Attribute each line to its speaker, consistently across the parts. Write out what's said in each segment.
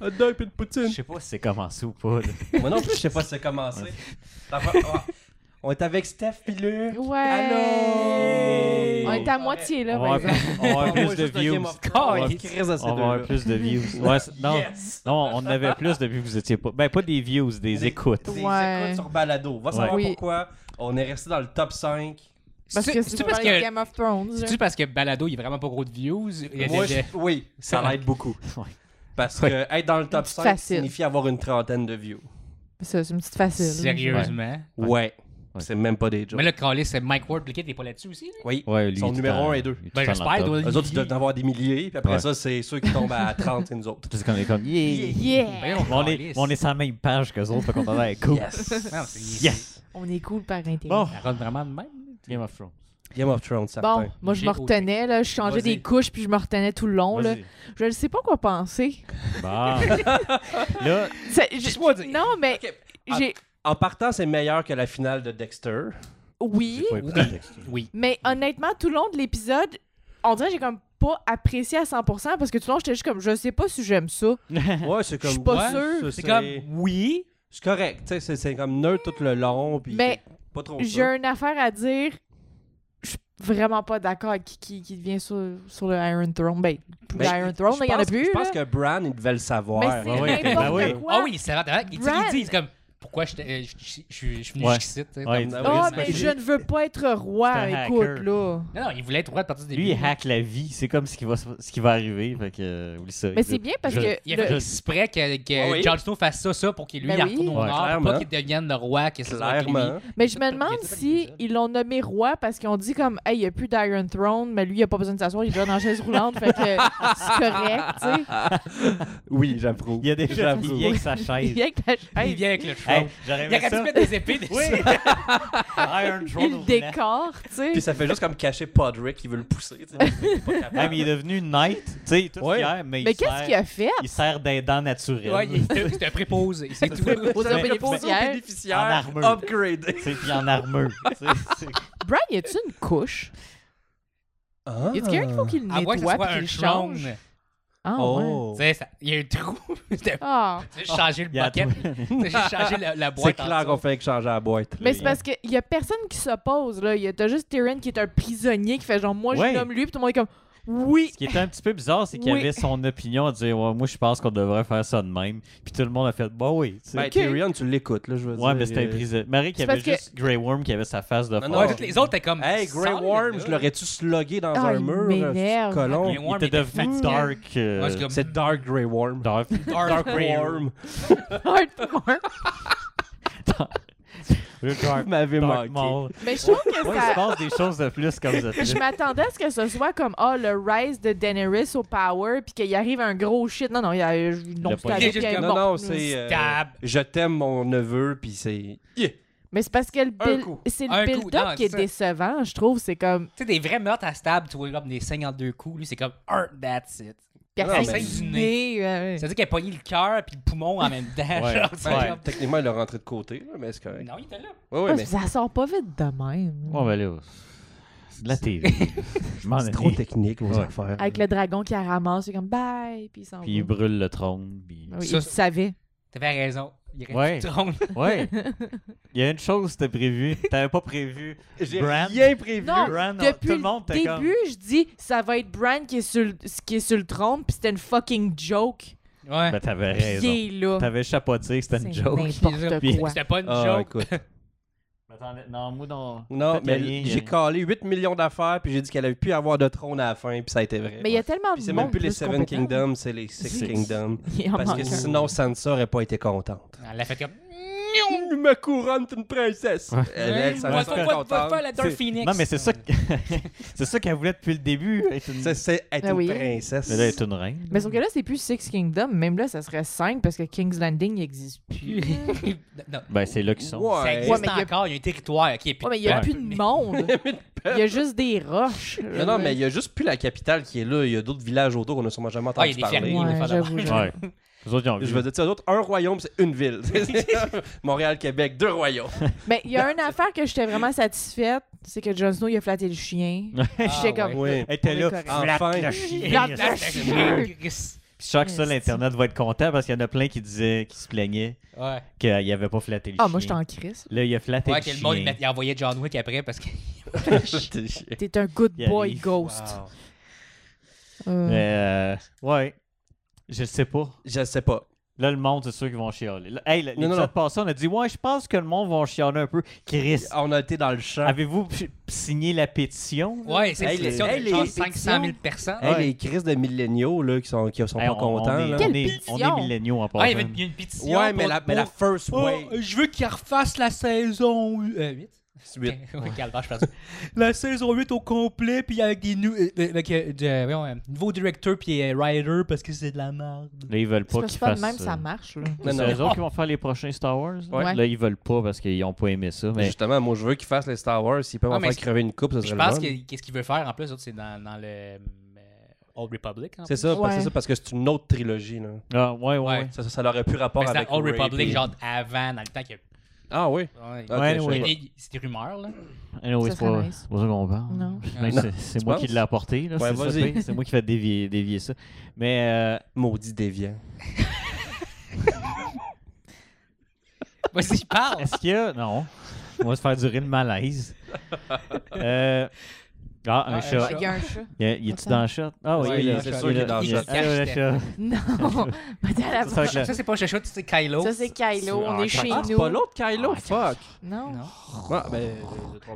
Speaker 1: Hot dog puis une
Speaker 2: Je
Speaker 1: poutine.
Speaker 2: sais pas si c'est commencé ou pas. là.
Speaker 3: Moi non plus, je sais pas si c'est commencé. Ça va- ah. On est avec Steph puis Luc.
Speaker 4: Ouais.
Speaker 3: Allô?
Speaker 4: On est à moitié, là,
Speaker 2: On
Speaker 4: par
Speaker 2: va
Speaker 4: exemple.
Speaker 2: avoir- on va avoir plus de views. On va- On va avoir
Speaker 3: views.
Speaker 2: plus de views. Ouais, c'est- non,
Speaker 3: Yes!
Speaker 2: non, on en avait plus depuis que vous étiez pas. Ben, pas des views, des
Speaker 3: Des-
Speaker 2: écoutes.
Speaker 3: Des
Speaker 4: Ouais.
Speaker 3: écoutes sur Balado. Va savoir
Speaker 4: Oui.
Speaker 3: pourquoi on est resté dans le top 5.
Speaker 4: Parce que si
Speaker 5: C'est-tu
Speaker 4: tu
Speaker 5: parce
Speaker 4: parles de
Speaker 5: que-
Speaker 4: Game of Thrones,
Speaker 5: C'est-tu parce que Balado, il est vraiment pas gros de views? Il y a
Speaker 3: Moi,
Speaker 5: des-
Speaker 3: je- oui, ça l'aide beaucoup.
Speaker 2: Ouais.
Speaker 3: Parce
Speaker 2: Ouais.
Speaker 3: que être dans le top 5
Speaker 4: Facile.
Speaker 3: signifie avoir une trentaine de views.
Speaker 4: ça, c'est une petite facile.
Speaker 5: Sérieusement.
Speaker 3: Ouais.
Speaker 2: Ouais.
Speaker 3: C'est même pas des jokes.
Speaker 5: Mais là, Carlis, c'est Mike Ward, Plickett, il est pas là-dessus aussi. là?
Speaker 3: Oui.
Speaker 2: Ouais, lui,
Speaker 3: Son
Speaker 2: il est
Speaker 3: numéro
Speaker 2: en-
Speaker 3: un et deux.
Speaker 2: il est
Speaker 5: Ben,
Speaker 2: tout en
Speaker 5: j'espère, il
Speaker 2: octobre.
Speaker 5: doit-
Speaker 3: Eux autres, ils doivent en avoir des milliers, puis après
Speaker 2: Ouais.
Speaker 3: ça, c'est ceux qui tombent à 30, c'est nous autres.
Speaker 2: Tout ce qu'on est comme. Yeah.
Speaker 4: Yeah!
Speaker 5: Voyons,
Speaker 2: Mais On est,
Speaker 5: Carlis.
Speaker 2: on est sur la même page qu'eux autres, fait qu'on en est cool.
Speaker 5: Non, c'est-
Speaker 2: Yes.
Speaker 4: On est cool par intérêt.
Speaker 2: Bon.
Speaker 5: Elle rentre vraiment de même.
Speaker 2: Game of Thrones.
Speaker 3: Game of Thrones, certain.
Speaker 4: Bon, moi je
Speaker 5: J'ai
Speaker 4: me retenais, là, je changeais
Speaker 3: Vas-y.
Speaker 4: des couches puis je me retenais tout le long. Là.
Speaker 2: Vas-y.
Speaker 4: Je ne sais pas quoi penser.
Speaker 2: Bon. là,
Speaker 4: Ça- j'ai-
Speaker 5: Laisse-moi dire.
Speaker 4: Non, mais
Speaker 3: Ok.
Speaker 4: j'ai.
Speaker 3: En partant, c'est meilleur que la finale de Dexter.
Speaker 4: Oui,
Speaker 2: j'ai pas écouté le texte.
Speaker 5: Oui.
Speaker 4: mais honnêtement, tout le long de l'épisode, on dirait que j'ai comme pas apprécié à 100% parce que tout le long, j'étais juste comme, je sais pas si j'aime ça.
Speaker 3: Ouais, c'est
Speaker 4: Je
Speaker 3: comme.
Speaker 4: suis pas
Speaker 3: ouais,
Speaker 4: sûre.
Speaker 3: ça,
Speaker 5: C'est comme, oui,
Speaker 3: C'est correct, tu sais, c'est- c'est comme neutre tout le long, puis
Speaker 4: Mais
Speaker 3: c'est pas trop
Speaker 4: J'ai
Speaker 3: ça.
Speaker 4: une affaire à dire. Je suis vraiment pas d'accord avec qui, qui, qui devient sur, sur le Iron Throne. Ben, plus
Speaker 3: Ben,
Speaker 4: Iron Throne,
Speaker 3: Je
Speaker 4: il y en a
Speaker 3: pense-
Speaker 4: plus.
Speaker 3: Je pense
Speaker 4: là.
Speaker 3: que Bran, il devait le savoir. hein.
Speaker 4: Mais c'est
Speaker 2: ouais, ouais,
Speaker 4: n'importe
Speaker 2: ben oui.
Speaker 4: quoi.
Speaker 5: Ah oui, c'est vrai. Ils
Speaker 4: Brad.
Speaker 5: disent comme pourquoi je t'ai- je je- je- je suis venu
Speaker 2: Ouais.
Speaker 5: jusqu'ici. tu sais,
Speaker 2: Ouais,
Speaker 5: comme-
Speaker 2: Ah
Speaker 4: Ah,
Speaker 2: oui,
Speaker 4: mais
Speaker 2: c'est-
Speaker 4: je ne veux pas être roi,
Speaker 2: C'est un
Speaker 4: écoute,
Speaker 2: hacker.
Speaker 4: là.
Speaker 5: Non, non, il voulait être droit de partir du début.
Speaker 2: lui, il hack la vie. C'est comme ce qui va, se- ce qui va arriver. Fait que, euh, oublie ça.
Speaker 4: Mais c'est bien parce
Speaker 2: Je-
Speaker 4: que.
Speaker 5: Il a
Speaker 4: le-
Speaker 5: fait exprès que, que
Speaker 3: Ouais, oui.
Speaker 5: Jon Snow fasse ça, ça, pour qu'il lui
Speaker 4: Ben
Speaker 5: il
Speaker 4: oui.
Speaker 5: retourne au
Speaker 2: Ouais,
Speaker 5: nord, pour
Speaker 3: clairement.
Speaker 5: pas qu'il devienne le roi, que ce soit avec lui.
Speaker 3: Clairement.
Speaker 4: Mais je me
Speaker 5: Il y a
Speaker 4: demande
Speaker 5: tout avec
Speaker 4: si
Speaker 5: des ailes.
Speaker 4: ils l'ont nommé roi parce qu'ils ont dit comme Hey, il n'y a plus d'Iron Throne, mais lui, il a pas besoin de s'asseoir, il est déjà dans la chaise roulante, fait que c'est correct, tu sais.
Speaker 3: Oui, j'approuve.
Speaker 2: Il y a déjà
Speaker 3: J'avoue.
Speaker 2: il vient avec sa
Speaker 4: Il
Speaker 2: chaise.
Speaker 4: vient avec la
Speaker 5: Il
Speaker 4: chaise,
Speaker 5: vient avec le cheval.
Speaker 2: Hey, J'aurais
Speaker 5: il a
Speaker 2: aimé
Speaker 5: quand
Speaker 2: ça.
Speaker 5: même des épées dessus.
Speaker 2: Oui. Iron
Speaker 4: il le
Speaker 2: Throne.
Speaker 4: décore, tu
Speaker 3: Puis
Speaker 4: sais.
Speaker 3: ça fait juste comme cacher Podrick, il veut le pousser. tu sais, il est pas
Speaker 2: Ah,
Speaker 3: capable.
Speaker 2: mais il est devenu knight, tu sais, tout
Speaker 3: Ouais.
Speaker 2: fier, mais,
Speaker 4: Mais
Speaker 2: il sert,
Speaker 4: qu'est-ce qu'il a fait?
Speaker 2: il sert des dents naturelles.
Speaker 5: Ouais, il était- c'était un préposé. C'est tout.
Speaker 3: Aux
Speaker 2: Mais-
Speaker 3: bénéficiaires,
Speaker 4: mais-
Speaker 2: En
Speaker 3: bénéficiaires
Speaker 2: armure.
Speaker 3: upgradés.
Speaker 2: Tu sais, puis en armure. tu sais, c'est-
Speaker 4: Brian, y a-tu une couche? Y a-tu quelqu'un qu'il
Speaker 3: Ah.
Speaker 4: faut qu'il le
Speaker 5: À moins que ce
Speaker 4: nettoie
Speaker 5: soit
Speaker 4: puis qu'il
Speaker 5: un
Speaker 4: le change?
Speaker 5: trône.
Speaker 4: Ah, ouais.
Speaker 3: Oh.
Speaker 5: Tu sais, ça- il y a un trou. C'était-
Speaker 4: Ah.
Speaker 5: J'ai changé le
Speaker 2: il y a
Speaker 5: bucket. J'ai changé la, la
Speaker 3: C'est
Speaker 5: boîte.
Speaker 2: hein,
Speaker 5: en
Speaker 3: clair
Speaker 5: dessous.
Speaker 3: qu'on fait échanger la boîte.
Speaker 4: Mais c'est parce qu'il y a personne qui s'oppose, là. Y a- T'as juste Tyrion qui est un prisonnier qui fait genre, moi,
Speaker 2: Ouais.
Speaker 4: je nomme lui, puis tout le monde est comme, oui.
Speaker 2: Ce qui était un petit peu bizarre, c'est qu'il
Speaker 4: Oui.
Speaker 2: avait son opinion à dire Ouais, Moi, je pense qu'on devrait faire ça de même. Puis tout le monde a fait Bah oui. tu sais.
Speaker 3: Ben, Tyrion, tu l'écoutes, là, je veux dire.
Speaker 2: ouais, mais c'était un
Speaker 3: euh,
Speaker 2: prisonnier. Marie qui
Speaker 4: C'est
Speaker 2: avait
Speaker 4: parce que-
Speaker 2: juste Grey Worm qui avait sa face de
Speaker 3: Non,
Speaker 2: fort.
Speaker 3: non,
Speaker 5: Ouais,
Speaker 3: Oh.
Speaker 5: toutes les autres étaient comme.
Speaker 3: Hey, Grey
Speaker 5: Sors,
Speaker 3: Worm,
Speaker 5: là.
Speaker 3: je l'aurais-tu slogué dans
Speaker 4: Ah,
Speaker 3: un
Speaker 4: il
Speaker 3: mur, là,
Speaker 4: m'énerve.
Speaker 3: ce colon?
Speaker 5: Grey Worm
Speaker 2: il était
Speaker 5: était
Speaker 2: devenu
Speaker 5: fatigué.
Speaker 2: dark. euh,
Speaker 5: Ouais, c'est comme-
Speaker 3: C'est Dark Grey Worm.
Speaker 2: dark.
Speaker 5: Dark Worm.
Speaker 4: Hardcore.
Speaker 2: dark.
Speaker 3: Vous m'avez manqué.
Speaker 2: Dark Maul.
Speaker 4: Mais je trouve que
Speaker 2: Ouais, il
Speaker 4: ça.
Speaker 2: se passe des choses de plus comme ça.
Speaker 4: Je m'attendais à ce que ce soit comme ah le rise de Daenerys au power puis qu'il arrive un gros shit. Non non, il y a euh, je- non,
Speaker 2: Il a
Speaker 4: c'est
Speaker 2: pas
Speaker 4: avec,
Speaker 5: dit. Il est juste
Speaker 4: euh,
Speaker 5: comme,
Speaker 3: Non,
Speaker 4: bon.
Speaker 3: non, c'est... euh,
Speaker 5: Stab.
Speaker 3: Je t'aime, mon neveu, puis c'est... Yeah.
Speaker 4: Mais c'est parce que le build-
Speaker 3: coup.
Speaker 4: c'est
Speaker 5: Un
Speaker 4: le
Speaker 5: coup,
Speaker 4: build up
Speaker 5: non,
Speaker 4: qui est
Speaker 5: ça-
Speaker 4: décevant, je trouve, c'est comme
Speaker 5: Tu sais, des vrais meurtres à stab, tu vois, comme des 52 coups. Lui, c'est comme un, that's it.
Speaker 4: puis
Speaker 3: Non,
Speaker 4: elle
Speaker 3: mais-
Speaker 4: s'est
Speaker 5: du
Speaker 4: nez, euh,
Speaker 5: Ça veut dire qu'elle a pogné le cœur puis le poumon en même temps.
Speaker 2: Ouais.
Speaker 5: genre, tu sais,
Speaker 2: Ouais.
Speaker 5: comme-
Speaker 3: Techniquement, il l'a rentré de côté, là, mais c'est correct.
Speaker 5: Non, il était là.
Speaker 3: Ouais, ouais,
Speaker 4: ah,
Speaker 3: mais...
Speaker 4: ça sort pas vite de même.
Speaker 2: Bon, ben là, c'est de la TV. Je
Speaker 4: Ah,
Speaker 2: m'en
Speaker 3: C'est
Speaker 2: ai
Speaker 3: trop technique, vos
Speaker 2: Ouais.
Speaker 3: affaires.
Speaker 4: Avec le dragon qui la ramasse, c'est comme bye puis il s'en
Speaker 2: Puis il
Speaker 4: va.
Speaker 2: brûle le trône. Puis...
Speaker 4: Ah Oui,
Speaker 5: Ça,
Speaker 4: il
Speaker 5: ça-
Speaker 4: savait.
Speaker 5: T'avais raison. Il aurait
Speaker 2: Ouais.
Speaker 5: dû te tromper.
Speaker 2: Ouais. Il y a une chose que t'as prévu. T'avais pas prévu.
Speaker 3: J'ai
Speaker 2: Bran.
Speaker 3: rien prévu.
Speaker 4: Non,
Speaker 2: Bran,
Speaker 4: depuis
Speaker 2: hein, tout le monde était comme-
Speaker 4: début, je dis ça va être Bran qui est sur le, qui est sur le trône puis c'était une fucking joke.
Speaker 5: Ouais.
Speaker 2: Ben, t'avais
Speaker 4: Puis
Speaker 3: Eh,
Speaker 4: il
Speaker 2: raison.
Speaker 4: est là.
Speaker 2: T'avais chapoté que c'était une
Speaker 4: C'est
Speaker 2: joke. Puis-
Speaker 4: n'importe quoi.
Speaker 5: C'était pas une
Speaker 3: Ah,
Speaker 5: joke.
Speaker 3: écoute.
Speaker 2: Mais attendez, non, moi, non.
Speaker 3: Non,
Speaker 2: Faites le lien,
Speaker 3: mais j'ai
Speaker 2: euh,
Speaker 3: calé 8 millions d'affaires, puis j'ai dit qu'elle avait pu avoir de trône à la fin, puis ça a été vrai.
Speaker 4: Mais il y a tellement
Speaker 3: Puis
Speaker 4: de
Speaker 3: c'est
Speaker 4: monde
Speaker 3: même plus les
Speaker 4: plus
Speaker 3: Seven
Speaker 4: compétent. Oh
Speaker 3: Kingdoms, c'est les Six
Speaker 2: Six.
Speaker 3: Kingdoms.
Speaker 4: Il en
Speaker 3: Parce que
Speaker 4: manque un.
Speaker 3: sinon, Sansa aurait pas été contente.
Speaker 5: Elle a fait comme.
Speaker 3: Ma couronne, t'es une princesse. Elle, elle,
Speaker 5: Ouais,
Speaker 3: Sansa
Speaker 5: faut
Speaker 3: est
Speaker 5: pas- faut
Speaker 3: contente.
Speaker 5: faire la Dark
Speaker 3: C'est-
Speaker 5: Phoenix.
Speaker 2: Non, mais
Speaker 4: euh.
Speaker 2: c'est ça que- c'est ça qu'elle voulait depuis le début. Être une...
Speaker 3: C'est c'est être
Speaker 5: Ben
Speaker 4: Ah
Speaker 3: une
Speaker 4: oui.
Speaker 3: princesse.
Speaker 2: Mais là, elle est une reine.
Speaker 4: Mais sauf que là, c'est plus Six Kingdoms. Même là, ça serait 5 parce que King's Landing n'existe plus. ouais,
Speaker 5: non.
Speaker 2: Ben, c'est là qu'ils sont.
Speaker 5: Ça
Speaker 3: Ouais.
Speaker 5: existe
Speaker 4: mais il y a-
Speaker 5: encore, il y a un territoire qui est
Speaker 4: mais il n'y a
Speaker 2: Ouais.
Speaker 4: plus de monde. Il y a juste des roches.
Speaker 3: Non, non, mais il y a juste plus la capitale qui est là. Il y a d'autres villages autour qu'on n'a sûrement jamais
Speaker 5: Ah,
Speaker 3: entendu
Speaker 5: il y a des
Speaker 3: parler.
Speaker 5: fermiers.
Speaker 4: Ouais,
Speaker 5: des fois,
Speaker 4: j'avoue,
Speaker 5: d'abord.
Speaker 2: Ouais. Les autres, ils ont vu.
Speaker 3: Je veux dire, tu sais, d'autres, un royaume, c'est une ville. Montréal, Québec, deux royaumes.
Speaker 4: Mais Ben, il y
Speaker 2: Ben,
Speaker 4: a une affaire que j'étais vraiment satisfaite c'est que Jon Snow, il a flatté le chien.
Speaker 5: Ah,
Speaker 4: J'étais comme.
Speaker 5: ouais.
Speaker 3: Oui.
Speaker 2: Elle était
Speaker 4: On est
Speaker 2: là.
Speaker 4: correct.
Speaker 2: flatte
Speaker 3: Enfin.
Speaker 2: le chien.
Speaker 4: Flatte
Speaker 5: Là, c'est-
Speaker 2: Puis je sens que ça,
Speaker 4: Esti.
Speaker 2: l'Internet va être content parce qu'il y en a plein qui disaient, qui se plaignaient
Speaker 5: Ouais.
Speaker 2: qu'il avait pas flatté le
Speaker 4: Ah,
Speaker 2: chien.
Speaker 4: moi, je t'en crisse.
Speaker 2: Là, il a flatté
Speaker 5: Ouais,
Speaker 2: le
Speaker 5: que le
Speaker 2: chien.
Speaker 5: monde, il, met- il envoyait John Wick après parce que.
Speaker 4: T'es un good
Speaker 2: Il
Speaker 4: boy
Speaker 2: arrive.
Speaker 4: ghost.
Speaker 3: Wow.
Speaker 4: Euh,
Speaker 2: Mais, euh, ouais. Je sais pas.
Speaker 3: Je sais pas.
Speaker 2: Là, le monde, c'est sûr qu'ils vont chialer. Là, hey,
Speaker 3: non, non.
Speaker 2: l'épisode passé, on a dit Ouais, je pense que le monde va chialer un peu. Chris,
Speaker 5: Ah,
Speaker 3: On a été dans le champ.
Speaker 2: avez-vous p- signé la pétition? là?
Speaker 5: Ouais, c'est
Speaker 3: Hey,
Speaker 5: une question
Speaker 3: les- hey,
Speaker 5: de
Speaker 3: les
Speaker 5: genre
Speaker 3: pétitions.
Speaker 5: 500 000 personnes.
Speaker 3: Hey,
Speaker 2: Ouais.
Speaker 3: Les crises de milléniaux là, qui sont, qui sont
Speaker 2: Hey,
Speaker 3: pas contents.
Speaker 2: est-
Speaker 3: là.
Speaker 4: Quelle
Speaker 2: on est, on
Speaker 4: pétition?
Speaker 2: est milléniaux en
Speaker 5: Ah,
Speaker 2: passant.
Speaker 5: il y avait une, il y a une pétition.
Speaker 3: Ouais, mais
Speaker 5: pour-
Speaker 3: la, mais la
Speaker 5: pour-
Speaker 3: first
Speaker 5: Oh, oh.
Speaker 3: wave.
Speaker 5: je veux qu'ils refassent la saison Euh, 8.
Speaker 3: Huit.
Speaker 5: La saison 8 au complet, puis avec des nou- euh, euh, avec, euh, du- euh, voyons, euh, nouveaux directeurs puis euh, writers parce que c'est de la merde.
Speaker 2: Là, ils veulent
Speaker 4: C'est
Speaker 2: pas
Speaker 4: parce
Speaker 2: qu'ils
Speaker 4: que pas de
Speaker 2: fassent.
Speaker 4: même,
Speaker 2: euh,
Speaker 4: ça marche. là.
Speaker 3: Non,
Speaker 2: C'est
Speaker 3: non.
Speaker 2: eux autres qui vont faire les prochains Star Wars. là.
Speaker 4: Ouais.
Speaker 2: Là, ils veulent pas parce qu'ils ont pas aimé ça. Mais
Speaker 3: Justement, moi, je veux qu'ils fassent les Star Wars. S'ils peuvent
Speaker 5: Ah,
Speaker 3: en
Speaker 5: mais
Speaker 3: faire
Speaker 5: c'est-
Speaker 3: crever une coupe, ça serait
Speaker 5: Je
Speaker 3: le
Speaker 5: pense
Speaker 3: fun.
Speaker 5: que qu'est-ce qu'ils veulent faire en plus, autres, c'est dans, dans le euh, Old Republic. en
Speaker 3: C'est
Speaker 5: plus.
Speaker 3: ça, parce-
Speaker 4: Ouais.
Speaker 3: c'est ça, parce que c'est une autre trilogie. Là.
Speaker 2: Ah, ouais, ouais. ouais.
Speaker 3: Ça, ça, ça aurait pu rapport
Speaker 5: Mais c'est
Speaker 3: avec.
Speaker 5: dans Old
Speaker 3: Ray,
Speaker 5: Republic,
Speaker 3: puis-
Speaker 5: genre avant, dans le temps qu'il y
Speaker 3: Ah oui.
Speaker 5: a. Ouais.
Speaker 3: Ok,
Speaker 2: Ouais,
Speaker 3: je
Speaker 2: ouais.
Speaker 3: sais pas.
Speaker 5: Et C'est des rumeurs, là.
Speaker 2: Anyway,
Speaker 4: Ça
Speaker 2: c'est pas,
Speaker 4: serait nice.
Speaker 2: c'est pas ça qu'on parle.
Speaker 4: Non.
Speaker 2: Même
Speaker 3: Non.
Speaker 2: c'est- C'est
Speaker 3: Tu
Speaker 2: moi qui
Speaker 3: penses?
Speaker 2: l'ai apporté. là,
Speaker 3: Ouais,
Speaker 2: c'est ça,
Speaker 3: vas-y.
Speaker 2: le pire. C'est moi qui vais dévier, dévier ça. Mais euh,
Speaker 3: Maudit déviant.
Speaker 5: Vas-y, parle.
Speaker 2: Est-ce qu'il y a. Non. On va se faire durer le malaise. Euh, Ah, un
Speaker 5: Ah, un
Speaker 2: chat.
Speaker 5: chat.
Speaker 4: Il y a un chat.
Speaker 2: Y a- Y est-tu dans le chat? Ah oui,
Speaker 5: Ouais,
Speaker 2: il
Speaker 5: il
Speaker 2: est
Speaker 5: est-
Speaker 2: là.
Speaker 5: c'est
Speaker 2: Il
Speaker 5: sûr
Speaker 2: est
Speaker 5: qu'il est
Speaker 2: là.
Speaker 5: dans le
Speaker 2: Il est-
Speaker 5: chat.
Speaker 2: Allô, le chat.
Speaker 4: Non. Va t'en la
Speaker 2: Ça, ça va être
Speaker 5: Ça, c'est pas Chacha, c'est Kylo.
Speaker 4: Ça, c'est Kylo.
Speaker 2: Ah,
Speaker 4: On est chez
Speaker 2: ah,
Speaker 4: nous.
Speaker 3: l'autre Kylo, fuck.
Speaker 4: Non.
Speaker 5: Non.
Speaker 3: Ah, ben.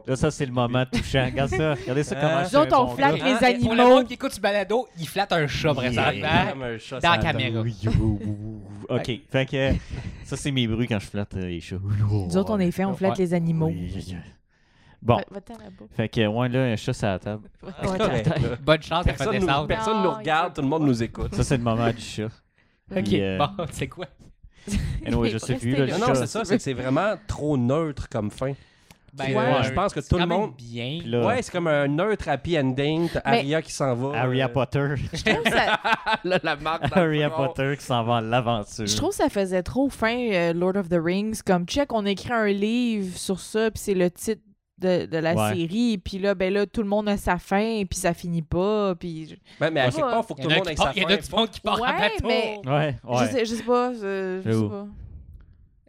Speaker 2: Là, ça, c'est le moment touchant. Regarde ça. Regardez ça comment
Speaker 3: Nous
Speaker 2: je suis un
Speaker 4: autres, on
Speaker 2: bon
Speaker 4: flatte
Speaker 2: gars.
Speaker 4: les
Speaker 5: Ah, et Pour le
Speaker 4: animaux.
Speaker 5: monde qui écoute du balado, il flatte un chat présentement.
Speaker 3: chat,
Speaker 5: Dans la
Speaker 3: ça-
Speaker 5: caméra.
Speaker 2: Ah, Oui, oui, oui, oui, oui. OK. Fait que euh, ça, c'est mes bruits quand je flatte euh, les chats.
Speaker 4: Nous autres, on est fait, on flatte les animaux.
Speaker 2: Oui. Bon.
Speaker 4: Va- Va-t'en là
Speaker 2: Fait que, ouais, là, un chat, c'est à la table.
Speaker 3: Correct, là.
Speaker 5: Bonne chance, elle fait
Speaker 3: Personne nous,
Speaker 5: descendre.
Speaker 3: personne nous regarde, tout le monde nous écoute.
Speaker 2: Ça, c'est le moment du chat.
Speaker 5: Ok,
Speaker 2: Puis, euh,
Speaker 5: bon, c'est quoi?
Speaker 2: Anyway, je sais plus, là,
Speaker 3: Non,
Speaker 2: le
Speaker 3: non,
Speaker 2: chat.
Speaker 3: c'est ça, c'est que c'est vraiment trop neutre comme fin.
Speaker 5: Ben,
Speaker 3: Ouais,
Speaker 5: euh,
Speaker 3: je pense que
Speaker 5: c'est
Speaker 3: tout le
Speaker 5: quand même
Speaker 3: monde-
Speaker 5: Bien.
Speaker 2: Puis là,
Speaker 3: Ouais, c'est comme un neutre happy ending. T'as
Speaker 4: Mais-
Speaker 3: Aria qui s'en va.
Speaker 2: Harry
Speaker 3: euh,
Speaker 2: Potter.
Speaker 4: Je trouve ça-
Speaker 3: là, la marque. dans le
Speaker 2: Harry
Speaker 3: front.
Speaker 2: Potter qui s'en va à l'aventure.
Speaker 4: je trouve ça faisait trop fin, euh, Lord of the Rings. Comme, check, on écrit un livre sur ça, puis c'est le titre de, de la
Speaker 2: Ouais.
Speaker 4: série. Puis là, ben là, tout le monde a sa fin, puis ça finit pas. Puis je-
Speaker 3: Ben, mais à quelque
Speaker 4: Ouais.
Speaker 3: part, faut que
Speaker 5: Il y
Speaker 3: tout le
Speaker 5: en a
Speaker 3: monde
Speaker 5: qui
Speaker 3: ait sa
Speaker 5: part-
Speaker 3: fin.
Speaker 5: il y en a du monde qui part en
Speaker 4: Ouais,
Speaker 5: bateau.
Speaker 4: mais-
Speaker 2: Ouais, ouais.
Speaker 4: je, sais, je sais pas. euh, Je,
Speaker 2: J'avoue.
Speaker 4: sais pas.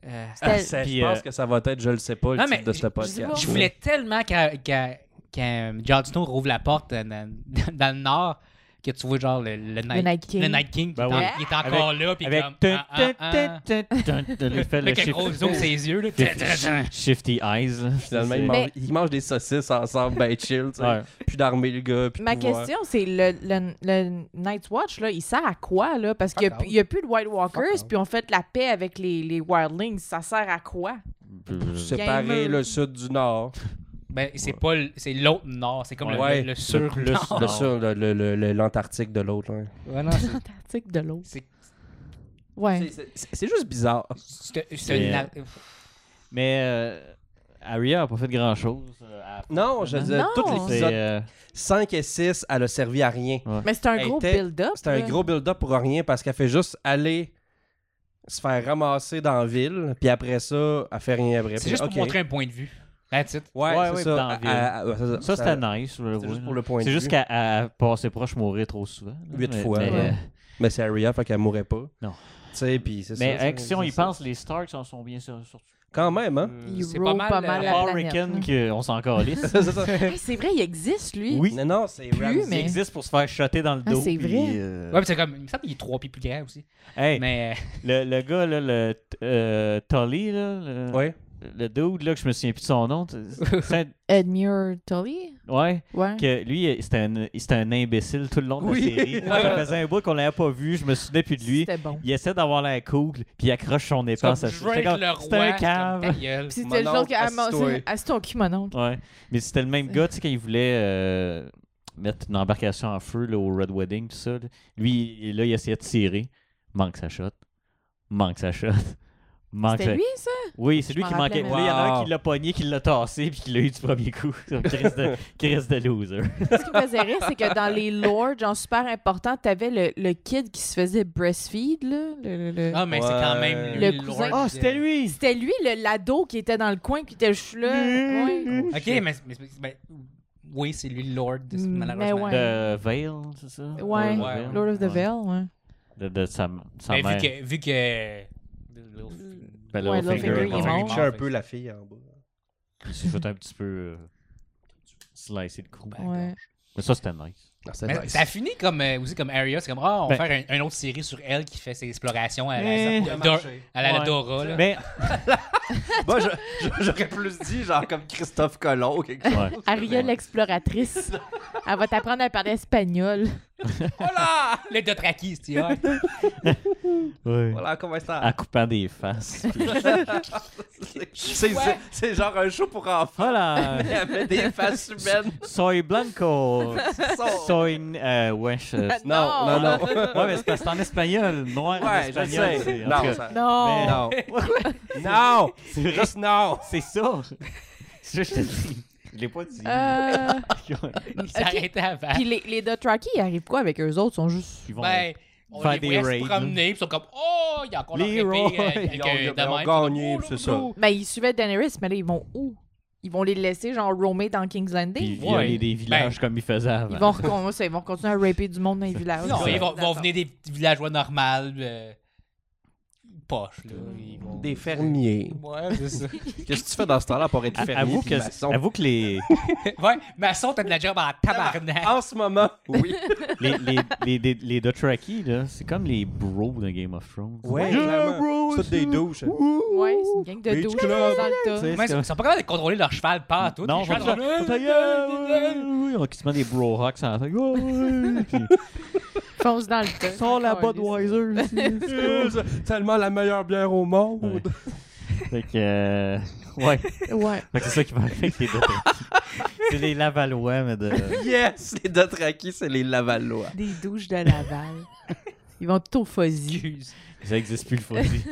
Speaker 5: Euh,
Speaker 3: Ah,
Speaker 4: C'était-
Speaker 3: c'est-
Speaker 2: Puis,
Speaker 3: Je pense
Speaker 2: euh,
Speaker 3: que ça va être, je le sais pas, le
Speaker 5: Non, mais
Speaker 3: titre de ce
Speaker 5: je-
Speaker 4: je sais
Speaker 3: podcast.
Speaker 4: pas.
Speaker 5: Je voulais tellement qu'à- qu'à- qu'à- que Jon Snow rouvre la porte euh, dans, dans- dans le nord que tu vois genre le, le Night,
Speaker 4: Night King.
Speaker 5: le Night King qui
Speaker 2: Ben
Speaker 5: est en-
Speaker 2: oui.
Speaker 5: il est encore là. Puis
Speaker 2: Avec
Speaker 5: comme,
Speaker 2: tun,
Speaker 5: ah, ah,
Speaker 2: tun,
Speaker 5: ah.
Speaker 2: tun, tun, tun, tun, il fait le
Speaker 5: Avec un gros
Speaker 2: shift-
Speaker 5: zoom ses yeux. là.
Speaker 2: shift- shifty eyes. là.
Speaker 3: Finalement,
Speaker 2: C'est-
Speaker 3: ils
Speaker 4: Mais-
Speaker 3: mangent, ils mangent des saucisses ensemble, ben chill, tu sais.
Speaker 2: Ouais.
Speaker 3: Puis d'armer le gars, puis de
Speaker 4: Ma
Speaker 3: pouvoir-
Speaker 4: question, c'est le, le, le Night's Watch, là, il sert à quoi? Là? Parce qu'il
Speaker 5: Fuck
Speaker 4: n'y a, plus de White Walkers,
Speaker 5: out.
Speaker 4: puis on fait la paix avec les, les Wildlings. Ça sert à quoi?
Speaker 3: Séparer
Speaker 4: Gamer.
Speaker 3: le sud du nord.
Speaker 5: Ben, c'est pas le- c'est l'autre nord, c'est comme le-
Speaker 3: Ouais.
Speaker 5: le, le sur
Speaker 2: plus.
Speaker 5: nord.
Speaker 3: Le sud, le- le- le- le- l'Antarctique de l'autre. ouais.
Speaker 5: Ouais, non, c'est-
Speaker 4: L'Antarctique de l'eau.
Speaker 5: c'est-
Speaker 4: Ouais.
Speaker 3: C'est- c'est- C'est c'est juste bizarre.
Speaker 5: c'est-
Speaker 2: Mais,
Speaker 5: c'est une-
Speaker 2: Mais euh, Arya a pas fait grand chose.
Speaker 3: Non, je veux dire,
Speaker 4: Non.
Speaker 3: tous les
Speaker 2: C'est
Speaker 3: épisodes
Speaker 2: euh,
Speaker 3: 5 et 6, elle a servi à rien.
Speaker 4: Mais c'est un
Speaker 3: Elle
Speaker 4: gros
Speaker 3: était-
Speaker 4: build-up.
Speaker 3: C'est un
Speaker 4: là.
Speaker 3: gros build-up pour rien parce qu'elle fait juste aller se faire ramasser dans la ville, puis après ça, elle fait rien après.
Speaker 5: C'est juste
Speaker 3: Ok.
Speaker 5: pour montrer un point de vue. That's it.
Speaker 3: Ouais,
Speaker 2: Ouais,
Speaker 3: c'est
Speaker 2: ouais,
Speaker 3: ça.
Speaker 2: dans la ville.
Speaker 3: Ah, ah, ouais, c'est
Speaker 2: ça,
Speaker 3: ça.
Speaker 2: c'était nice. je le
Speaker 3: c'est
Speaker 2: vois,
Speaker 3: juste pour
Speaker 2: là.
Speaker 3: le point de
Speaker 2: C'est juste
Speaker 3: vue.
Speaker 2: qu'elle elle passait proche mourir trop souvent. là.
Speaker 3: Huit
Speaker 2: Mais-
Speaker 3: fois,
Speaker 2: mais,
Speaker 4: ouais.
Speaker 2: euh,
Speaker 3: Mais c'est Arya, fait qu'elle mourrait pas.
Speaker 2: Non.
Speaker 3: Tu sais, puis c'est ça.
Speaker 2: Mais
Speaker 3: c'est-
Speaker 2: euh, si on y
Speaker 3: c'est ça.
Speaker 2: pense, les Starks en sont bien sur- sortis.
Speaker 3: Quand même, hein?
Speaker 4: Il
Speaker 5: C'est
Speaker 4: roule pas
Speaker 5: euh,
Speaker 2: À
Speaker 4: mal la
Speaker 2: part
Speaker 4: planète,
Speaker 2: Rickon,
Speaker 4: hein.
Speaker 2: que- on s'en calisse.
Speaker 3: C'est ça.
Speaker 4: Hey, c'est vrai, il existe, lui.
Speaker 2: Oui.
Speaker 3: Non, non, c'est
Speaker 4: Plus,
Speaker 3: Ramsay.
Speaker 2: Il
Speaker 4: mais-
Speaker 2: existe pour se faire shotter dans le
Speaker 4: Ah,
Speaker 2: dos.
Speaker 4: c'est
Speaker 2: puis,
Speaker 4: vrai.
Speaker 2: euh,
Speaker 5: Ouais, mais c'est comme, il me semble qu'il est trois pieds plus grand aussi.
Speaker 2: hey,
Speaker 5: Mais euh,
Speaker 2: Le, le gars, là, le t- euh, Tully, là, le,
Speaker 3: Ouais.
Speaker 2: le dude, là, que je me souviens plus de son nom. t- c'est-
Speaker 4: Edmure Tully?
Speaker 2: ouais,
Speaker 4: Ouais.
Speaker 2: que lui, il- c'était un, il- c'était un imbécile tout le long de
Speaker 3: Oui.
Speaker 2: la série. Ça faisait un bout qu'on l'avait pas vu, je me souvenais plus de lui.
Speaker 4: C'était bon.
Speaker 2: Il essaie d'avoir l'air cool, puis il accroche son
Speaker 5: c'est comme,
Speaker 2: épense à
Speaker 5: je veux
Speaker 2: J'étais
Speaker 5: être
Speaker 2: comme,
Speaker 5: le
Speaker 2: C'était un
Speaker 5: roi. c'est comme,
Speaker 2: cave.
Speaker 5: ta gueule.
Speaker 4: Puis c'était le
Speaker 3: Mon
Speaker 4: genre
Speaker 3: oncle,
Speaker 4: que. ah, mon-
Speaker 3: assis-toi.
Speaker 4: c'est- Assis-toi au cul, mon oncle.
Speaker 2: Ouais. Mais c'était le même gars, tu sais, quand il voulait euh, mettre une embarcation en feu là, au Red Wedding, tout ça. là. Lui, il- là, il essayait de tirer. Manque sa shot. Manque sa shot. Manque sa...
Speaker 4: C'était lui, ça?
Speaker 2: Oui, c'est
Speaker 4: Je
Speaker 2: lui
Speaker 4: m'en
Speaker 2: qui manquait.
Speaker 4: rappelais
Speaker 2: Là, il y en a un
Speaker 3: même.
Speaker 2: qui l'a pogné, qui l'a tassé, puis qui l'a eu du premier coup. Chris de, Chris de loser.
Speaker 4: Ce qui me faisait rire, c'est que dans les lords, genre super important, t'avais le, le kid qui se faisait breastfeed, là. le- le- le-
Speaker 5: Ah, mais c'est quand même lui,
Speaker 4: Le
Speaker 5: lord
Speaker 4: cousin.
Speaker 5: de-
Speaker 4: Ah,
Speaker 2: lui!
Speaker 4: C'était lui, le lado qui était dans le coin, qui était je suis là. Ouais.
Speaker 5: Ok, mais, mais- mais- ben, oui, c'est lui le lord, de-
Speaker 4: Mm, mais
Speaker 5: malheureusement.
Speaker 4: ouais.
Speaker 2: De Vale, c'est ça?
Speaker 4: Ouais,
Speaker 5: Ouais.
Speaker 4: Lord of the
Speaker 2: Ouais.
Speaker 4: Veil, ouais.
Speaker 2: de, de sa, sa
Speaker 5: Mais
Speaker 2: mère.
Speaker 5: Ben, vu que. Vu que...
Speaker 4: Mm.
Speaker 2: Ben,
Speaker 4: Ouais,
Speaker 2: Littlefinger
Speaker 4: Littlefinger,
Speaker 2: est
Speaker 4: il
Speaker 2: mort.
Speaker 4: est mort.
Speaker 3: J'ai un peu la fille en bas.
Speaker 2: Il s'est fait un petit peu euh, slicer le cou.
Speaker 4: Ouais.
Speaker 2: Mais ça, c'était nice.
Speaker 3: Ah, c'est
Speaker 5: Mais
Speaker 3: nice.
Speaker 5: ça finit comme, euh, aussi comme Arya, c'est comme, ah, on va
Speaker 2: Ben-
Speaker 5: faire un- une autre série sur elle qui fait ses explorations à
Speaker 2: Mais-
Speaker 5: la,
Speaker 3: Ça a
Speaker 5: Dor-
Speaker 3: marché.
Speaker 5: à la
Speaker 2: Ouais.
Speaker 5: Dora. là.
Speaker 2: Mais,
Speaker 3: Moi, je- je- j'aurais plus dit, genre, comme Christophe Colomb ou quelque chose.
Speaker 2: ouais.
Speaker 4: Ariel, l'exploratrice. Elle va t'apprendre à parler espagnol.
Speaker 5: Hola! Les Dothraki, tu vois.
Speaker 2: Ouais.
Speaker 3: Voilà comment ça.
Speaker 2: En coupant des faces.
Speaker 3: C'est- C'est
Speaker 5: Ouais.
Speaker 3: c'est genre un show pour enfants.
Speaker 2: Voilà!
Speaker 3: Elle met des faces humaines.
Speaker 2: Soy blanco!
Speaker 3: Son-
Speaker 2: Soy... Euh, wesh. euh,
Speaker 3: Non,
Speaker 4: Ah,
Speaker 3: non, non.
Speaker 2: Ouais, mais c'est parce que c'est en espagnol. Noir en
Speaker 3: Ouais, je le
Speaker 2: espagnol.
Speaker 3: sais.
Speaker 2: c'est- en tout
Speaker 3: Non,
Speaker 2: cas,
Speaker 3: ça-
Speaker 4: Non.
Speaker 3: non. Non.
Speaker 2: C'est vrai,
Speaker 3: Juste non.
Speaker 2: c'est ça. C'est ça que je te dis. Je l'ai pas dit.
Speaker 4: Euh,
Speaker 5: Ils s'arrêtaient avant.
Speaker 4: Puis les, les Dothraki, ils arrivent quoi avec eux autres? Ils sont juste...
Speaker 2: Ils vont-
Speaker 5: Ben, on
Speaker 2: Faire
Speaker 5: les
Speaker 2: des
Speaker 5: voyait se
Speaker 2: raids, là.
Speaker 5: promener, puis ils sont comme, oh, il y a encore leur
Speaker 2: Les
Speaker 5: épée.
Speaker 2: raids.
Speaker 5: euh, avec,
Speaker 3: Ils
Speaker 5: euh,
Speaker 3: ont- ils ont
Speaker 5: de même.
Speaker 3: gagné,
Speaker 5: Oh,
Speaker 3: c'est
Speaker 5: là,
Speaker 3: ça.
Speaker 5: là.
Speaker 4: Mais Ben, ils suivaient Daenerys, mais là, ils vont où? Ils vont les laisser, genre, roamer dans King's
Speaker 2: Puis
Speaker 4: Landing?
Speaker 2: violer
Speaker 5: Ouais.
Speaker 2: des villages comme ils faisaient avant.
Speaker 4: Ils vont, recon- ça, ils vont continuer à raper du monde dans les villages.
Speaker 5: Non,
Speaker 2: ça.
Speaker 5: ils vont, vont venir des petits villageois normaux, euh, poches, là. Ils vont...
Speaker 3: Des fermiers.
Speaker 5: Ouais, c'est ça.
Speaker 3: Qu'est-ce que tu fais dans ce temps-là pour être
Speaker 2: A-
Speaker 3: fermier
Speaker 2: avoue,
Speaker 3: puis
Speaker 2: que,
Speaker 3: maçon?
Speaker 2: avoue que les,
Speaker 5: ouais, Masson, t'as de la job en
Speaker 2: Ah,
Speaker 5: tabarnak.
Speaker 3: En ce moment, oui.
Speaker 2: les, les, les, les, les Dothraki, là, c'est comme les bros de Game of Thrones.
Speaker 3: Ouais, clairement.
Speaker 2: bro!
Speaker 3: C'est toutes des douches.
Speaker 4: Ouais, c'est une gang de
Speaker 3: Beach
Speaker 4: douches dans
Speaker 3: Club.
Speaker 4: le tas.
Speaker 2: c'est
Speaker 5: Mais ils sont- ils sont pas capables de contrôler leur cheval, pas à tout.
Speaker 2: Non,
Speaker 5: Les
Speaker 2: on va
Speaker 5: chevals
Speaker 2: dire,
Speaker 5: sont là,
Speaker 2: on va dire, yeah, ouais, ouais, ouais, on- qui se met des bro rocks en Oh, tête. Ouais, ouais, puis-
Speaker 4: Fonce dans le tas.
Speaker 2: Sors la
Speaker 4: Ouais,
Speaker 2: Budweiser.
Speaker 3: Euh, c'est Tellement la meilleure bière au
Speaker 2: Ouais.
Speaker 3: monde.
Speaker 2: Fait que, euh, ouais.
Speaker 4: c'est- Ouais.
Speaker 2: Fait que c'est ça qui va arriver avec les Dothraki. C'est les Lavalois, mais de.
Speaker 3: Yes! Les Dothraki, c'est les Lavallois.
Speaker 4: Des douches de Laval. Ils vont tout au fuzzy.
Speaker 5: Excuse.
Speaker 2: Ça existe plus le fuzzy.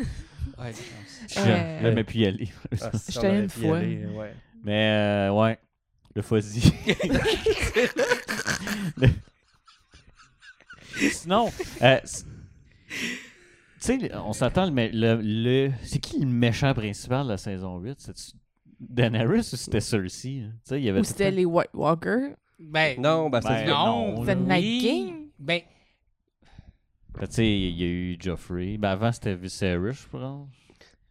Speaker 5: Ouais, je pense.
Speaker 2: Je
Speaker 4: Euh.
Speaker 2: n'aime plus y aller.
Speaker 4: si on J'étais allait une y fois. aller,
Speaker 3: ouais.
Speaker 2: Mais, euh, ouais. Le fuzzy. Le- Sinon, euh, c- tu sais, on s'attend, mais le, le... c'est qui le méchant principal de la saison 8? C'est Daenerys ou c'était Cersei? hein? Tu sais, il y avait
Speaker 4: Ou
Speaker 2: tout
Speaker 4: c'était
Speaker 2: un-
Speaker 4: les White Walkers.
Speaker 5: Ben,
Speaker 3: Non, ben,
Speaker 2: Ben,
Speaker 3: c'est
Speaker 5: non.
Speaker 2: non,
Speaker 4: The
Speaker 2: là. Ben,
Speaker 5: oui.
Speaker 4: Night King.
Speaker 5: Ben,
Speaker 2: Tu sais, il y a eu Joffrey. Ben, avant, c'était Viserys, je pense.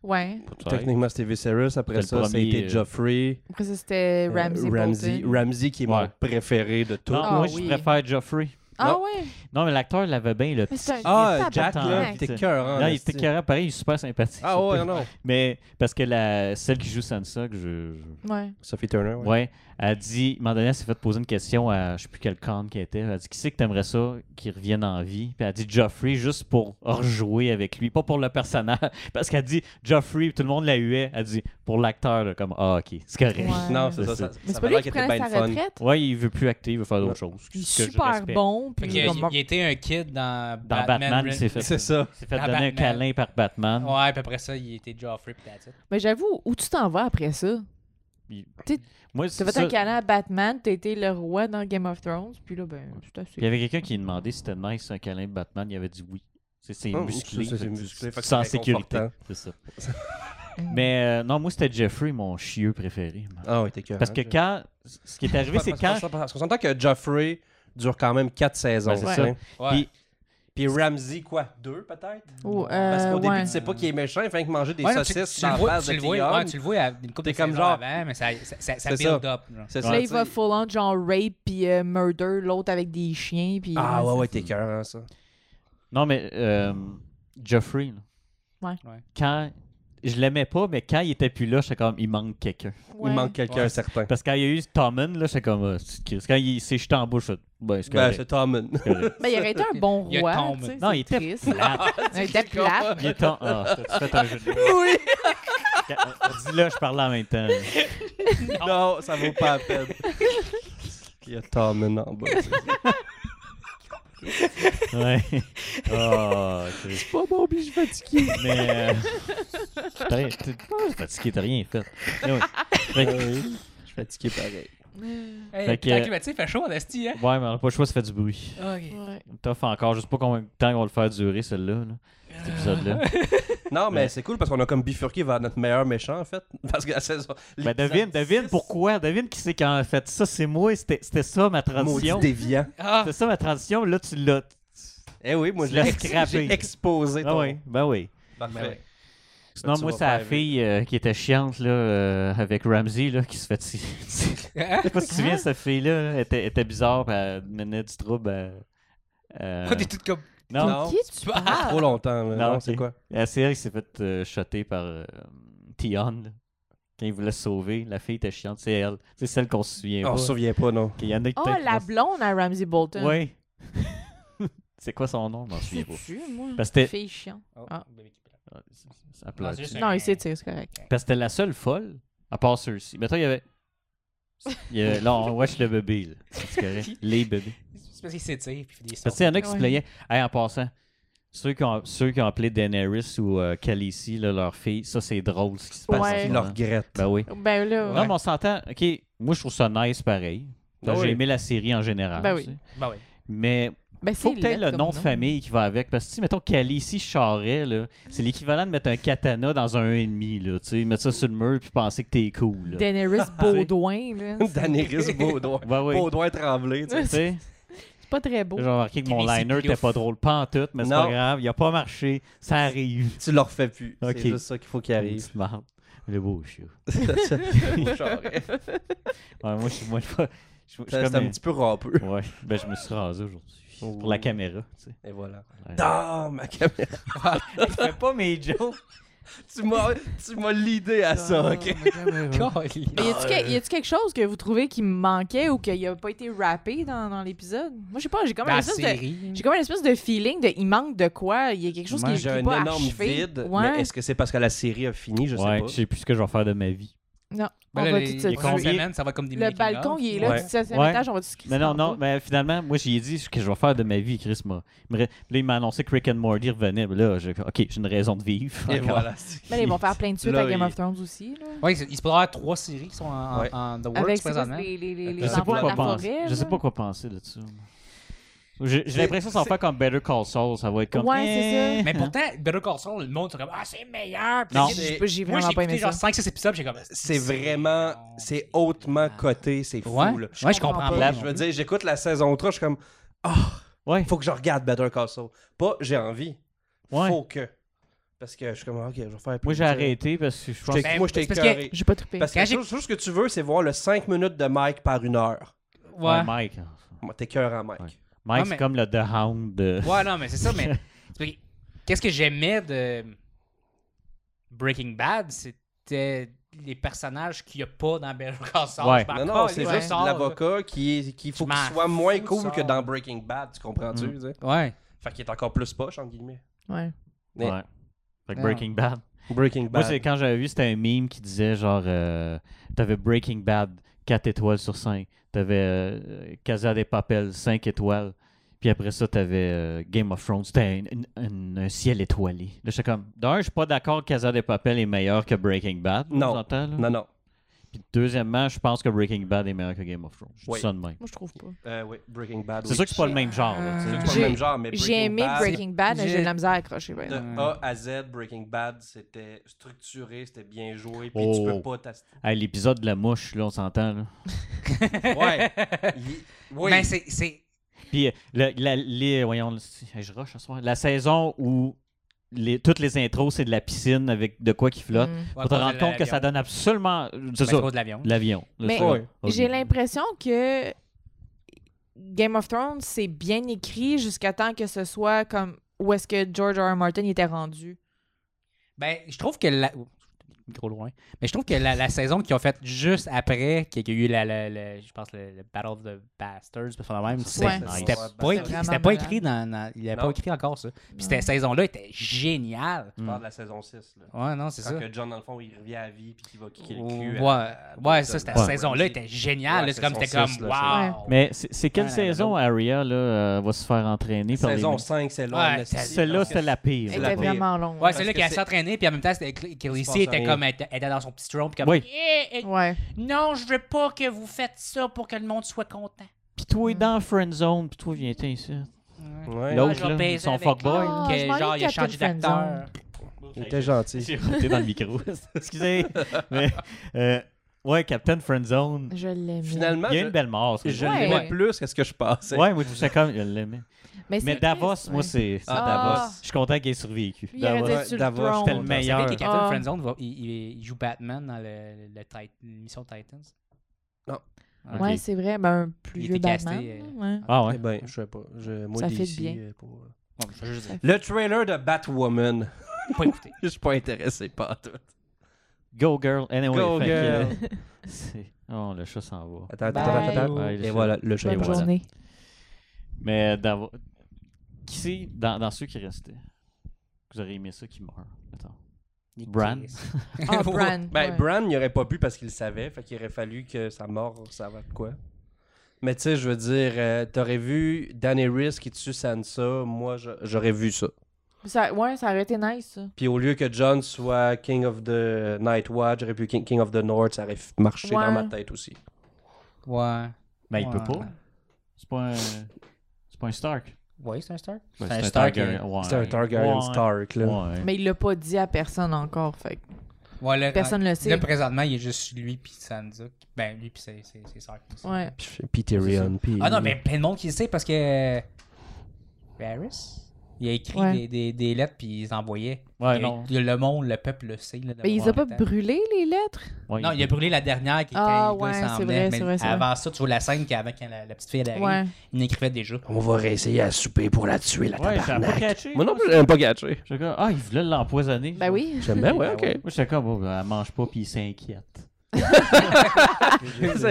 Speaker 4: Ouais.
Speaker 3: Techniquement, c'était Viserys. Après
Speaker 2: C'est le
Speaker 3: ça, c'était
Speaker 2: premier, euh,
Speaker 3: Joffrey.
Speaker 4: Après ça, c'était
Speaker 3: euh,
Speaker 4: Ramsey
Speaker 3: Ramsey,
Speaker 4: Bolton.
Speaker 3: Ramsey qui est mon
Speaker 2: Ouais.
Speaker 3: préféré de tous.
Speaker 2: Non,
Speaker 4: Ah
Speaker 2: moi, je
Speaker 4: oui.
Speaker 2: préfère Joffrey.
Speaker 4: Ah
Speaker 3: Non.
Speaker 4: ouais.
Speaker 2: Non, mais l'acteur l'avait bien, le
Speaker 4: Mais
Speaker 2: petit.
Speaker 4: c'est un
Speaker 3: Ah,
Speaker 4: tabarnak.
Speaker 3: Jack, là,
Speaker 2: tabarnak.
Speaker 3: t'es cœur, hein?
Speaker 2: Non, il était carré, pareil, il est super sympathique.
Speaker 3: Ah ouais, non.
Speaker 2: Mais parce que la, celle qui joue Sansa, que je. je-
Speaker 4: Ouais.
Speaker 3: Sophie Turner, ouais.
Speaker 2: Ouais, elle dit, à un moment donné, elle s'est fait poser une question à je sais plus quel con qui était. Elle dit Qui c'est que t'aimerais ça qu'il revienne en vie Puis elle dit Joffrey juste pour rejouer avec lui, pas pour le personnage. Parce qu'elle dit Joffrey, puis tout le monde la huait. Elle dit Pour l'acteur, là, comme Ah, ok, c'est correct.
Speaker 4: Ouais.
Speaker 3: Non, c'est ça.
Speaker 2: C'est
Speaker 3: Ça,
Speaker 2: ça.
Speaker 4: Mais
Speaker 3: ça
Speaker 4: c'est
Speaker 3: va
Speaker 4: pas
Speaker 3: l'air
Speaker 4: lui qui
Speaker 3: qu'il était
Speaker 4: prenait
Speaker 3: bien
Speaker 4: sa
Speaker 3: le fun.
Speaker 4: retraite.
Speaker 2: Ouais, il veut plus acter, il veut faire d'autres choses.
Speaker 4: Il est
Speaker 2: ce que je
Speaker 4: super
Speaker 2: respecte.
Speaker 4: bon.
Speaker 5: fait
Speaker 4: Puis
Speaker 5: qu'il
Speaker 4: il est
Speaker 5: a-
Speaker 4: comme...
Speaker 5: il, était un kid dans,
Speaker 2: Dans Batman, il
Speaker 5: Re-
Speaker 2: s'est fait,
Speaker 3: C'est ça.
Speaker 2: il s'est fait
Speaker 5: Dans
Speaker 2: donner un
Speaker 5: Batman.
Speaker 2: câlin par Batman.
Speaker 5: Ouais, puis après ça, il était Joffrey, puis that's it.
Speaker 4: Mais j'avoue, où tu t'en vas après ça?
Speaker 2: Moi,
Speaker 4: T'as
Speaker 2: c'est
Speaker 4: fait
Speaker 2: ça.
Speaker 4: un câlin à Batman, t'as été le roi dans Game of Thrones, puis là, ben, c'est assez.
Speaker 2: Il y avait quelqu'un qui demandait si c'était nice un câlin de Batman, il avait dit oui. C'est c'est
Speaker 3: Ah,
Speaker 2: musclé,
Speaker 3: c'est- c'est
Speaker 2: fait que
Speaker 3: musclé, fait que
Speaker 2: sans
Speaker 3: c'est
Speaker 2: sécurité,
Speaker 3: réconfortant.
Speaker 2: c'est ça. Mais euh, non, moi c'était Jeffrey, mon chieux préféré.
Speaker 3: Ah, il était cœur.
Speaker 2: Parce que quand, ce qui est arrivé, c'est quand,
Speaker 3: Parce qu'on s'entend que Joffrey dure quand même 4 saisons.
Speaker 2: Ben, c'est
Speaker 3: tu
Speaker 2: ça.
Speaker 3: sais.
Speaker 5: Ouais.
Speaker 2: Puis-
Speaker 3: Puis Ramsey, quoi, deux peut-être?
Speaker 4: Ou,
Speaker 3: Parce
Speaker 4: euh,
Speaker 3: qu'au début,
Speaker 4: ouais.
Speaker 3: tu sais pas qu'il est méchant, il fait que manger des
Speaker 5: Ouais, non, tu-
Speaker 3: saucisses
Speaker 5: tu,
Speaker 3: dans
Speaker 5: le
Speaker 3: la
Speaker 5: vois,
Speaker 3: face
Speaker 5: tu
Speaker 3: de
Speaker 5: le vois,
Speaker 3: Théon.
Speaker 5: ouais, tu le vois à une couple
Speaker 3: T'es
Speaker 5: de
Speaker 3: comme
Speaker 5: saisons
Speaker 3: genre-
Speaker 5: avant, mais ça, ça, ça, ça
Speaker 3: C'est
Speaker 5: build
Speaker 3: ça.
Speaker 5: up. genre.
Speaker 3: C'est
Speaker 4: Là,
Speaker 3: ça,
Speaker 4: il va
Speaker 3: tu sais.
Speaker 4: full on, genre rape, puis euh, murder, l'autre avec des chiens, puis.
Speaker 3: Ah ouais, ouais,
Speaker 4: c'est-
Speaker 3: t'es cœur, hein, ça.
Speaker 2: non mais euh, Jeffrey, là.
Speaker 4: Ouais.
Speaker 5: Ouais.
Speaker 2: quand je l'aimais pas, mais quand il était plus là, j'étais comme il manque quelqu'un.
Speaker 4: ouais.
Speaker 3: Il manque quelqu'un
Speaker 5: Ouais.
Speaker 3: certain.
Speaker 2: Parce que quand il y a eu Tommen, là, j'étais comme Ah, c'est Christ. quand il s'est jeté en bouche, je fais, ben c'est
Speaker 3: Ben,
Speaker 2: correct.
Speaker 3: c'est Tommen.
Speaker 2: c'est correct.
Speaker 4: Ben, il aurait été un bon
Speaker 5: Il y a
Speaker 4: roi.
Speaker 5: Tom.
Speaker 4: tu sais,
Speaker 2: Non,
Speaker 4: c'est
Speaker 2: il était
Speaker 4: triste.
Speaker 2: plate.
Speaker 4: Il était plate.
Speaker 2: Il était en- ah, t'as-tu fait un jeu de mots?
Speaker 3: Oui!
Speaker 2: Dis-le, je parlais en même temps.
Speaker 3: Non, ça vaut pas la peine. Il y a Tommen en bas.
Speaker 2: Ouais. Ah, ok.
Speaker 4: Pas bon, puis je suis fatigué.
Speaker 2: Mais. Euh, t'as- t'es t'es fatigué, t'as rien fait. Anyway. Fait que-
Speaker 3: Ah Je suis fatigué pareil.
Speaker 5: Hey,
Speaker 2: Fait que-
Speaker 5: la climatique fait chaud, Anastie, hein?
Speaker 2: ouais, mais on n'a pas le choix, ça fait du bruit. Tough encore, je sais pas combien de temps on va le faire durer, celle-là. là,
Speaker 3: Ah.
Speaker 2: cet épisode-là.
Speaker 3: Non, mais
Speaker 2: Ouais.
Speaker 3: c'est cool parce qu'on a comme bifurqué vers notre meilleur méchant, en fait. Parce que la saison.
Speaker 2: Ben, devine,
Speaker 3: l'épisode
Speaker 2: devine
Speaker 3: six,
Speaker 2: pourquoi. Devine qui c'est qui en a fait ça. C'est moi, c'était c'était ça ma
Speaker 3: Maudit
Speaker 2: transition.
Speaker 3: déviant.
Speaker 5: Ah,
Speaker 2: C'était ça ma transition. Là, tu l'as.
Speaker 3: Eh oui, moi,
Speaker 2: Tu
Speaker 3: je
Speaker 2: l'as
Speaker 3: l'ai ex-
Speaker 2: scrappé.
Speaker 3: j'ai exposé
Speaker 2: Ben
Speaker 3: ton...
Speaker 2: oui, ben oui.
Speaker 5: Ben oui.
Speaker 3: Parfait.
Speaker 2: Sinon,
Speaker 3: tu
Speaker 2: moi,
Speaker 3: vas
Speaker 2: c'est la
Speaker 3: faire
Speaker 2: fille euh, qui était chiante là, euh, avec Ramsey là, qui se fait tirer. Je
Speaker 5: hein?
Speaker 2: sais pas si tu te
Speaker 4: Hein?
Speaker 2: souviens, cette fille-là elle était, elle était bizarre, puis elle menait du trouble. à- à-
Speaker 5: Oh, t'es toute comme.
Speaker 2: non,
Speaker 3: Non.
Speaker 4: Qui tu
Speaker 5: Ah,
Speaker 4: parles?
Speaker 3: Trop longtemps, là.
Speaker 2: Non,
Speaker 3: Non,
Speaker 2: ok.
Speaker 3: c'est quoi?
Speaker 2: Ah, c'est elle qui s'est fait euh, shotter par euh, Tion. là. Quand il voulait se sauver, la fille était chiante. C'est elle. C'est celle qu'on se souvient
Speaker 3: On
Speaker 2: pas.
Speaker 3: se souvient pas, non.
Speaker 2: Qu'il y en a qui
Speaker 4: Oh,
Speaker 2: peut-être
Speaker 4: la
Speaker 2: vont-
Speaker 4: blonde à Ramsey Bolton.
Speaker 2: Oui. c'est quoi son nom? Je m'en souviens pas.
Speaker 4: C'est-tu, moi?
Speaker 2: Parce que c'était-
Speaker 4: Fille chiant. Ah.
Speaker 2: Ah, c'est- c'est- ça pleure.
Speaker 5: Non, c'est juste-
Speaker 4: Non, il s'est tiré, c'est correct.
Speaker 2: Parce que c'était la seule folle, à part ceux-ci. Mais toi, il y avait. il y avait- Là, on watch le bébé. là. C'est correct. Les bébés.
Speaker 5: C'est parce qu'il s'étire, puis il fait des sons.
Speaker 2: Parce qu'il y en a qui se
Speaker 4: Ouais.
Speaker 2: plaignaient. Hey, en passant, ceux qui ont, ceux qui ont appelé Daenerys ou euh, Khaleesi, là, leur fille, ça, c'est drôle ce qui se passe. en
Speaker 4: Ouais.
Speaker 2: ce
Speaker 3: Il le
Speaker 2: moment.
Speaker 3: regrette.
Speaker 2: Ben oui.
Speaker 4: Ben là,
Speaker 2: Non, mais on s'entend. OK, moi, je trouve ça nice pareil.
Speaker 3: Ben
Speaker 2: J'ai
Speaker 3: oui.
Speaker 2: aimé la série en général.
Speaker 4: Ben oui.
Speaker 2: tu sais.
Speaker 5: Ben oui.
Speaker 2: Mais
Speaker 4: ben c'est
Speaker 2: faut que tu le
Speaker 4: laid
Speaker 2: nom
Speaker 4: comme
Speaker 2: de famille qui va avec. Parce que, tu sais, mettons, Khaleesi Charret, là, c'est l'équivalent de mettre un katana dans un 1,5. là, Tu sais, mettre ça sur le mur puis penser que t'es cool. là.
Speaker 4: Daenerys Baudouin, là.
Speaker 3: Daenerys Baudouin.
Speaker 2: Ben oui.
Speaker 3: Baudouin tremblé, tu sais.
Speaker 2: Tu sais,
Speaker 4: C'est pas très beau.
Speaker 2: j'ai remarqué que mon
Speaker 5: Khaleesi
Speaker 2: liner
Speaker 5: Piouf.
Speaker 2: était pas drôle, pas en tout, mais c'est
Speaker 3: Non.
Speaker 2: pas grave, il a pas marché, ça arrive.
Speaker 3: Tu le refais plus.
Speaker 2: Ok.
Speaker 3: C'est juste ça qu'il faut qu'il arrive.
Speaker 2: Petite marde. Le beau chiot.
Speaker 3: Au charret.
Speaker 2: Ouais, moi, je suis moi, je suis- je suis
Speaker 3: C'est
Speaker 2: comme
Speaker 3: un petit peu rampeux.
Speaker 2: Ouais, ben je me suis rasé aujourd'hui. Pour la
Speaker 3: Oh.
Speaker 2: caméra, tu sais.
Speaker 3: Et voilà.
Speaker 2: Ouais.
Speaker 3: Dans ma caméra.
Speaker 2: Je fais pas mes jokes.
Speaker 3: Tu m'as, tu m'as l'idée à Ah,
Speaker 4: Ah.
Speaker 3: ça, ok? Ah,
Speaker 4: Mais y a-tu que- y a-tu quelque chose que vous trouvez qui me manquait ou qu'il a pas été rappé dans, dans l'épisode? Moi, je sais pas, j'ai comme, une
Speaker 5: la
Speaker 4: espèce de...
Speaker 5: série.
Speaker 4: j'ai comme une espèce de feeling de il manque de quoi, il y a quelque chose
Speaker 2: Moi,
Speaker 4: qui qui
Speaker 3: J'ai
Speaker 4: est
Speaker 3: un
Speaker 4: pas
Speaker 3: énorme
Speaker 4: achevé.
Speaker 3: vide.
Speaker 4: Ouais.
Speaker 3: Mais est-ce que c'est parce que la série a fini? Je sais
Speaker 2: ouais,
Speaker 3: pas.
Speaker 2: je sais plus ce que je vais faire de ma vie.
Speaker 4: Non,
Speaker 5: Ben
Speaker 4: on
Speaker 5: là,
Speaker 4: va
Speaker 5: les-
Speaker 4: tout
Speaker 5: les
Speaker 4: se tuer.
Speaker 5: prochaines semaines, ça va comme des
Speaker 4: Le
Speaker 5: making-of.
Speaker 4: balcon, il est là,
Speaker 3: Ouais.
Speaker 4: du 17e
Speaker 2: Ouais.
Speaker 4: étage, on va tout se crisser
Speaker 2: Mais non,
Speaker 4: dans
Speaker 2: non,
Speaker 4: le
Speaker 2: mais finalement, moi, j'y ai dit ce que je vais faire de ma vie, Chris. Moi. Il me re- Là, il m'a annoncé que Rick and Morty revenait. Mais Là, j'ai- OK, j'ai une raison de vivre.
Speaker 3: Et
Speaker 2: Encore.
Speaker 3: voilà.
Speaker 4: Mais Ben là, ils vont faire plein de suites à
Speaker 3: Là,
Speaker 4: Game
Speaker 3: il-
Speaker 4: of Thrones aussi. Là.
Speaker 5: Oui, il se peut avoir trois séries qui sont en, en-
Speaker 3: Ouais.
Speaker 5: en The Works
Speaker 4: Avec c'est quoi,
Speaker 5: présentement.
Speaker 4: les, les, les,
Speaker 2: Je
Speaker 4: les
Speaker 2: sais pas
Speaker 4: enfants de
Speaker 2: quoi
Speaker 4: la
Speaker 2: penser.
Speaker 4: forêt.
Speaker 2: Je sais
Speaker 4: là.
Speaker 2: pas quoi penser là-dessus. J'ai j'ai
Speaker 3: C'est-
Speaker 2: l'impression que ça va
Speaker 3: c'est-
Speaker 2: faire comme Better Call Saul. Ça va être comme.
Speaker 4: Ouais, c'est
Speaker 2: Eh.
Speaker 4: ça.
Speaker 5: Mais pourtant, Better Call Saul, le monde, sont comme Ah, c'est meilleur. Puis
Speaker 2: Non.
Speaker 5: j'ai-
Speaker 4: J'ai j'ai
Speaker 5: Moi, j'ai
Speaker 4: vraiment pas
Speaker 5: écouté
Speaker 4: aimé
Speaker 5: genre
Speaker 4: ça.
Speaker 5: 5-6 épisodes, j'ai comme.
Speaker 3: C'est vraiment, c'est hautement coté, c'est fou.
Speaker 5: Ouais,
Speaker 3: là.
Speaker 5: ouais, je comprends
Speaker 4: comprends
Speaker 5: pas.
Speaker 3: Là, je veux dire, j'écoute la saison 3, je suis comme, ah,
Speaker 2: Ouais.
Speaker 3: faut que je regarde Better Call Saul. Pas, j'ai envie.
Speaker 2: Ouais.
Speaker 3: Faut que. Parce que je suis comme, ok, je vais faire plus.
Speaker 2: Moi, j'ai
Speaker 3: de-
Speaker 2: arrêté parce que je
Speaker 3: Je
Speaker 2: pense.
Speaker 3: t'ai-
Speaker 5: Ben,
Speaker 3: moi, je t'ai
Speaker 5: c'est parce
Speaker 3: écœuré.
Speaker 4: J'ai pas trippé.
Speaker 3: Parce que
Speaker 5: Quand
Speaker 3: tout, tout ce que tu veux, c'est voir le 5 minutes de Mike par une heure.
Speaker 2: Ouais,
Speaker 5: Ouais.
Speaker 2: Mike. hein.
Speaker 3: Moi, T'es cœur en Mike.
Speaker 2: Ouais. Mike,
Speaker 5: Ouais,
Speaker 2: c'est
Speaker 5: mais-
Speaker 2: comme le The Hound. de-
Speaker 5: Ouais, non, mais c'est ça, mais. c'est parce que- Qu'est-ce que j'aimais de Breaking Bad, c'était les personnages qu'il n'y a pas dans Better Call Saul.
Speaker 2: Ouais.
Speaker 5: Je m'en
Speaker 3: Non, non,
Speaker 5: calisse,
Speaker 3: c'est
Speaker 5: je
Speaker 3: juste
Speaker 5: sors,
Speaker 3: l'avocat qui, est- qui faut
Speaker 5: Je
Speaker 3: qu'il
Speaker 5: m'en
Speaker 3: soit moins
Speaker 5: fous,
Speaker 3: cool
Speaker 5: sort.
Speaker 3: que dans Breaking Bad, tu comprends-tu?
Speaker 2: Mm.
Speaker 3: tu sais?
Speaker 5: là. Ouais.
Speaker 3: Fait qu'il est encore plus poche, entre guillemets.
Speaker 4: Ouais.
Speaker 2: Ouais.
Speaker 3: Ouais.
Speaker 2: Fait que
Speaker 5: Non.
Speaker 2: Breaking Bad.
Speaker 3: Breaking
Speaker 2: Moi,
Speaker 3: Bad.
Speaker 2: c'est quand j'avais vu, c'était un meme qui disait genre, euh, t'avais Breaking Bad, 4 étoiles sur 5. T'avais euh, Casa des Papel, 5 étoiles. Puis après ça, t'avais euh, Game of Thrones, c'était un, un- un- un ciel étoilé. Là, j'étais comme, d'un, je suis pas d'accord que Casa des Papel est meilleur que Breaking Bad.
Speaker 3: Non.
Speaker 2: on s'entend, là?
Speaker 3: Non, non.
Speaker 2: Puis deuxièmement, je pense que Breaking Bad est meilleur que Game of Thrones. Je dis
Speaker 3: Oui.
Speaker 2: ça de même.
Speaker 4: Moi, je trouve pas.
Speaker 3: Euh, oui, Breaking Bad.
Speaker 2: C'est sûr que c'est pas le même genre. là, tu sais.
Speaker 5: Euh,
Speaker 3: c'est pas
Speaker 4: J'ai-
Speaker 3: le même genre, mais Breaking
Speaker 4: J'ai aimé
Speaker 3: Bad,
Speaker 4: Breaking Bad, mais j'ai
Speaker 5: j'ai-
Speaker 4: de la misère à accrocher. ben par
Speaker 3: De
Speaker 4: exemple.
Speaker 5: Ouais.
Speaker 3: A à Z, Breaking Bad, c'était structuré, c'était bien joué, puis tu
Speaker 2: Oh.
Speaker 3: peux pas t'assister.
Speaker 2: Hey, L'épisode de la mouche, là, on s'entend. là.
Speaker 3: Ouais. Il- Ben, Oui.
Speaker 5: Mais Ben, c'est- c'est.
Speaker 2: Puis euh, le- la, les, voyons, le- si- hey, je rush ce soir. La saison où les, toutes les intros, c'est de la piscine avec de quoi qui flotte.
Speaker 4: Mm.
Speaker 2: Pour te rendre compte que ça donne absolument. C'est ça,
Speaker 5: C'est Ben, de l'avion.
Speaker 2: de l'avion. là, c'est
Speaker 4: Mais-
Speaker 2: ça.
Speaker 3: Ouais.
Speaker 4: J'ai
Speaker 2: Ok.
Speaker 4: l'impression que Game of Thrones, c'est bien écrit jusqu'à temps que ce soit comme où est-ce que George R. R. Martin était rendu.
Speaker 5: Ben, je trouve que la. Ouh, Trop loin. Mais je trouve que la, la saison qu'ils ont faite juste après, qu'il y a eu la, la- la- je pense le, le Battle of the Bastards, parce que même, c'est-
Speaker 4: Ouais.
Speaker 5: c'était
Speaker 3: Nice.
Speaker 5: pas, écrit-
Speaker 4: C'était
Speaker 5: c'était
Speaker 4: vraiment
Speaker 5: pas écrit dans, dans- il n'avait
Speaker 3: Non.
Speaker 5: pas écrit encore ça. Puis cette saison-là était géniale.
Speaker 3: Tu parles de la saison 6, là.
Speaker 5: Ouais, non, c'est
Speaker 3: Quand
Speaker 5: ça.
Speaker 3: que John, dans le fond, il revient à vie, puis qu'il va kicker le cul. à-
Speaker 5: Ouais, ouais, ça, cette
Speaker 3: Ouais.
Speaker 5: saison-là était géniale.
Speaker 3: Ouais,
Speaker 5: là, c'est comme,
Speaker 3: saison
Speaker 5: c'était
Speaker 3: six,
Speaker 5: comme,
Speaker 3: là,
Speaker 5: wow.
Speaker 2: Mais c'est c'est quelle
Speaker 5: Ouais, la- la-
Speaker 2: saison Aria là, euh, va se faire entraîner par les-
Speaker 3: Saison 5, c'est long.
Speaker 5: Ouais,
Speaker 3: là,
Speaker 5: c'est-
Speaker 2: Celle-là, c'était la pire.
Speaker 4: Elle
Speaker 3: la
Speaker 4: était
Speaker 3: pire.
Speaker 4: vraiment longue.
Speaker 5: Ouais,
Speaker 4: Ouais.
Speaker 5: c'est là
Speaker 3: que
Speaker 5: qu'elle
Speaker 3: c'est-
Speaker 5: s'entraînée, puis en même temps, c'était
Speaker 3: passe
Speaker 5: Khaleesi était
Speaker 3: rien.
Speaker 5: comme, elle était- elle était dans son petit throne, puis comme,
Speaker 2: Oui.
Speaker 5: Eh, eh,
Speaker 4: Ouais.
Speaker 5: non, je veux pas que vous faites ça pour que le monde soit content.
Speaker 2: Puis toi,
Speaker 4: Mm.
Speaker 2: est dans Friendzone, puis toi, viens-t'en ici.
Speaker 3: Ouais.
Speaker 2: L'autre,
Speaker 5: Moi, je vais
Speaker 2: là,
Speaker 5: baiser
Speaker 2: son
Speaker 5: avec
Speaker 2: fuckboy.
Speaker 5: l'autre,
Speaker 4: Ah,
Speaker 5: que
Speaker 4: je m'en
Speaker 5: genre,
Speaker 4: ai
Speaker 5: il a
Speaker 4: tapé
Speaker 5: changé
Speaker 4: le friendzone.
Speaker 5: d'acteur.
Speaker 3: Il était gentil.
Speaker 2: J'ai roté dans le micro. Excusez. Mais, euh, Ouais, Captain Friendzone.
Speaker 4: Je l'aimais.
Speaker 3: Finalement,
Speaker 2: Il y a une
Speaker 3: je,
Speaker 2: belle mort. ce
Speaker 3: je
Speaker 2: gars.
Speaker 4: Ouais.
Speaker 3: l'aimais plus que ce que je pensais.
Speaker 2: Ouais, moi, je sais comme, je l'aimais.
Speaker 4: c'est
Speaker 2: Mais
Speaker 4: triste,
Speaker 2: Davos, moi,
Speaker 4: ouais.
Speaker 2: c'est. c'est
Speaker 3: Ah,
Speaker 2: Davos.
Speaker 4: Ah.
Speaker 2: Je suis content qu'il ait survécu.
Speaker 4: Lui, il aurait dû
Speaker 2: Davos.
Speaker 4: être sur
Speaker 3: Davos,
Speaker 4: le
Speaker 3: je suis
Speaker 4: throne.
Speaker 2: tellement- meilleur.
Speaker 5: Qui Captain
Speaker 4: Ah.
Speaker 5: Friendzone va- il, il- il joue Batman dans le, le Titan- l'émission Titans.
Speaker 3: Non.
Speaker 5: Ah,
Speaker 2: Ok.
Speaker 4: Ouais, c'est vrai, ben, un plus
Speaker 5: Il
Speaker 4: vieux
Speaker 5: était casté,
Speaker 4: Batman.
Speaker 5: euh,
Speaker 4: ouais.
Speaker 2: Ah
Speaker 3: Eh
Speaker 2: ouais.
Speaker 3: ben, je sais pas. Je, moi,
Speaker 4: Ça fit
Speaker 3: DC,
Speaker 4: bien.
Speaker 3: euh, pour-
Speaker 5: Bon, je vais juste dire,
Speaker 3: Le trailer de Batwoman.
Speaker 5: faut pas écouter.
Speaker 3: Je suis pas intéressé par tout.
Speaker 2: Go girl. Anyway,
Speaker 3: Go girl.
Speaker 2: fait que, euh, c'est- Oh, le chat s'en va.
Speaker 3: Attends,
Speaker 5: Bye.
Speaker 3: attends, attends, attends.
Speaker 2: Ouais, je
Speaker 3: Et
Speaker 2: sais.
Speaker 3: voilà, le chat.
Speaker 2: Et
Speaker 4: Bonne
Speaker 2: voilà.
Speaker 4: journée.
Speaker 2: Mais Davos. Qui c'est dans, dans ceux qui restaient Vous auriez aimé ça qui meurt. Attends.
Speaker 5: Nick
Speaker 2: Bran.
Speaker 5: Cage.
Speaker 4: Ah, Bran.
Speaker 3: Ben,
Speaker 4: ouais.
Speaker 3: Bran, il aurait pas pu parce qu'il le savait. Fait qu'il aurait fallu que sa mort, ça va de quoi. Mais tu sais, je veux dire, euh, t'aurais vu Daenerys qui tue Sansa. Moi, je- j'aurais vu ça.
Speaker 4: Ça, ouais, ça aurait été nice, ça.
Speaker 3: Puis au lieu que Jon soit King of the Night Watch, j'aurais pu King, King of the North. Ça aurait f- marché
Speaker 4: Ouais.
Speaker 3: dans ma tête aussi.
Speaker 5: Ouais.
Speaker 2: Mais Ben, il peut
Speaker 5: Ouais.
Speaker 2: pas. C'est pas un. C'est pas un Stark.
Speaker 5: Ouais, c'est un Stark.
Speaker 2: Ben,
Speaker 5: C'est un Stark.
Speaker 2: Targaryen.
Speaker 5: euh,
Speaker 2: Ouais.
Speaker 3: C'est un Targaryen
Speaker 2: Ouais.
Speaker 3: Stark, là.
Speaker 2: Ouais.
Speaker 4: Mais il l'a pas dit à personne encore, fait que
Speaker 5: Ouais, là,
Speaker 4: personne le
Speaker 5: Là,
Speaker 4: sait.
Speaker 5: présentement, il y a juste lui puis Sansa. Ben, lui puis c'est c'est- c'est Stark. aussi.
Speaker 4: Ouais.
Speaker 3: Puis, puis Tyrion. puis-
Speaker 5: Ah non, mais plein de monde qui le sait parce que. euh, Varys Il a écrit
Speaker 4: Ouais.
Speaker 5: des, des, des lettres puis il les envoyait.
Speaker 2: Ouais,
Speaker 5: Et
Speaker 2: non.
Speaker 5: Le monde, le peuple le sait. Là, de
Speaker 4: Mais ils
Speaker 5: voir
Speaker 4: ont pas
Speaker 5: le temps.
Speaker 4: brûlé les lettres?
Speaker 2: Ouais,
Speaker 5: Non, il a brûlé la dernière qui,
Speaker 4: Ah,
Speaker 5: quand il
Speaker 4: ouais,
Speaker 5: s'en
Speaker 4: c'est
Speaker 5: venait,
Speaker 4: vrai,
Speaker 5: mais
Speaker 4: c'est vrai, c'est vrai.
Speaker 5: avant ça, tu vois la scène qu'avant quand la, la petite fille elle arrive,
Speaker 4: Ouais.
Speaker 5: il n'écrivait déjà.
Speaker 3: On va réessayer à souper pour la tuer, la
Speaker 2: Ouais, j'avais pas
Speaker 3: tabarnak.
Speaker 2: catché.
Speaker 3: Moi non plus, j'aime pas gâcher.
Speaker 2: J'étais comme, ah, il voulait l'empoisonner.
Speaker 4: Ben oui.
Speaker 3: J'aime bien, ouais, ok.
Speaker 2: Moi, j'étais comme, bon, elle mange pas, puis il s'inquiète.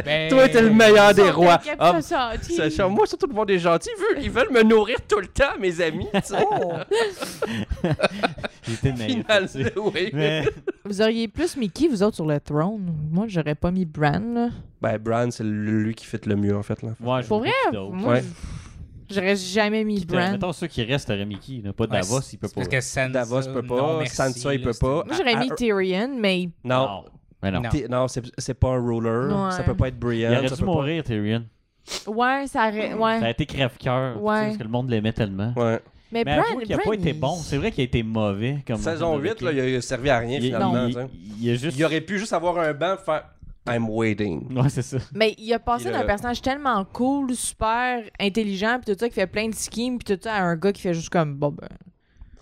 Speaker 5: Ben-
Speaker 3: Toi, t'es le meilleur des rois.
Speaker 4: Ils sont
Speaker 3: Ah,
Speaker 4: comme ça gentils.
Speaker 3: ça change- moi, surtout de voir des gentils, ils veulent, ils veulent me nourrir tout le temps, mes amis. tu sais.
Speaker 2: J'étais naïf.
Speaker 3: Final,
Speaker 2: tu sais.
Speaker 3: oui.
Speaker 2: Mais
Speaker 4: Vous auriez plus mis qui, vous autres, sur le trône? Moi, j'aurais pas mis Bran, là.
Speaker 3: Ben, Bran, c'est lui qui fit le mieux, en fait. Là.
Speaker 2: moi, je
Speaker 4: Pour
Speaker 2: vois
Speaker 4: vrai,
Speaker 2: pas qui d'autre.
Speaker 4: moi,
Speaker 3: Ouais.
Speaker 4: je- j'aurais jamais mis
Speaker 2: Qui t'a-
Speaker 4: Bran.
Speaker 2: Mettons ceux qui restent à Mickey, il n'a pas de
Speaker 5: Ouais,
Speaker 2: Davos,
Speaker 5: c'est-
Speaker 2: il peut
Speaker 5: c'est
Speaker 2: pas.
Speaker 5: Parce que Sansa,
Speaker 3: Davos peut pas,
Speaker 5: non, merci,
Speaker 3: Sansa, il
Speaker 5: là,
Speaker 3: peut
Speaker 5: c'est-
Speaker 3: pas.
Speaker 4: Moi, j'aurais mis
Speaker 2: er
Speaker 3: Ah, ah,
Speaker 4: Tyrion, mais
Speaker 3: Non,
Speaker 2: Mais non.
Speaker 5: Non.
Speaker 3: t'es- non, c'est c'est pas un ruler.
Speaker 4: Ouais.
Speaker 3: Ça peut pas être
Speaker 2: Il
Speaker 3: Brienne.
Speaker 2: aurait
Speaker 3: ça
Speaker 2: dû
Speaker 3: peut pas-
Speaker 2: mourir, Tyrion.
Speaker 4: ouais, ça aurait...
Speaker 2: Ça a
Speaker 4: Ouais.
Speaker 2: été crève-cœur. tu sais,
Speaker 4: Ouais.
Speaker 2: Parce que le monde l'aimait tellement.
Speaker 3: Ouais.
Speaker 2: Ben,
Speaker 4: Mais,
Speaker 2: Mais
Speaker 4: Bran,
Speaker 2: avoue qu'il a
Speaker 4: Bran,
Speaker 2: pas été
Speaker 4: il-
Speaker 2: bon. C'est vrai qu'il a été mauvais. Comme
Speaker 3: Saison
Speaker 2: comme
Speaker 3: 8, là,
Speaker 2: Mickey.
Speaker 3: il a- il a servi à rien,
Speaker 2: Il-
Speaker 3: finalement.
Speaker 2: il-
Speaker 3: tu sais.
Speaker 2: il- il a juste.
Speaker 3: Il aurait pu juste avoir un banc faire I'm waiting.
Speaker 2: Ouais, c'est ça.
Speaker 4: Mais il a passé
Speaker 3: Puis
Speaker 4: d'un
Speaker 3: le-
Speaker 4: personnage tellement cool, super intelligent, puis tout ça, qui fait plein de schemes, puis tout ça, à un gars qui fait juste comme, bon, ben,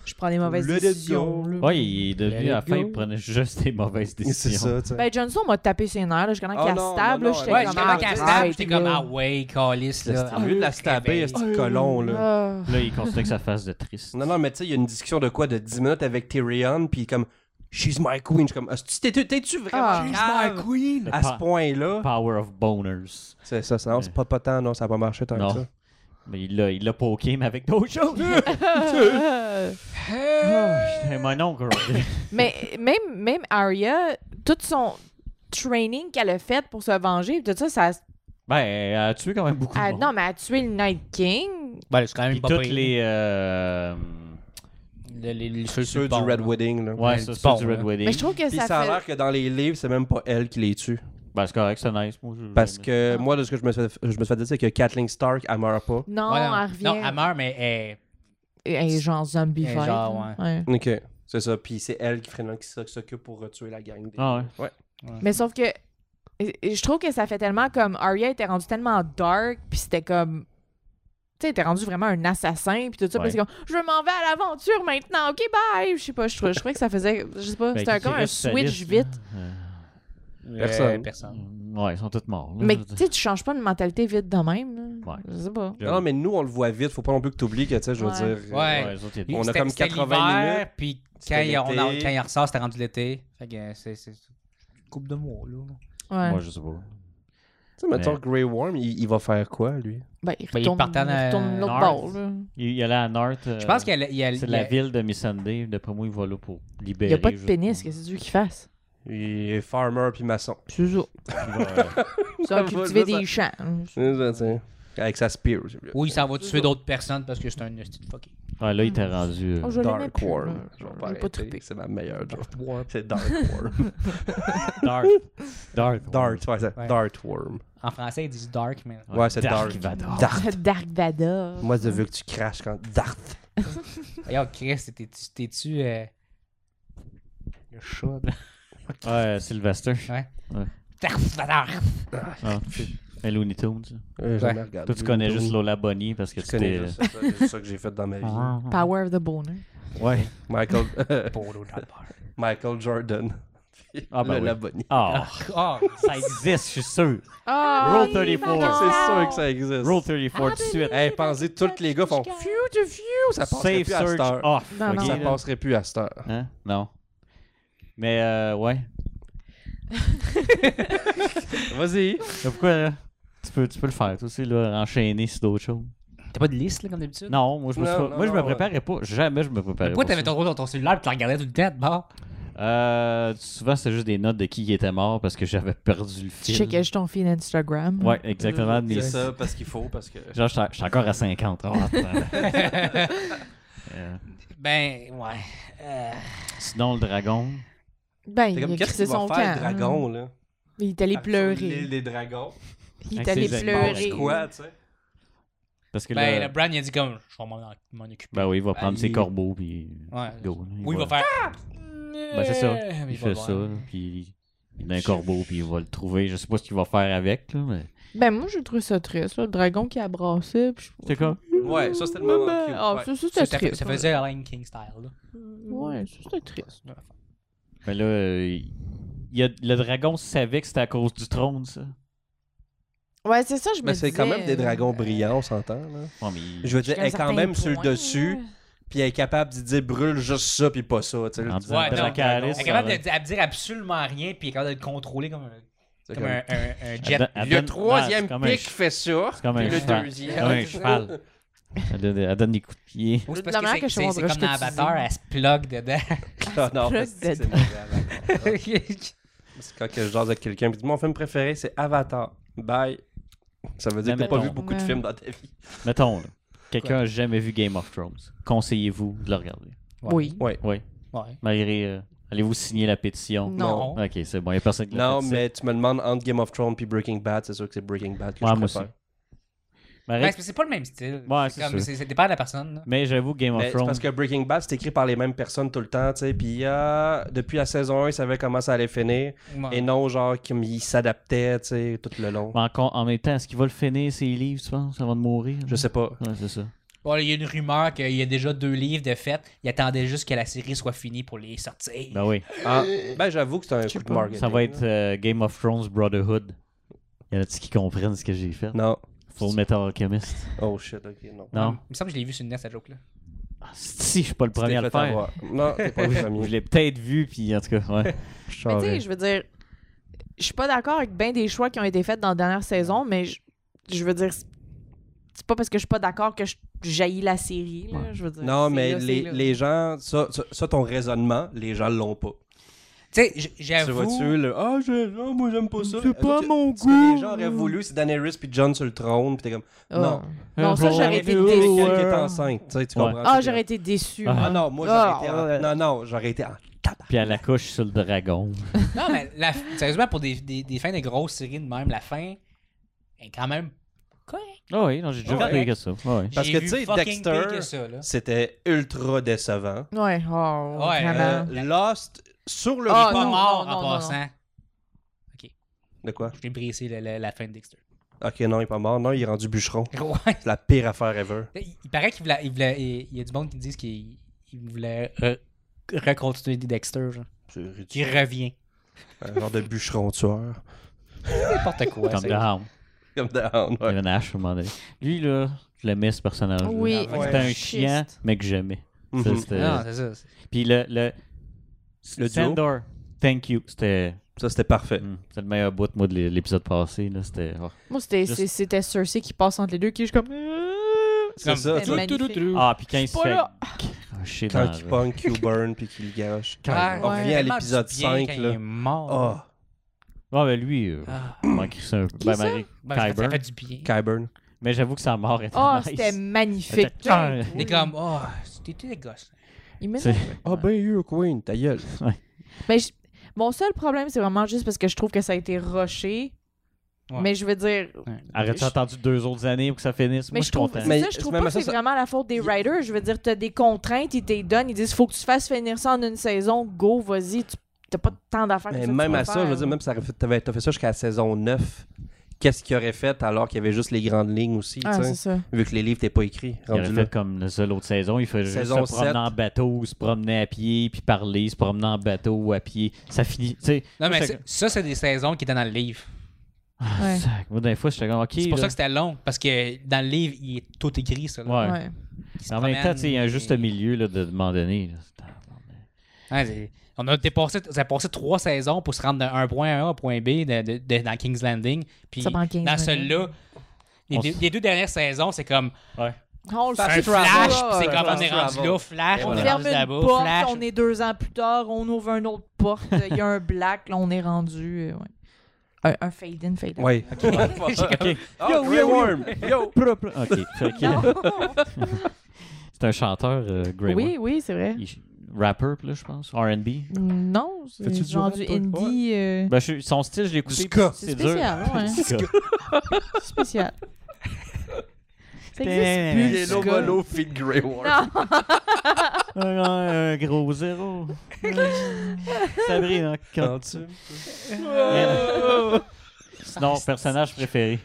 Speaker 4: je prends des mauvaises
Speaker 3: Let it
Speaker 4: décisions.
Speaker 3: go.
Speaker 4: là.
Speaker 2: Ouais, il est devenu
Speaker 5: Let
Speaker 2: à la
Speaker 5: it
Speaker 2: fin,
Speaker 5: go.
Speaker 2: il prenait juste des mauvaises
Speaker 3: C'est
Speaker 2: décisions.
Speaker 3: ça, tu sais.
Speaker 4: Ben, Johnson m'a tapé ses nerfs, là, jusqu'à temps
Speaker 3: Oh
Speaker 4: qu'elle
Speaker 3: non,
Speaker 4: stab,
Speaker 3: non,
Speaker 4: là,
Speaker 3: non,
Speaker 4: j'étais
Speaker 3: ouais,
Speaker 5: Ouais,
Speaker 4: comme,
Speaker 3: jusqu'à
Speaker 5: j'étais
Speaker 4: ah,
Speaker 3: temps
Speaker 5: quand elle
Speaker 3: qu'elle
Speaker 5: stab,
Speaker 4: arrête,
Speaker 5: j'étais comme
Speaker 4: là.
Speaker 5: ah ouais, calice là. Ah,
Speaker 3: Au lieu de la stabber, c'est ce colon, là.
Speaker 4: Ah.
Speaker 2: Là, il considère que ça fasse de triste.
Speaker 3: Non, non, mais tu sais, il y a une discussion de quoi de 10 minutes avec Tyrion, puis comme She's my queen. Je suis comme, Asti, t'es- t'es-tu
Speaker 4: Ah.
Speaker 3: vraiment grave
Speaker 5: queen.
Speaker 3: à ce point-là?
Speaker 2: Power of boners.
Speaker 3: C'est ça, ça, non, c'est pas, pas tant, non, ça a pas marché tant
Speaker 2: Non.
Speaker 3: que ça.
Speaker 2: Mais il l'a, il l'a poké, mais avec d'autres choses.
Speaker 4: Ah.
Speaker 2: Hey, mon oncle.
Speaker 4: Mais même, même Arya, tout son training qu'elle a fait pour se venger, tout ça, ça
Speaker 2: ben, elle a tué quand même beaucoup de
Speaker 4: elle-
Speaker 2: monde.
Speaker 4: Ah, non, mais elle a tué le Night King.
Speaker 5: Ben, c'est quand même
Speaker 2: Puis
Speaker 5: pas
Speaker 2: toutes
Speaker 5: pire.
Speaker 2: les... euh,
Speaker 5: Le- les, les ceux sur
Speaker 3: Ceux
Speaker 5: le
Speaker 3: du
Speaker 5: bord,
Speaker 3: Red
Speaker 5: là.
Speaker 3: Wedding, là.
Speaker 2: Ouais,
Speaker 5: Ouais,
Speaker 2: ça,
Speaker 5: du
Speaker 2: c'est
Speaker 5: pont,
Speaker 2: du Red
Speaker 5: là.
Speaker 2: Wedding.
Speaker 4: Mais je trouve que
Speaker 3: Puis
Speaker 4: ça,
Speaker 3: ça, a
Speaker 4: fait...
Speaker 3: l'air que dans les livres, c'est même pas elle qui les tue.
Speaker 2: Ben, c'est correct, c'est nice. Moi, je-
Speaker 3: Parce
Speaker 2: j'aime
Speaker 3: que
Speaker 4: Ah.
Speaker 3: moi, de ce que je me suis fait, je me suis fait dire, c'est que Kathleen Stark, elle meurt pas.
Speaker 4: Non,
Speaker 5: Ouais,
Speaker 4: elle revient.
Speaker 5: Non, elle meurt, mais elle-
Speaker 4: Elle est genre zombie
Speaker 5: Elle est
Speaker 4: fight.
Speaker 5: genre,
Speaker 4: là. Ouais.
Speaker 3: Ok. C'est ça. Puis c'est elle qui, finalement, qui s'oc- s'occupe pour tuer la gang. Des...
Speaker 2: Ah ouais.
Speaker 4: Mais sauf que et- et je trouve que ça fait tellement comme Arya était rendue tellement dark, puis c'était comme tu sais, était rendu vraiment un assassin puis tout ça
Speaker 2: Ouais.
Speaker 4: puis c'est comme je m'en vais à l'aventure maintenant. OK, bye. Je sais pas, je trouvais, je trouvais que ça faisait je sais pas,
Speaker 2: Ben,
Speaker 4: c'était
Speaker 2: qui
Speaker 4: comme
Speaker 2: qui
Speaker 4: un
Speaker 2: reste sur la
Speaker 4: switch
Speaker 2: liste, là?
Speaker 4: vite.
Speaker 2: Euh,
Speaker 3: Personne.
Speaker 5: Euh, personne.
Speaker 2: Ouais, ils sont tous morts. là.
Speaker 4: Mais tu sais, tu changes pas de mentalité vite de même. là.
Speaker 2: Ouais.
Speaker 4: Je sais pas.
Speaker 3: Non, Ah, mais nous, on le voit vite. Faut pas non plus que t'oublies que, tu sais, je veux
Speaker 4: Ouais.
Speaker 3: dire. euh,
Speaker 5: Ouais.
Speaker 2: les autres, ils-
Speaker 3: On a
Speaker 5: C'était-
Speaker 3: comme
Speaker 5: c'était
Speaker 3: 80
Speaker 5: l'hiver,
Speaker 3: minutes.
Speaker 5: Puis quand
Speaker 3: C'était
Speaker 5: il, on a-
Speaker 3: l'été.
Speaker 5: quand il ressort, c'était rendu l'été. Fait que euh, c'est. c'est- c'est une Couple de mois, là.
Speaker 4: Ouais.
Speaker 2: Moi, je sais pas.
Speaker 3: Tu sais, mettons, Grey Worm, il, il va faire quoi, lui
Speaker 4: Ben, il
Speaker 5: Ben, il
Speaker 4: retourne,
Speaker 5: partait
Speaker 4: il
Speaker 5: à
Speaker 4: retourne de l'autre
Speaker 2: North.
Speaker 4: bord. là.
Speaker 2: Il, il allait à North. euh,
Speaker 5: Je pense qu'il y a. il y a-
Speaker 2: C'est
Speaker 5: il
Speaker 2: de
Speaker 5: y
Speaker 2: la
Speaker 5: a-
Speaker 2: ville de Missandei. D'après moi, il va là pour
Speaker 4: Il
Speaker 2: libérer.
Speaker 4: n'y a pas de
Speaker 2: juste
Speaker 4: pénis,
Speaker 2: pour-
Speaker 4: qu'est-ce que tu veux qu'il fasse?
Speaker 3: Il est farmer puis maçon.
Speaker 4: C'est ça.
Speaker 2: il va, euh,
Speaker 4: Ça,
Speaker 3: Ça va,
Speaker 4: cultiver
Speaker 3: ça-
Speaker 4: des champs. hein.
Speaker 3: C'est ça, tu sais. Avec sa spear. j'ai vu.
Speaker 5: Ou il s'en va tuer d'autres personnes parce que c'est un hostile fucking.
Speaker 2: Ouais, là, il était rendu. euh,
Speaker 4: Oh, je l'aimais
Speaker 3: Dark
Speaker 4: plus. là.
Speaker 3: Worm. Je vais pas
Speaker 4: J'ai
Speaker 3: arrêter,
Speaker 4: pas trippé.
Speaker 3: C'est ma meilleure joke.
Speaker 5: War.
Speaker 3: C'est Dark Worm.
Speaker 2: Dart. Dart.
Speaker 3: Dart, ouais, c'est
Speaker 5: Ouais.
Speaker 3: Dart Worm.
Speaker 5: En français, ils disent dark, mais.
Speaker 3: Ouais, c'est Dark.
Speaker 2: Dark Vador.
Speaker 3: Dart.
Speaker 4: Dark Vada.
Speaker 3: Moi, je veux que tu craches quand. Dart.
Speaker 5: D'ailleurs, Chris, t'es-tu. t'es-tu, euh, Le chat, là.
Speaker 2: Ouais, Sylvester.
Speaker 5: Ouais.
Speaker 2: Ouais. Ah, les Looney Tunes.
Speaker 3: Euh, jamais
Speaker 5: Ouais.
Speaker 3: regardé.
Speaker 2: Toi, tu connais
Speaker 3: Looney
Speaker 2: juste
Speaker 3: Tunes.
Speaker 2: Lola Bunny parce que
Speaker 3: Je
Speaker 2: tu
Speaker 3: connais
Speaker 2: t'es.
Speaker 3: juste ça. C'est ça que j'ai fait dans ma vie.
Speaker 4: Power of the Boner.
Speaker 2: euh, Ouais.
Speaker 3: Michael, euh,
Speaker 5: Polo dans le bar.
Speaker 3: Michael Jordan.
Speaker 2: Ah, ben
Speaker 3: le
Speaker 2: oui.
Speaker 3: Labonnie.
Speaker 2: Ah,
Speaker 5: Ah,
Speaker 2: ça existe, je suis sûr.
Speaker 4: Ah,
Speaker 2: Roll
Speaker 4: oui,
Speaker 2: 34.
Speaker 4: madame.
Speaker 3: C'est sûr que ça existe.
Speaker 2: Roll 34 tout de suite.
Speaker 3: Hey, pensez, tous les gars font fiu, tu fiu, Ah, ben, ça passerait
Speaker 2: Safe
Speaker 3: plus à cette
Speaker 2: search
Speaker 3: heure.
Speaker 2: off.
Speaker 4: Non,
Speaker 2: ok,
Speaker 4: non.
Speaker 3: Ça
Speaker 2: là?
Speaker 3: passerait plus à cette heure.
Speaker 2: Hein? Non. Mais, euh, ouais.
Speaker 3: Vas-y.
Speaker 2: Mais pourquoi, là? Tu peux, tu peux le faire, toi aussi, là, enchaîner sur d'autres choses.
Speaker 5: T'as pas de liste, là, comme d'habitude?
Speaker 2: Non, moi, je me, suis
Speaker 3: Non,
Speaker 2: pas-
Speaker 3: non,
Speaker 2: moi, je me
Speaker 3: non,
Speaker 2: préparais pas. Jamais je me préparais
Speaker 5: Pourquoi
Speaker 2: pour
Speaker 5: t'avais
Speaker 2: ça.
Speaker 5: ton rôle dans ton cellulaire et tu le regardais tout le temps, bon?
Speaker 2: Euh, souvent, c'est juste des notes de qui était mort parce que j'avais perdu le
Speaker 4: Tu
Speaker 2: fil.
Speaker 4: checkais juste ton feed Instagram.
Speaker 2: Ouais, exactement. mais-
Speaker 3: C'est ça, parce qu'il faut, parce que...
Speaker 2: Genre, je suis encore à 50. Oh, attends. Euh,
Speaker 5: Ben, ouais. Euh,
Speaker 2: sinon, le dragon.
Speaker 4: Ben,
Speaker 3: T'es
Speaker 4: il
Speaker 3: comme,
Speaker 4: a
Speaker 3: qu'est-ce
Speaker 4: crissé
Speaker 3: qu'il va
Speaker 4: son
Speaker 3: faire,
Speaker 4: camp.
Speaker 3: le dragon, là?
Speaker 4: Il est allé
Speaker 3: Ah, sur L'île
Speaker 4: pleurer.
Speaker 3: des dragons.
Speaker 4: Il
Speaker 2: Avec
Speaker 4: est allé
Speaker 2: ses
Speaker 3: Mange
Speaker 2: Pleurer.
Speaker 3: quoi, tu sais?
Speaker 2: Parce que
Speaker 5: ben,
Speaker 2: le...
Speaker 5: le Brian, il a dit comme, je vais m'en- m'en occuper.
Speaker 2: Ben oui, il va prendre ses
Speaker 5: il-
Speaker 2: corbeaux, puis
Speaker 5: ouais.
Speaker 2: go. là,
Speaker 5: Oui, il va faire.
Speaker 2: Ben, c'est ça.
Speaker 5: Mais
Speaker 2: Il
Speaker 5: va
Speaker 2: fait
Speaker 5: le voir.
Speaker 2: ça, puis il est dans un corbeau, puis il va le trouver. Je sais pas ce qu'il va faire avec, là, mais...
Speaker 4: Ben, moi, je trouve ça triste, là, le dragon qui a brassé. puis je-
Speaker 2: C'est quoi?
Speaker 3: Ouais, ça, c'était le moment
Speaker 4: Ben,
Speaker 3: cute,
Speaker 4: ah,
Speaker 3: ouais.
Speaker 4: ça, ça,
Speaker 5: Ça,
Speaker 4: c'était
Speaker 5: ça
Speaker 4: triste.
Speaker 5: fait- ça faisait Lion King style,
Speaker 4: Ouais, ça, c'était triste.
Speaker 5: là.
Speaker 2: Mais là, euh, il- il y a- le dragon savait que c'était à cause du trône, ça.
Speaker 4: Ouais, c'est ça, je me
Speaker 3: Mais c'est quand
Speaker 4: disais,
Speaker 3: même des
Speaker 4: euh,
Speaker 3: dragons brillants, on s'entend, là.
Speaker 2: Ouais, mais il-
Speaker 3: Je veux dire,
Speaker 4: jusqu'à
Speaker 3: elle est
Speaker 4: un
Speaker 3: quand
Speaker 4: certain
Speaker 3: même sur le
Speaker 4: point,
Speaker 3: dessus,
Speaker 4: là.
Speaker 3: puis elle est capable de dire brûle juste ça, puis pas ça, tu sais.
Speaker 2: En
Speaker 3: Tu
Speaker 2: disant,
Speaker 5: Ouais,
Speaker 3: dis,
Speaker 5: non,
Speaker 2: Dracarys,
Speaker 5: Elle est
Speaker 2: ça
Speaker 5: capable
Speaker 2: va-
Speaker 5: de, de dire absolument rien, puis elle est capable de le contrôler comme un,
Speaker 3: C'est
Speaker 5: comme
Speaker 3: comme-
Speaker 5: un, un- un
Speaker 2: Elle
Speaker 5: jet.
Speaker 2: donne- elle
Speaker 3: Le
Speaker 2: donne-
Speaker 3: troisième
Speaker 2: non, Ben, c'est comme un
Speaker 3: pic
Speaker 2: ch-
Speaker 3: fait ça.
Speaker 2: C'est comme un
Speaker 3: puis le
Speaker 2: cheval.
Speaker 3: deuxième.
Speaker 2: C'est comme un cheval. Elle donne, elle donne des coups de pied.
Speaker 5: Oui, c'est
Speaker 4: La manière
Speaker 5: parce que
Speaker 4: que
Speaker 5: c'est-
Speaker 4: je
Speaker 5: c'est
Speaker 4: comprends
Speaker 5: c'est comme
Speaker 4: ce que
Speaker 5: dans
Speaker 4: tu
Speaker 5: Avatar,
Speaker 4: dis.
Speaker 5: elle se plug dedans.
Speaker 3: Ah non,
Speaker 4: Plug
Speaker 3: c'est c'est
Speaker 4: dedans.
Speaker 3: mauvais, Avatar.
Speaker 5: ouais,
Speaker 3: C'est quand que je jase avec quelqu'un, puis dit, mon film préféré, c'est Avatar. Bye. Ça veut dire que
Speaker 2: Mais
Speaker 3: t'as pas
Speaker 2: mettons.
Speaker 3: vu beaucoup de
Speaker 4: Ouais.
Speaker 3: films dans ta vie.
Speaker 2: Mettons, là, quelqu'un n'a jamais vu Game of Thrones. Conseillez-vous de le regarder.
Speaker 4: Oui.
Speaker 3: Ouais.
Speaker 2: Oui,
Speaker 5: Ouais.
Speaker 2: malgré... euh, Allez-vous signer la pétition?
Speaker 4: Non.
Speaker 2: Ok, c'est bon, il n'y a personne qui l'a
Speaker 3: Non,
Speaker 2: fait, ça.
Speaker 3: mais tu me demandes entre Game of Thrones puis Breaking Bad, c'est sûr que c'est Breaking Bad que
Speaker 2: Ouais,
Speaker 3: je
Speaker 2: moi
Speaker 3: préfère.
Speaker 2: aussi. Mais-
Speaker 5: Ben, c'est- c'est pas le même style.
Speaker 2: Ouais, c'est
Speaker 5: comme-
Speaker 2: sûr.
Speaker 5: c'est Ça dépend de la personne. là.
Speaker 2: Mais j'avoue, Game
Speaker 3: Mais
Speaker 2: of
Speaker 3: c'est
Speaker 2: Thrones.
Speaker 3: parce que Breaking Bad, c'est écrit par les mêmes personnes tout le temps, tu sais. Puis ah, depuis la saison 1, ils savaient comment ça allait finir.
Speaker 5: Ouais.
Speaker 3: Et non, genre, comme ils s'adaptaient, tu sais, tout le long.
Speaker 2: Mais encore- en même temps, est-ce qu'il va le finir, ses livres, tu penses, avant de mourir?
Speaker 3: Je sais pas.
Speaker 2: Ouais, c'est ça.
Speaker 5: Bon, il y a une rumeur qu'il y a déjà deux livres de fait. Il attendait juste que la série soit finie pour les sortir.
Speaker 2: Ben oui.
Speaker 3: Ah, ben, j'avoue que c'est un
Speaker 4: Euh, sais
Speaker 3: coup de
Speaker 4: pas.
Speaker 3: marketing.
Speaker 2: Ça va être
Speaker 3: là.
Speaker 2: euh, Game of Thrones Brotherhood. Y en a-tu qui comprennent ce que j'ai fait?
Speaker 3: Non.
Speaker 2: Full Metal Alchemist.
Speaker 3: Oh shit, ok, non.
Speaker 2: Non?
Speaker 5: Il me semble que je l'ai vu sur une net, cette joke-là.
Speaker 2: Ah, si, je suis pas le
Speaker 3: Tu t'es
Speaker 2: premier à le
Speaker 3: fait
Speaker 2: faire.
Speaker 3: avoir. Non, t'es pas le
Speaker 2: Je
Speaker 3: premier.
Speaker 2: l'ai peut-être vu, puis en tout cas, ouais.
Speaker 3: Je
Speaker 4: Mais tu
Speaker 3: saurais.
Speaker 4: sais, je veux dire, je suis pas d'accord avec bien des choix qui ont été faits dans la dernière saison, mais je, je veux dire, c'est- c'est pas parce que je suis pas d'accord que je jaillis la série, là, je veux dire.
Speaker 3: Non,
Speaker 4: c'est
Speaker 3: mais
Speaker 4: là, c'est
Speaker 3: les,
Speaker 4: là.
Speaker 3: les gens, ça, ça, ça, ton raisonnement, les gens l'ont pas.
Speaker 5: Tu sais, j-
Speaker 3: Tu
Speaker 5: j'avoue.
Speaker 3: vois-tu, le Ah, je- ah, moi, j'aime pas ça.
Speaker 4: C'est pas
Speaker 3: Ce que-
Speaker 4: mon
Speaker 3: Ce que
Speaker 4: goût.
Speaker 3: les gens auraient voulu, c'est Daenerys puis John sur le trône, puis t'es comme,
Speaker 4: Ah.
Speaker 3: non.
Speaker 4: Non, ça, j'aurais été
Speaker 2: Hello,
Speaker 3: Quelqu'un qui
Speaker 4: déçue.
Speaker 3: est
Speaker 2: world.
Speaker 3: enceinte, tu sais, tu
Speaker 2: Ouais.
Speaker 3: comprends.
Speaker 4: Ah, j'aurais été déçue.
Speaker 2: Ah.
Speaker 3: Ah non, moi,
Speaker 4: Ah,
Speaker 3: j'aurais été en.
Speaker 4: ouais.
Speaker 3: Non, non, j'aurais été en.
Speaker 2: Puis elle accouche sur le dragon.
Speaker 5: Non, mais la- sérieusement, pour des, des, des fins de grosses séries de même, la fin est quand même correcte.
Speaker 2: Ah oui, non, j'ai déjà
Speaker 5: Ouais.
Speaker 2: vu que ça. Ah oui.
Speaker 3: Parce
Speaker 5: J'ai
Speaker 3: que,
Speaker 5: vu
Speaker 3: tu sais,
Speaker 5: fucking
Speaker 3: Dexter,
Speaker 5: pire que ça, là.
Speaker 3: C'était ultra décevant.
Speaker 4: Ouais, oh,
Speaker 5: Ouais,
Speaker 4: vraiment.
Speaker 3: Euh, Lost, sur le
Speaker 4: Ah,
Speaker 5: pas
Speaker 3: repas-
Speaker 4: non,
Speaker 5: mort
Speaker 4: non,
Speaker 5: en
Speaker 4: non, non.
Speaker 5: passant.
Speaker 3: De quoi
Speaker 5: J'ai brisé la, la- la fin de Dexter.
Speaker 3: Ok, non, il est pas mort. Non, il est rendu bûcheron.
Speaker 5: Ouais.
Speaker 3: C'est la pire affaire ever.
Speaker 5: Il, il paraît qu'il voulait, il voulait- il- il y a du monde qui disent qu'il il voulait re- recontinuer Dexter, genre.
Speaker 3: C'est
Speaker 5: Qui
Speaker 3: ridicule.
Speaker 5: revient.
Speaker 3: Un genre de bûcheron tueur.
Speaker 5: N'importe quoi.
Speaker 2: Comme
Speaker 5: c'est-
Speaker 2: The Hound.
Speaker 3: Comme down,
Speaker 2: Il y avait un H, à un moment donné. Lui, là, je l'aimais, ce personnage.
Speaker 4: Oui,
Speaker 5: Ouais.
Speaker 2: C'était un
Speaker 4: Schiste.
Speaker 2: chien, mais que j'aimais.
Speaker 3: Mhm.
Speaker 2: Ça, c'était-
Speaker 5: Non, c'est ça. c'est-
Speaker 2: Ah. Puis le. le...
Speaker 3: Le duo.
Speaker 2: Sandor, thank you. C'était.
Speaker 3: Ça, c'était parfait.
Speaker 2: Hmm, C'était le meilleur bout, moi, de l'é- l'épisode passé. Là, c'était... oh.
Speaker 4: Moi, c'était
Speaker 2: Juste-
Speaker 4: c'est- c'était Cersei qui passe entre les deux, qui est juste comme. euh,
Speaker 3: C'est ça.
Speaker 4: c'était
Speaker 3: tu-
Speaker 4: magnifique.
Speaker 2: Ah, puis quand il se
Speaker 4: pas
Speaker 2: fait...
Speaker 4: là.
Speaker 2: cracher dans
Speaker 3: Quand
Speaker 2: la
Speaker 3: il
Speaker 2: rue.
Speaker 3: punk, qu'il burn, puis qu'il le gâche.
Speaker 5: Ah,
Speaker 3: on
Speaker 5: ouais.
Speaker 3: revient à l'épisode
Speaker 5: Tellement du bien
Speaker 3: 5,
Speaker 5: quand
Speaker 3: là.
Speaker 5: Il est mort.
Speaker 3: Ah,
Speaker 2: Ouais, mais lui, euh,
Speaker 5: Ah.
Speaker 2: il m'a crissé un peu.
Speaker 4: Qui
Speaker 2: Ben,
Speaker 4: ça?
Speaker 2: Marie
Speaker 5: Ben, ça fait-
Speaker 2: Kyber.
Speaker 5: ça fait du bien.
Speaker 3: Kyburn.
Speaker 2: Mais j'avoue que sa mort était
Speaker 4: Ah,
Speaker 2: nice.
Speaker 4: c'était
Speaker 2: Elle
Speaker 4: magnifique.
Speaker 2: était- Ah,
Speaker 5: T'es comme, oh, c'était des gosses. hein?
Speaker 4: Il m'énerve.
Speaker 2: c'est-
Speaker 3: Ah, ben, you, Queen, ta gueule.
Speaker 4: Ah, Mais je- mon seul problème, c'est vraiment juste parce que je trouve que ça a été rushé.
Speaker 5: Ouais.
Speaker 4: Mais je veux dire,
Speaker 2: Arrête, j'ai attendu deux autres années pour que ça finisse.
Speaker 4: mais
Speaker 2: Moi, je
Speaker 4: je
Speaker 2: suis
Speaker 4: trouve,
Speaker 2: content.
Speaker 4: c'est
Speaker 3: Mais
Speaker 4: ça, je trouve
Speaker 3: même
Speaker 4: pas que
Speaker 3: ça,
Speaker 4: c'est
Speaker 3: ça-
Speaker 4: vraiment la faute des writers. Je veux dire, t'as des contraintes, ils te les donnent, ils disent faut que tu fasses finir ça en une saison, go, vas-y, tu, t'as pas tant d'affaires que
Speaker 3: Mais
Speaker 4: ça, tu
Speaker 3: même
Speaker 4: vas
Speaker 3: à ça,
Speaker 4: faire.
Speaker 3: je veux dire, même si t'aurais fait- t'avais- t'as fait ça jusqu'à la saison 9, qu'est-ce qu'il aurait fait alors qu'il y avait juste les grandes lignes aussi,
Speaker 4: Ah,
Speaker 3: tu
Speaker 4: c'est
Speaker 3: sais,
Speaker 4: ça.
Speaker 3: vu que les livres t'es pas écrit.
Speaker 2: Il aurait
Speaker 3: rendu là.
Speaker 2: fait comme la seule autre saison. Il fait juste
Speaker 3: Saison
Speaker 2: se promener
Speaker 3: sept.
Speaker 2: en bateau, se promener à pied, puis parler, se promener en bateau ou à pied. Ça finit. Tu sais, moi,
Speaker 5: Non, mais
Speaker 2: j'étais
Speaker 5: c'est- ça, c'est des saisons qui étaient dans le livre.
Speaker 2: comme,
Speaker 4: Ouais.
Speaker 2: Sac. Moi, des fois, j'étais comme, OK.
Speaker 5: C'est pour
Speaker 2: là.
Speaker 5: ça que c'était long, parce que dans le livre, il est tout écrit, ça. là.
Speaker 2: Ouais.
Speaker 4: Ouais.
Speaker 5: Qui se
Speaker 2: En même temps,
Speaker 5: promène,
Speaker 2: tu sais, il y a un juste
Speaker 5: et-
Speaker 2: milieu là, de moment donné. là. C'est-
Speaker 5: Ouais, c'est- on a dépassé, ça a passé trois saisons pour se rendre d'un point à un point B de- de- de- dans King's Landing. Puis
Speaker 4: Ça prend 15
Speaker 5: dans
Speaker 4: minutes.
Speaker 5: celui-là, les,
Speaker 2: On
Speaker 5: deux-
Speaker 2: s-
Speaker 5: les deux dernières saisons, c'est comme
Speaker 4: On le
Speaker 5: un
Speaker 4: sait.
Speaker 5: flash,
Speaker 4: Ah,
Speaker 5: puis c'est
Speaker 3: ouais.
Speaker 5: comme on est
Speaker 3: Fast
Speaker 5: rendu là,
Speaker 3: travel.
Speaker 5: flash,
Speaker 3: Et
Speaker 5: on
Speaker 4: On
Speaker 5: est
Speaker 3: voilà.
Speaker 5: rendu
Speaker 4: ferme une
Speaker 5: là-bas,
Speaker 4: porte,
Speaker 5: flash.
Speaker 4: on est deux ans plus tard, on ouvre une autre porte, il y a un black, là, on est rendu. euh, ouais. Un, un fade-in, fade-out.
Speaker 3: Ouais.
Speaker 2: OK.
Speaker 3: Oh, Grey Worm! Yo!
Speaker 2: OK. Fait que- C'est un chanteur, euh, Grey
Speaker 4: Oui, oui, c'est vrai.
Speaker 2: Worm. Il- Rapper, là, je pense. RB.
Speaker 4: Non,
Speaker 3: Fais-tu
Speaker 4: c'est
Speaker 3: du
Speaker 4: genre
Speaker 3: rap,
Speaker 4: du
Speaker 3: toi?
Speaker 4: indie. euh,
Speaker 2: Ben, je- son style, je l'ai écouté.
Speaker 3: Ska.
Speaker 2: puis
Speaker 4: C'est spécial, ouais.
Speaker 2: Ska.
Speaker 4: C'est euh, spécial. Ça
Speaker 2: Damn.
Speaker 4: existe
Speaker 2: Yellow
Speaker 4: plus. ce gars.
Speaker 2: Volo,
Speaker 3: fit Grey Worm.
Speaker 4: Non,
Speaker 2: un, un gros zéro. Euh, Sabrina, quand tu... Sinon, personnage préféré.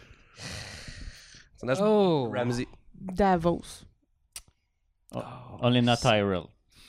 Speaker 5: Oh.
Speaker 3: Ramsey.
Speaker 4: Davos.
Speaker 2: Olena Tyrell.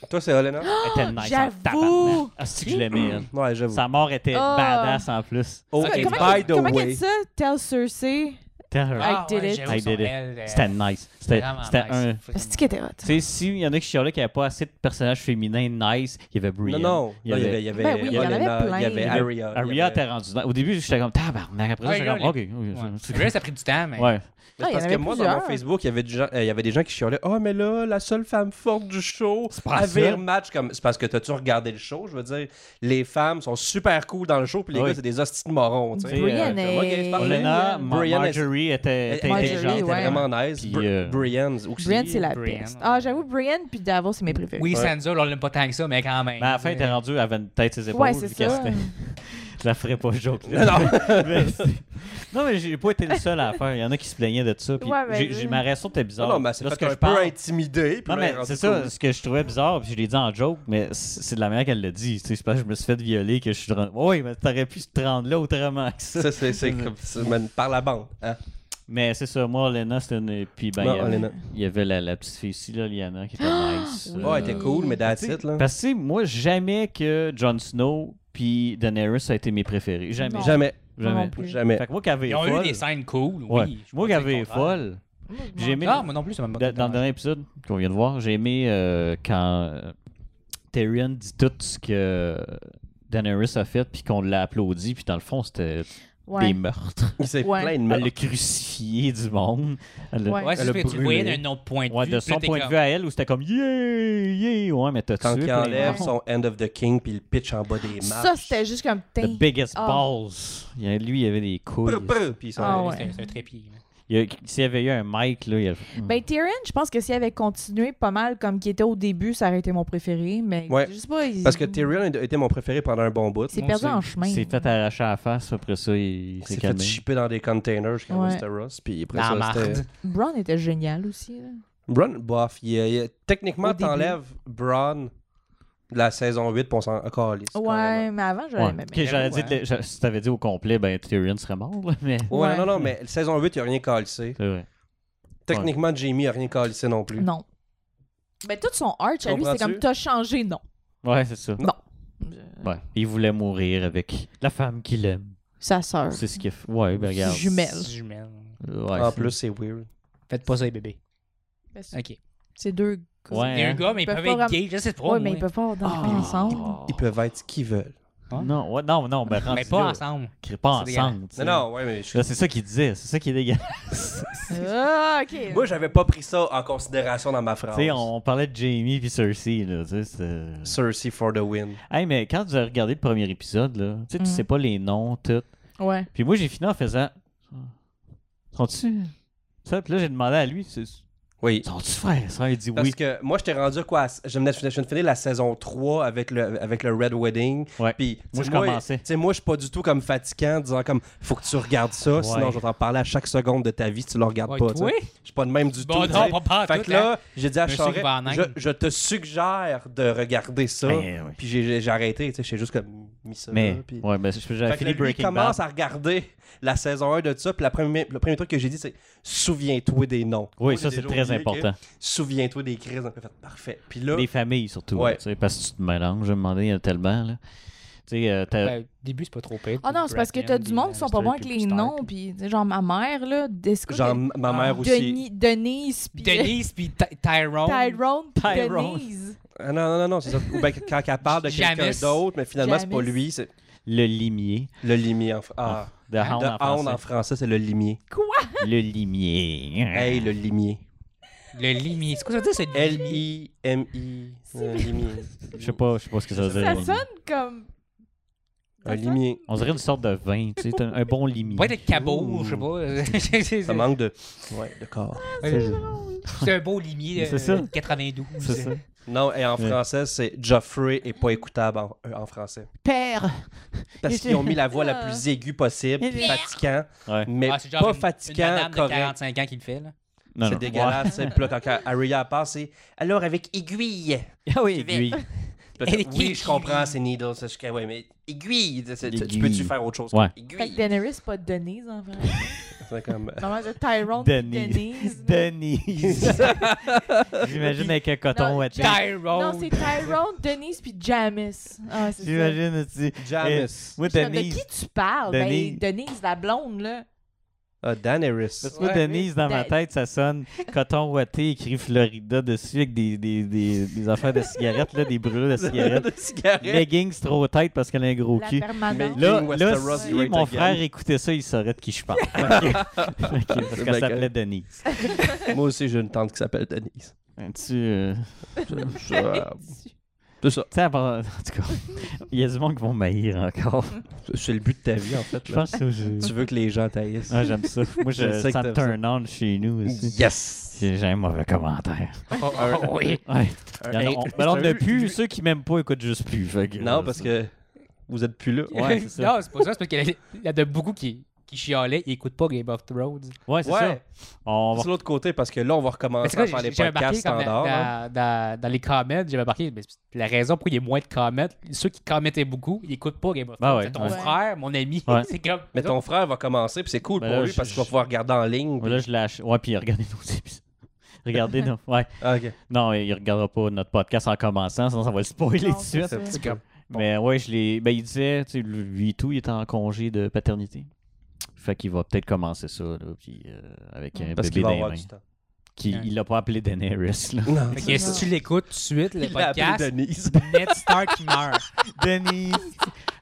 Speaker 3: Toi, c'est Helena?
Speaker 2: Elle était nice en
Speaker 4: Oh, j'avoue!
Speaker 2: tabarnak. Ah, c'est que je l'aimais, elle.
Speaker 3: Ouais, j'avoue.
Speaker 2: Sa mort était
Speaker 4: Ah.
Speaker 2: badass en plus.
Speaker 3: Oh,
Speaker 5: Ça,
Speaker 3: et
Speaker 5: comment-
Speaker 3: by the
Speaker 4: Comment qu'elle
Speaker 3: way,
Speaker 4: dit ça? Tell Cersei.
Speaker 2: Terror.
Speaker 5: Ah,
Speaker 4: I did
Speaker 5: ouais,
Speaker 4: it.
Speaker 5: j'avoue
Speaker 2: I
Speaker 5: son
Speaker 2: did it.
Speaker 5: elle, euh,
Speaker 2: C'était nice. C'était
Speaker 5: vraiment
Speaker 2: c'était
Speaker 5: nice,
Speaker 2: un...
Speaker 5: vraiment.
Speaker 4: C'est qui était hot?
Speaker 2: Tu sais, s'il y en a qui chialaient qu'il n'y avait pas assez de personnages féminins nice, il y avait
Speaker 3: non,
Speaker 2: Brienne.
Speaker 3: non,
Speaker 2: Il y
Speaker 3: non,
Speaker 2: avait-
Speaker 3: il y avait
Speaker 4: Ben oui, il y en avait
Speaker 3: Helena,
Speaker 4: plein. Ah,
Speaker 3: il y avait
Speaker 4: Il y
Speaker 2: avait-
Speaker 3: Arya. Ah, il y
Speaker 2: Aria
Speaker 3: avait-
Speaker 2: était rendue Au début, j'étais comme tabarnak. Après ça,
Speaker 5: Ouais,
Speaker 2: j'étais comme
Speaker 5: gars,
Speaker 2: ok. oui, c'est-
Speaker 5: Là, ça a pris du temps, mais.
Speaker 2: Ouais.
Speaker 3: Mais
Speaker 4: Ah, il y
Speaker 3: parce
Speaker 4: en
Speaker 3: que
Speaker 4: avait
Speaker 3: moi, dans mon
Speaker 4: plusieurs.
Speaker 3: Facebook, il y avait, du gens- euh, il y avait des gens qui chialaient Ah, mais là, la seule femme forte du show
Speaker 2: C'est pas
Speaker 3: avait
Speaker 2: ça.
Speaker 3: un match. comme C'est parce que t'as-tu regardé le show Je veux dire, les femmes sont super cool dans le show, puis les
Speaker 2: Ah Oui.
Speaker 3: gars, c'est des hosties de morons. tu sais.
Speaker 4: Brienne
Speaker 3: Euh,
Speaker 4: est-
Speaker 3: ok, c'est parfait.
Speaker 2: Olena,
Speaker 4: Brienne.
Speaker 2: Ma-
Speaker 3: Brienne,
Speaker 2: Marjorie était,
Speaker 3: Elle-
Speaker 2: était
Speaker 3: Marjorie,
Speaker 2: intelligente.
Speaker 3: était
Speaker 4: ouais.
Speaker 3: vraiment nice.
Speaker 2: Puis,
Speaker 3: Br-
Speaker 2: euh,
Speaker 3: Brienne aussi.
Speaker 4: Brienne, c'est la
Speaker 5: Brienne.
Speaker 4: peste. Ah, j'avoue, Brienne puis Davos, c'est mes préférés.
Speaker 5: Oui,
Speaker 3: Ouais.
Speaker 5: Sansa, là, on l'aime pas tant que ça, mais quand même. euh,
Speaker 2: Mais Ben, à la fin, elle était rendue, elle avait une tête ses épaules.
Speaker 4: Ouais, c'est
Speaker 2: puis qu'elle
Speaker 4: ça.
Speaker 2: s'était- Je la ferais pas joke.
Speaker 3: Non,
Speaker 2: Là.
Speaker 3: non.
Speaker 2: mais c'est- non, mais j'ai pas été le seul à la faire. Il y en a qui se plaignaient de ça. Puis
Speaker 4: Ouais, ben mais-
Speaker 2: j'ai- j'ai- ma réaction était bizarre.
Speaker 3: Ah Non, non, mais c'est
Speaker 2: Là, ce
Speaker 3: fait
Speaker 2: que
Speaker 3: un
Speaker 2: je
Speaker 3: peu
Speaker 2: parle-
Speaker 3: intimidé. puis là,
Speaker 2: Non, mais
Speaker 3: elle est rendue
Speaker 2: c'est ça,
Speaker 3: cool.
Speaker 2: ce que je trouvais bizarre, puis je l'ai dit en joke, mais c- c'est de la manière qu'elle le dit. tu sais, C'est parce que je me suis fait violer que je suis. rendu- Oui, mais t'aurais pu te rendre là autrement que ça.
Speaker 3: Ça, c'est- c'est comme ça, man, par la bande. hein.
Speaker 2: Mais c'est ça, moi, Lena, c'était une. Puis, ben,
Speaker 3: Non,
Speaker 2: il y avait,
Speaker 3: Olena.
Speaker 2: il y avait la, la petite fille ici, là, Liana, qui était nice.
Speaker 4: Ah! oui.
Speaker 2: euh,
Speaker 3: Ouais, elle était cool, mais that's
Speaker 2: Tu sais, ben,
Speaker 3: it, là.
Speaker 2: Parce que tu sais, moi, jamais que Jon Snow puis Daenerys a été mes préférés. Jamais.
Speaker 4: Non.
Speaker 3: Jamais,
Speaker 4: Moi
Speaker 2: Jamais.
Speaker 4: non plus.
Speaker 3: jamais.
Speaker 2: Fait que moi, qui avait
Speaker 5: Ils ont eu
Speaker 2: folle-
Speaker 5: des scènes cool, oui.
Speaker 2: Ouais.
Speaker 5: je
Speaker 2: Moi,
Speaker 5: peux
Speaker 2: qui
Speaker 5: pas dire le
Speaker 2: avait
Speaker 5: contraire.
Speaker 2: folle. J'ai aimé.
Speaker 5: Non, moi non plus, ça m'a
Speaker 2: da- Dans le dernier épisode qu'on vient de voir, j'ai aimé euh, quand euh, Tyrion dit tout ce que Daenerys a fait, puis qu'on l'a applaudi, puis dans le fond, c'était
Speaker 4: Ouais.
Speaker 2: des meurtres.
Speaker 3: Il s'est
Speaker 4: Ouais.
Speaker 3: plein de
Speaker 2: Elle
Speaker 3: meurtres.
Speaker 2: l'a crucifié du monde. Elle l'a-
Speaker 4: Ouais.
Speaker 5: Ouais, c'est
Speaker 3: Elle
Speaker 5: ce
Speaker 3: a
Speaker 5: que tu le
Speaker 3: brûlé.
Speaker 5: voyais d'un autre point de
Speaker 2: Ouais,
Speaker 5: vue.
Speaker 2: de
Speaker 5: puis là,
Speaker 2: son
Speaker 5: t'es
Speaker 2: point de
Speaker 5: comme-
Speaker 2: vue à elle, où c'était comme yeah, yeah, ouais, mais t'as
Speaker 3: Quand
Speaker 2: tué.
Speaker 3: il
Speaker 2: plein de
Speaker 3: enlève
Speaker 2: gens.
Speaker 3: son End of the King puis il pitch en bas des marches.
Speaker 4: Ça, c'était juste comme.
Speaker 2: The
Speaker 4: Tain.
Speaker 2: biggest
Speaker 4: Ah.
Speaker 2: balls. Il y a- lui, il avait des couilles.
Speaker 3: Brr, brr, Puis ils sont-
Speaker 4: Ah
Speaker 5: Ouais,
Speaker 4: ouais.
Speaker 5: c'est- C'est un trépied. là.
Speaker 2: Il y a- S'il y avait eu un mic, là, il y avait...
Speaker 4: Ben, Tyrion, je pense que s'il avait continué pas mal comme qu'il était au début, ça aurait été mon préféré. Mais
Speaker 3: Ouais.
Speaker 4: je sais pas. il-
Speaker 3: Parce que Tyrion était mon préféré pendant un bon bout.
Speaker 4: C'est
Speaker 5: Moi
Speaker 4: perdu
Speaker 5: aussi.
Speaker 4: en chemin.
Speaker 2: Il s'est fait arracher à la face, après ça, il,
Speaker 3: Il
Speaker 2: s'est
Speaker 3: s'est
Speaker 2: calmé.
Speaker 3: fait shipper dans des containers jusqu'à
Speaker 4: Ouais.
Speaker 3: Westeros. Puis après
Speaker 5: Dans la
Speaker 3: ça, c'était...
Speaker 5: marde.
Speaker 4: Brown était génial aussi. là.
Speaker 3: Bronn, bof. il y a- il y a-
Speaker 4: Au
Speaker 3: Techniquement,
Speaker 4: début.
Speaker 3: t'enlèves Bronn de la saison 8 puis on s'en calisse.
Speaker 4: Ouais,
Speaker 3: carrément.
Speaker 4: mais avant, je
Speaker 2: Ouais.
Speaker 4: l'aimais
Speaker 2: Ok, j'aurais dit,
Speaker 5: Ouais.
Speaker 2: je- si t'avais dit au complet, ben Tyrion serait mort, là, mais...
Speaker 3: Ouais,
Speaker 4: Ouais.
Speaker 3: non, non, mais la saison 8, il a rien calissé.
Speaker 2: C'est vrai.
Speaker 3: Techniquement, Jamie a rien calissé non plus.
Speaker 4: Non. Mais tout son arch à lui, c'est
Speaker 3: Comprends-tu?
Speaker 4: comme t'as changé, non.
Speaker 2: Ouais, c'est ça.
Speaker 4: Non.
Speaker 2: Ouais. Il voulait mourir avec la femme qu'il aime.
Speaker 4: Sa sœur.
Speaker 2: C'est ce qu'il a fait. Ouais, ben regarde.
Speaker 4: Jumelle.
Speaker 5: Jumelle.
Speaker 2: Ouais,
Speaker 3: en
Speaker 2: c'est-
Speaker 3: plus, c'est weird.
Speaker 5: Faites pas ça, les bébés.
Speaker 4: Ben, C'est
Speaker 5: Ok.
Speaker 4: c'est deux gars.
Speaker 2: Ouais.
Speaker 5: Il y a un
Speaker 2: hein.
Speaker 5: gars, mais ils
Speaker 4: Ils peuvent
Speaker 5: peuvent
Speaker 4: pas
Speaker 5: être
Speaker 4: vraiment-
Speaker 5: gays, je sais pas.
Speaker 4: Ouais,
Speaker 5: moi.
Speaker 4: mais ils peuvent pas
Speaker 2: Ah.
Speaker 4: dormir ensemble.
Speaker 3: Ils peuvent être qui veulent.
Speaker 2: Non, ouais, non, non, ben rendu
Speaker 5: Mais pas
Speaker 2: là,
Speaker 5: ensemble.
Speaker 2: crée pas
Speaker 5: C'est dégueulasse.
Speaker 2: ensemble. tu sais.
Speaker 3: Non, non, ouais, mais je-
Speaker 2: Là, C'est ça qu'il disait, c'est ça qui est dégueulasse.
Speaker 4: Ah, ok.
Speaker 5: euh,
Speaker 3: Moi, j'avais pas pris ça en considération dans ma phrase.
Speaker 2: Tu sais, on, on parlait de Jamie puis Cersei, là, tu sais, c'était-
Speaker 3: Cersei for the win.
Speaker 2: Hey, mais quand tu as regardé le premier épisode, là, tu sais, tu
Speaker 4: Mm.
Speaker 2: sais pas les noms, tout.
Speaker 4: Ouais.
Speaker 2: Puis moi, j'ai fini en faisant. Sont-tu. Ça, puis là, j'ai demandé à lui. c'est-
Speaker 3: Oui.
Speaker 2: Sont-tu frères? Ça, il dit
Speaker 3: Parce
Speaker 2: oui.
Speaker 3: que moi, j'étais rendu quoi? à- Je venais, de finir- je viens de finir la saison 3 avec le, avec le Red Wedding.
Speaker 2: Ouais.
Speaker 3: Puis, tu sais,
Speaker 2: Moi, je commençais.
Speaker 3: Tu sais, moi, je suis pas du tout comme fatigant, en disant comme, faut que tu regardes ça, sinon je vais t'en parler à chaque seconde de ta vie si tu le
Speaker 2: Ah,
Speaker 3: regardes
Speaker 5: Ouais,
Speaker 3: pas.
Speaker 5: toi?
Speaker 3: tu sais. Je suis pas de même du
Speaker 5: Bon,
Speaker 3: tout.
Speaker 5: non,
Speaker 3: tu sais.
Speaker 5: pas- pas
Speaker 3: fait
Speaker 5: tout,
Speaker 3: que là,
Speaker 5: hein.
Speaker 3: j'ai dit à
Speaker 5: Monsieur
Speaker 3: Charest,
Speaker 5: Van Hagen.
Speaker 3: je, je te suggère de regarder ça.
Speaker 2: Ben, ouais.
Speaker 3: Puis j'ai- j'ai j'ai arrêté, tu sais, j'ai juste comme mis ça.
Speaker 2: Mais,
Speaker 3: là, puis-
Speaker 2: ouais, ben, je-
Speaker 3: fait que
Speaker 2: j'avais
Speaker 3: là,
Speaker 2: fini
Speaker 3: lui, il
Speaker 2: Breaking Bad.
Speaker 3: commence à regarder la saison 1 de ça, puis la première- le premier truc que j'ai dit, c'est souviens-toi des noms.
Speaker 2: Oui,
Speaker 3: Moi,
Speaker 2: ça,
Speaker 3: j'ai
Speaker 2: c'est
Speaker 3: déjà
Speaker 2: très
Speaker 3: oublié que
Speaker 2: important.
Speaker 3: Souviens-toi des crises. On a fait parfait. Puis là,
Speaker 2: Les familles, surtout.
Speaker 3: Ouais.
Speaker 2: tu sais, parce que tu te mélanges, je me demandais, il y en a tellement. Là. Tu sais, euh, t'as-
Speaker 5: Ben, début, c'est pas trop pire. euh,
Speaker 4: Ah non, c'est parce que t'as du monde qui sont pas bons
Speaker 5: bons
Speaker 4: avec les noms, puis tu sais, genre ma mère, là, Desco,
Speaker 3: genre, m- ma mère aussi.
Speaker 4: Denis, Denise, puis euh,
Speaker 5: Denise puis Ty- Tyrone.
Speaker 4: Tyrone, puis
Speaker 2: Tyrone.
Speaker 4: Denise.
Speaker 3: Ah non, non, non, non, c'est ça. Ou ben, quand elle parle de quelqu'un
Speaker 5: Jamis.
Speaker 3: d'autre, mais finalement, c'est pas
Speaker 4: Jamis.
Speaker 3: lui, c'est
Speaker 2: le limier.
Speaker 3: le limier en, fr- ah,
Speaker 2: De Hound
Speaker 3: de
Speaker 2: en
Speaker 3: Hound
Speaker 2: français.
Speaker 3: en français, c'est le limier.
Speaker 2: Le limier.
Speaker 3: Hey, le limier.
Speaker 5: Le limier. C'est quoi ça veut dire, c'est le limier?
Speaker 3: L-I-M-I.
Speaker 4: C'est
Speaker 3: euh, Limier.
Speaker 2: Je sais pas, je sais pas ce que ça veut
Speaker 4: Ça
Speaker 2: dire.
Speaker 4: sonne comme.
Speaker 3: Un limier.
Speaker 2: On dirait une sorte de vin, tu sais, t'as un bon limier.
Speaker 5: Pas être cabot,
Speaker 3: Ouh.
Speaker 5: je sais pas. C'est- c'est-
Speaker 3: Ça manque de. Ouais, de corps.
Speaker 5: C'est un beau limier euh, Ah,
Speaker 2: Mais
Speaker 5: de
Speaker 2: c'est ça.
Speaker 5: 92.
Speaker 2: C'est ça.
Speaker 3: Non, et en
Speaker 2: Ouais.
Speaker 3: français, c'est Geoffrey est pas écoutable en, euh, en français.
Speaker 2: Père!
Speaker 3: Parce
Speaker 2: Il
Speaker 3: qu'ils ont mis la voix la
Speaker 4: Ah.
Speaker 3: plus aiguë possible, puis fatigant,
Speaker 2: Ouais.
Speaker 3: mais
Speaker 5: Ah, c'est genre
Speaker 3: pas
Speaker 5: une- Une
Speaker 3: fatigant,
Speaker 5: madame de
Speaker 3: correct.
Speaker 5: 45 ans qui le fait, là.
Speaker 2: Non,
Speaker 3: C'est
Speaker 2: non.
Speaker 3: dégueulasse. c'est Puis là, quand Aria passe, c'est alors avec aiguille.
Speaker 2: Ouais. Ah oui, aiguille.
Speaker 3: Puis là,
Speaker 5: Avec
Speaker 3: oui,
Speaker 5: aiguille.
Speaker 3: je comprends, c'est needles. Je suis comme, ouais, mais aiguille. c'est- c'est- Tu,
Speaker 2: Aiguille.
Speaker 3: peux-tu faire autre chose?
Speaker 2: Ouais.
Speaker 3: que
Speaker 4: Fait que
Speaker 3: Aiguille.
Speaker 4: Daenerys, pas Denise, en vrai.
Speaker 3: C'est comme. euh,
Speaker 4: Maman, c'est Tyrone, puis
Speaker 2: Denise.
Speaker 4: Denise. là.
Speaker 2: Denise. J'imagine avec un coton
Speaker 4: Non,
Speaker 2: ouaté.
Speaker 4: Jack-
Speaker 5: Tyrone.
Speaker 4: Non, c'est Tyrone, Denise, puis Janice. Ah, c'est ça.
Speaker 2: J'imagine aussi.
Speaker 3: euh, Janice.
Speaker 2: Moi,
Speaker 4: Je suis comme, De qui
Speaker 2: Denise.
Speaker 4: tu parles? Ben,
Speaker 2: Denise.
Speaker 4: Denise, la blonde, là.
Speaker 3: Ah, Daenerys.
Speaker 2: Parce que moi,
Speaker 5: Ouais.
Speaker 2: Denise, dans ma
Speaker 4: Da-
Speaker 2: tête, ça sonne coton ouaté, écrit Florida dessus avec des, des, des, des affaires de cigarettes, là, des brûlures de cigarettes.
Speaker 3: De cigarette.
Speaker 2: Leggings trop tête parce qu'elle a un gros
Speaker 4: La
Speaker 2: cul.
Speaker 4: permanente.
Speaker 2: Là,
Speaker 3: King
Speaker 2: là
Speaker 3: Westeros
Speaker 2: si
Speaker 3: Great
Speaker 2: mon
Speaker 3: Again.
Speaker 2: frère écoutait ça, il saurait de qui je parle. Ok. Ok, parce qu'elle
Speaker 3: Rebecca.
Speaker 2: s'appelait Denise.
Speaker 3: Moi aussi, j'ai une tante qui s'appelle Denise.
Speaker 2: Tu euh,
Speaker 3: C'est ça. C'est ça.
Speaker 2: tu sais, à part- euh, en tout cas, il y a du monde qui vont maïr encore.
Speaker 3: C'est le but de ta vie, en fait.
Speaker 2: Je
Speaker 3: Là.
Speaker 2: pense que c'est-
Speaker 3: Tu veux que les gens taillissent.
Speaker 2: Ah, j'aime ça. Moi,
Speaker 3: Je
Speaker 2: je,
Speaker 3: sais que
Speaker 2: ça me
Speaker 3: t'aimes
Speaker 2: turn on chez nous aussi.
Speaker 3: Yes!
Speaker 2: J'ai j'ai un mauvais commentaire.
Speaker 3: Oh, un-
Speaker 5: oui.
Speaker 2: Ouais.
Speaker 3: un-
Speaker 2: Il y en a- on, ben, on en a plus. Ceux qui m'aiment pas écoutent juste plus. fait que-
Speaker 3: Non, parce que vous êtes plus là.
Speaker 2: Ouais, c'est ça.
Speaker 5: non, c'est pas ça. C'est parce qu'il y en a beaucoup qui, qui chialaient. Ils écoutent pas Game of Thrones.
Speaker 2: euh, Ouais, c'est ça.
Speaker 3: Ouais,
Speaker 2: On va
Speaker 3: c'est l'autre côté parce que là, on va
Speaker 5: Mais
Speaker 3: recommencer
Speaker 5: c'est
Speaker 3: à
Speaker 5: quoi,
Speaker 3: faire les
Speaker 5: j'avais marqué
Speaker 3: podcasts
Speaker 5: comme dans,
Speaker 3: standards. hein.
Speaker 5: dans, dans- dans les comments, j'avais marqué mais c'est la raison pour il y a moins de comments. Ceux qui commentaient beaucoup, ils écoutent pas Game of
Speaker 2: Ben
Speaker 5: Thrones.
Speaker 2: ouais,
Speaker 5: c'est ton
Speaker 4: ouais.
Speaker 5: frère, mon ami.
Speaker 2: Ouais.
Speaker 5: c'est comme.
Speaker 3: Mais ton frère va commencer, puis c'est cool
Speaker 2: Ben
Speaker 3: pour
Speaker 2: là,
Speaker 3: lui
Speaker 2: je-
Speaker 3: parce qu'il
Speaker 2: je-
Speaker 3: va pouvoir regarder en ligne.
Speaker 2: Ouais, Là, je lâche. Ouais, puis regardez nos épisodes. Regardez nos. Ouais.
Speaker 3: Ah, ok.
Speaker 2: Non, il regardera pas notre podcast en commençant, sinon ça va le spoiler
Speaker 4: Non,
Speaker 2: tout de suite.
Speaker 4: c'est
Speaker 5: C'est comme.
Speaker 2: Mais ouais, je l'ai. Ben, il disait, tu sais, lui et tout, il était en congé de paternité. Fait qu'il va peut-être commencer ça, là, puis euh, avec un
Speaker 3: Parce
Speaker 2: bébé
Speaker 3: qu'il va
Speaker 2: dans les
Speaker 3: avoir
Speaker 2: mains.
Speaker 3: du temps.
Speaker 2: Qui,
Speaker 5: Ouais.
Speaker 2: Il l'a pas appelé Daenerys, là.
Speaker 3: Non.
Speaker 5: Fait que si tu l'écoutes tout de suite, le
Speaker 3: Il a appelé
Speaker 5: podcast,
Speaker 3: Denise.
Speaker 5: Ned Stark il meurt.
Speaker 2: Denise!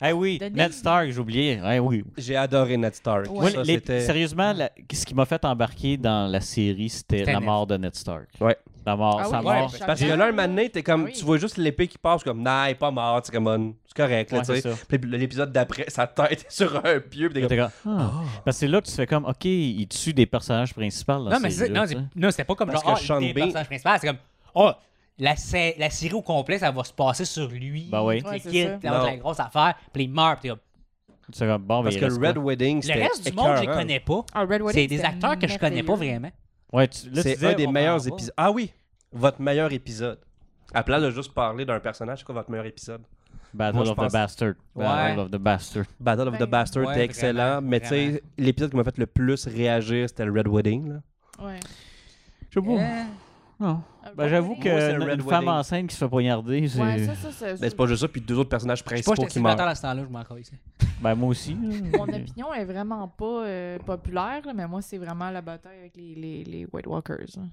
Speaker 2: Eh oui,
Speaker 4: Denise.
Speaker 2: Ned Stark, j'ai oublié. Eh oui.
Speaker 3: J'ai adoré Ned Stark.
Speaker 4: Ouais.
Speaker 2: Moi,
Speaker 3: Ça,
Speaker 2: les-
Speaker 3: c'était-
Speaker 2: Sérieusement, la- ce qui m'a fait embarquer dans la série, c'était
Speaker 5: C'était
Speaker 2: la
Speaker 5: Ned.
Speaker 2: mort de Ned Stark.
Speaker 3: Ouais.
Speaker 2: La mort,
Speaker 4: Ah oui,
Speaker 2: sa
Speaker 4: ouais,
Speaker 2: mort.
Speaker 4: je
Speaker 3: Parce que
Speaker 4: savais.
Speaker 3: là, un moment donné, t'es comme,
Speaker 4: Ah oui.
Speaker 3: tu vois juste l'épée qui passe, comme, nah, il est pas mort, c'est comme, on- c'est correct, là,
Speaker 2: Ouais,
Speaker 3: tu
Speaker 2: c'est
Speaker 3: sais.
Speaker 2: ça.
Speaker 3: Puis l'épisode d'après, sa tête est sur un pieu, puis t'es
Speaker 2: T'es
Speaker 3: comme,
Speaker 2: comme, ah. Parce que c'est là que tu fais comme, OK, il tue des personnages principaux. dans
Speaker 5: Non, mais
Speaker 2: ces
Speaker 5: c'est-
Speaker 2: jeux,
Speaker 5: non,
Speaker 2: tu sais.
Speaker 5: c'est- non, c'était pas comme
Speaker 3: Parce
Speaker 5: genre,
Speaker 3: que
Speaker 5: ah,
Speaker 3: Sean
Speaker 5: il est
Speaker 3: B-
Speaker 5: personnage principal. C'est comme, oh, la, sé- la série au complet, ça va se passer sur lui.
Speaker 2: Ben oui.
Speaker 4: Ouais, c'est
Speaker 5: qui
Speaker 4: ça.
Speaker 5: est la, la
Speaker 3: Non.
Speaker 5: grosse affaire. Puis il meurt. Puis t'es comme,
Speaker 2: Tu fais comme, bon, ben,
Speaker 3: Parce
Speaker 2: il
Speaker 3: que
Speaker 2: reste
Speaker 3: le Red
Speaker 2: quoi?
Speaker 3: Wedding,
Speaker 5: le
Speaker 3: c'était
Speaker 5: reste du monde, je les
Speaker 3: écœurant.
Speaker 5: connais pas.
Speaker 4: Ah, Red Wedding,
Speaker 5: C'est des
Speaker 4: c'était
Speaker 5: acteurs que je connais pas
Speaker 4: merveilleux.
Speaker 5: vraiment.
Speaker 2: Ouais, tu- là, tu
Speaker 3: C'est
Speaker 2: disais,
Speaker 3: un des
Speaker 2: on
Speaker 3: meilleurs
Speaker 2: en va.
Speaker 3: épisodes. Ah oui, votre meilleur épisode. À place de juste parler d'un personnage, c'est quoi votre meilleur épisode?
Speaker 2: Battle
Speaker 3: Moi, je
Speaker 2: of
Speaker 3: pense-
Speaker 2: the Bastard.
Speaker 5: Ouais.
Speaker 2: Battle of the Bastard.
Speaker 3: Battle of
Speaker 4: Ben,
Speaker 3: the Bastards
Speaker 5: ouais,
Speaker 3: était excellent,
Speaker 5: vraiment,
Speaker 3: mais tu
Speaker 5: vraiment.
Speaker 3: sais, l'épisode qui m'a fait le plus réagir, c'était le Red Wedding. Là.
Speaker 4: Ouais.
Speaker 2: Je sais
Speaker 5: Euh,
Speaker 2: Non. Ben, j'avoue que
Speaker 3: Moi, c'est
Speaker 2: une
Speaker 3: Red
Speaker 2: une
Speaker 3: Wedding.
Speaker 2: femme enceinte qui se fait poignarder, c'est.
Speaker 4: Ouais, ça, ça, ça.
Speaker 3: Ben, c'est pas juste ça, puis deux autres personnages
Speaker 5: Je sais pas,
Speaker 3: principaux
Speaker 5: j'étais
Speaker 3: qui meurent.
Speaker 5: célibataire à ce temps-là, je m'en ici.
Speaker 2: Ben, moi aussi. là.
Speaker 4: Mon opinion est vraiment pas euh, populaire, là, mais moi, c'est vraiment la bataille avec les, les, les White Walkers. là.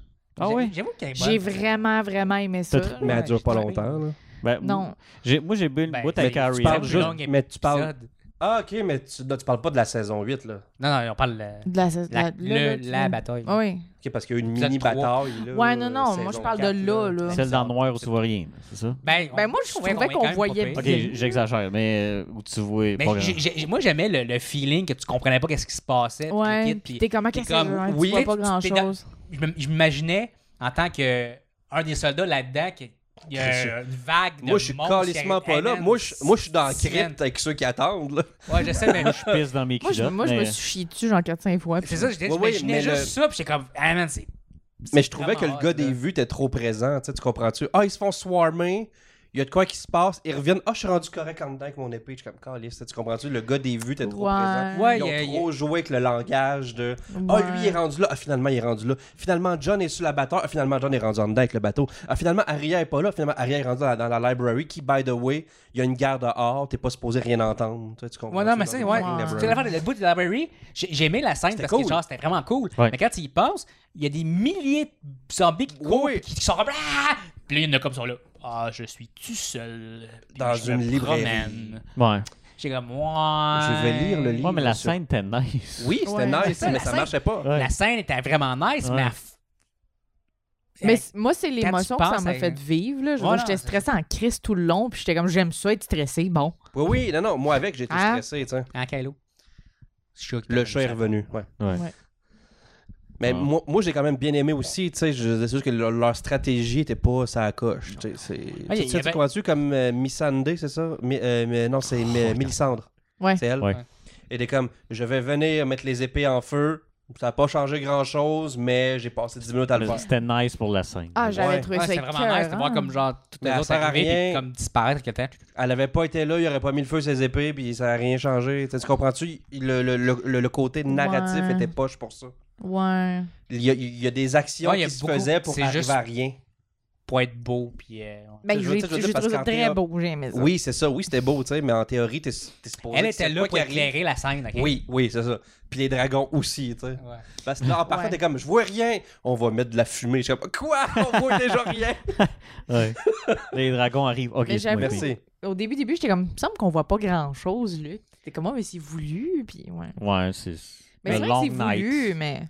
Speaker 2: Ah
Speaker 5: J'ai-
Speaker 2: oui?
Speaker 5: J'avoue qu'elle est bonne.
Speaker 4: J'ai vraiment, vraiment aimé ça.
Speaker 2: T'as-
Speaker 3: Mais
Speaker 5: Ouais,
Speaker 3: elle dure
Speaker 5: je
Speaker 3: pas
Speaker 5: t'arrive.
Speaker 3: longtemps. Là.
Speaker 2: Ben,
Speaker 4: Non.
Speaker 2: j'ai- Moi, j'ai bu une
Speaker 5: Ben,
Speaker 2: boîte
Speaker 5: mais
Speaker 2: avec
Speaker 5: tu
Speaker 2: Harry.
Speaker 5: parles
Speaker 2: hein.
Speaker 5: juste-
Speaker 2: Non,
Speaker 5: long
Speaker 3: mais tu parles.
Speaker 5: épisode.
Speaker 3: Ah, ok, mais tu, là, tu parles pas de la saison 8, là.
Speaker 5: Non, non, on parle de
Speaker 4: De la, de la,
Speaker 5: la,
Speaker 4: là, là,
Speaker 5: le-
Speaker 4: tu
Speaker 5: la
Speaker 4: viens-
Speaker 5: bataille.
Speaker 4: Ah oui.
Speaker 3: Ok, parce qu'il y a eu une
Speaker 5: Épisode
Speaker 3: mini bataille. Là,
Speaker 4: Ouais, non, non,
Speaker 3: euh,
Speaker 4: moi, je
Speaker 3: saison
Speaker 4: parle de
Speaker 3: 4,
Speaker 4: là, là.
Speaker 2: Celle dans le noir où tu vois rien, c'est ça?
Speaker 5: Ben,
Speaker 4: Ben, moi, je
Speaker 5: trouvais
Speaker 4: trouvais qu'on
Speaker 5: quand même
Speaker 4: voyait
Speaker 5: pas
Speaker 2: Ok,
Speaker 5: pire.
Speaker 4: Bien.
Speaker 2: j'exagère, mais euh, où tu vois.
Speaker 5: Ben,
Speaker 2: pas grand-
Speaker 5: j'ai- j'ai- moi, j'aimais le, le feeling que tu comprenais pas qu'est-ce qui se passait. puis
Speaker 4: Ouais.
Speaker 5: tout le kit,
Speaker 4: T'es comment
Speaker 5: t'es
Speaker 4: qu'est-ce
Speaker 5: comme,
Speaker 4: que
Speaker 5: oui,
Speaker 4: tu vois
Speaker 5: tu-
Speaker 4: pas
Speaker 5: tu- t'es dans-
Speaker 4: grand-chose.
Speaker 5: puis je me- je m'imaginais en tant que un des soldats là-dedans, qu'il y a une vague de
Speaker 3: Moi, je suis
Speaker 5: monde
Speaker 3: calissement
Speaker 5: qui
Speaker 3: pas là.
Speaker 5: amène
Speaker 3: Moi, je moi, je suis dans la
Speaker 5: sirène.
Speaker 3: crypte avec ceux qui attendent. Là.
Speaker 5: Ouais, je sais, mais
Speaker 2: Je pisse dans mes
Speaker 4: Moi, je,
Speaker 2: culottes,
Speaker 4: moi, je me
Speaker 2: mais-
Speaker 4: suis chié dessus, genre 4-5 fois. puis-
Speaker 5: c'est ça, je
Speaker 3: Ouais, ouais,
Speaker 5: j'imaginais
Speaker 3: mais
Speaker 5: juste
Speaker 3: le-
Speaker 5: ça, puis j'étais comme, ah man, c'est.
Speaker 3: Mais je trouvais que
Speaker 5: vraiment
Speaker 3: le gars
Speaker 5: hot,
Speaker 3: des
Speaker 5: là.
Speaker 3: vues était trop présent. Tu sais, tu comprends-tu? Ah, ils se font swarmer. Il y a de quoi qui se passe. Ils reviennent. Ah, je suis rendu correct en dedans avec mon épée. Je suis comme, calisse. Tu sais, tu comprends-tu? Le gars des vues était trop
Speaker 4: Ouais.
Speaker 3: présent. Ils
Speaker 5: Ouais, il y a-
Speaker 3: ont
Speaker 5: il y a-
Speaker 3: trop joué avec le langage de. Ah,
Speaker 4: Ouais.
Speaker 3: lui, il est rendu là. Ah, finalement, il est rendu là. Finalement, John est sur la batteur. Ah, finalement, John est rendu en dedans avec le bateau. Ah, finalement, Aria est pas là. Finalement, Aria est rendu dans la, dans la library qui, by the way, il y a une guerre dehors. T'es pas supposé rien entendre. Tu sais, tu comprends?
Speaker 5: Ouais, non, mais c'est, ouais. C'est l'affaire de le bout de la library. J'ai j'ai aimé la scène
Speaker 3: C'était
Speaker 5: parce
Speaker 3: cool.
Speaker 5: que, genre, c'était vraiment cool.
Speaker 2: Ouais.
Speaker 5: Mais quand tu y penses, il y a des milliers de zombies qui courent,
Speaker 3: Oui.
Speaker 5: puis qui sont comme, ah! Puis là, il y en a comme ça, là. Ah, je suis tout seul. Puis
Speaker 3: Dans
Speaker 5: je
Speaker 3: une
Speaker 5: me
Speaker 3: librairie.
Speaker 5: promène.
Speaker 2: Ouais.
Speaker 5: J'ai comme, ouais.
Speaker 3: Je vais lire le livre.
Speaker 2: Ouais, mais la
Speaker 3: sur-
Speaker 2: scène était nice.
Speaker 3: Oui, c'était
Speaker 4: Ouais, c'est
Speaker 3: nice,
Speaker 5: ça,
Speaker 3: mais
Speaker 5: la
Speaker 3: ça
Speaker 5: scène.
Speaker 3: marchait pas.
Speaker 2: Ouais.
Speaker 5: La scène était vraiment nice,
Speaker 2: Ouais.
Speaker 5: mais elle f-
Speaker 4: Mais c- moi, c'est
Speaker 5: tu
Speaker 4: l'émotion que ça
Speaker 5: penses
Speaker 4: m'a
Speaker 5: à-
Speaker 4: fait vivre. Là. Je veux
Speaker 5: Ouais,
Speaker 4: dire, j'étais
Speaker 5: non, c'est-
Speaker 4: stressée en crise tout le long, puis j'étais comme, j'aime ça être stressée. Bon.
Speaker 3: Oui, oui, non, non, moi avec, j'étais
Speaker 4: Hein?
Speaker 3: stressé, tu sais.
Speaker 5: En Kylo.
Speaker 3: Le chat est revenu, ouais.
Speaker 2: Ouais.
Speaker 4: Ouais.
Speaker 3: Mais
Speaker 2: Ah.
Speaker 3: moi, moi j'ai quand même bien aimé aussi, tu sais, je c'est juste que leur, leur stratégie était pas ça à coche, tu sais, c'est...
Speaker 5: Ah,
Speaker 3: tu
Speaker 5: il y
Speaker 3: sais, tu
Speaker 5: avait-
Speaker 3: comprends-tu, comme euh, Missandei, c'est ça? Mi- euh, mais non,
Speaker 5: Oh,
Speaker 3: c'est Mi- Mélissandre.
Speaker 4: Ouais.
Speaker 3: C'est elle.
Speaker 2: Ouais.
Speaker 3: Et elle est comme, je vais venir mettre les épées en feu, ça n'a pas changé grand-chose, mais j'ai passé 10 minutes à le
Speaker 2: Mais
Speaker 3: faire.
Speaker 2: C'était nice pour la scène.
Speaker 4: Ah, j'avais
Speaker 3: Ouais.
Speaker 4: trouvé ça
Speaker 5: Ouais, c'est vraiment nice de voir
Speaker 4: écœurant.
Speaker 5: comme genre tout
Speaker 3: Mais
Speaker 5: les
Speaker 3: elle
Speaker 5: autres
Speaker 3: sert à
Speaker 5: arriver
Speaker 3: rien.
Speaker 5: puis comme disparaître quelque temps.
Speaker 3: Elle avait pas été là, il aurait pas mis le feu ses épées, puis ça n'a rien changé, tu sais, tu comprends-tu? Le, le- le- le- le côté narratif
Speaker 4: Ouais.
Speaker 3: était poche pour ça.
Speaker 4: Ouais. Ben,
Speaker 3: Il y a, il y a des actions
Speaker 5: Ouais, il y
Speaker 3: qui
Speaker 5: a
Speaker 3: se
Speaker 5: beaucoup-
Speaker 3: faisaient pour
Speaker 5: c'est
Speaker 3: arriver
Speaker 5: juste-
Speaker 3: à rien.
Speaker 5: Pour être beau puis euh, ouais.
Speaker 4: Ben,
Speaker 3: Je
Speaker 4: j'ai
Speaker 3: veux dire, je veux
Speaker 4: j'ai
Speaker 3: dire, parce
Speaker 4: trouvé ça
Speaker 3: qu'en
Speaker 4: très
Speaker 3: théorie-
Speaker 4: beau. J'ai aimé ça.
Speaker 3: Oui, c'est ça. Oui, c'était beau, tu sais, mais en théorie, t'es, t'es supposé.
Speaker 5: Elle
Speaker 3: que
Speaker 5: était
Speaker 3: c'est
Speaker 5: là
Speaker 3: quoi
Speaker 5: pour
Speaker 3: qui arrive.
Speaker 5: éclairer la scène. ok?
Speaker 3: Oui, oui, c'est ça. Puis les dragons aussi, tu sais.
Speaker 5: Ouais.
Speaker 3: Parce que là, parfois,
Speaker 4: Ouais.
Speaker 3: t'es comme, je vois rien. On va mettre de la fumée. Je suis comme, quoi? On voit déjà rien.
Speaker 2: Ouais. Les dragons arrivent. Ok,
Speaker 4: Mais
Speaker 2: c'est moi
Speaker 4: j'avoue-
Speaker 2: qui
Speaker 3: Merci.
Speaker 4: Au début, début, j'étais comme, il me semble qu'on voit pas grand-chose, Luc. T'es comme, Ah, mais c'est voulu, puis ouais.
Speaker 2: paye. Ouais, c'est.
Speaker 4: Mais
Speaker 2: The
Speaker 4: c'est vrai
Speaker 2: Long
Speaker 4: que c'est voulu,
Speaker 2: Night.
Speaker 4: mais...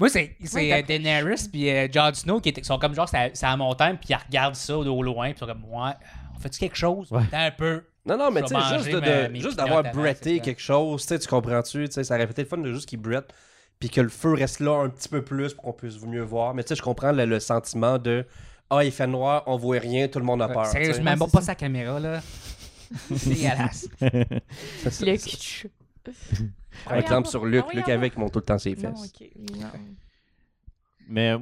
Speaker 5: Moi, c'est
Speaker 4: Ouais,
Speaker 5: c'est euh,
Speaker 4: t'approches.
Speaker 5: Daenerys puis euh, Jon Snow qui étaient- sont comme genre, c'est à- c'est à la montagne puis ils regardent ça au au loin puis ils sont comme, ouais, on fait-tu quelque chose?
Speaker 2: Ouais.
Speaker 5: T'as un peu.
Speaker 3: Non, non, mais
Speaker 5: Je
Speaker 3: tu
Speaker 5: vais
Speaker 3: sais, juste,
Speaker 5: manger
Speaker 3: de-
Speaker 5: ma-
Speaker 3: de-
Speaker 5: mes
Speaker 3: juste
Speaker 5: pinottes
Speaker 3: d'avoir
Speaker 5: avant, c'est
Speaker 3: bretté
Speaker 5: ça.
Speaker 3: quelque chose, tu sais, tu comprends-tu? Tu sais, ça aurait été le fun de juste qu'ils brettent. Puis que le feu reste là un petit peu plus pour qu'on puisse mieux voir. Mais tu sais, je comprends le, le sentiment de, ah, il fait noir, on voit rien, tout le monde a peur. tu sais.
Speaker 5: Sérieusement,
Speaker 4: Ouais,
Speaker 5: même pas
Speaker 4: c'est
Speaker 5: pas sa caméra, là. C'est dégueulasse.
Speaker 3: Ça, ça,
Speaker 4: Luc...
Speaker 3: ça.
Speaker 4: tu-
Speaker 3: Par exemple, sur Luc,
Speaker 4: Ah oui,
Speaker 3: Luc
Speaker 4: ah oui.
Speaker 3: avec, ils m'ont tout le temps ses
Speaker 4: Non,
Speaker 3: fesses.
Speaker 4: ok. Non.
Speaker 2: Mais euh,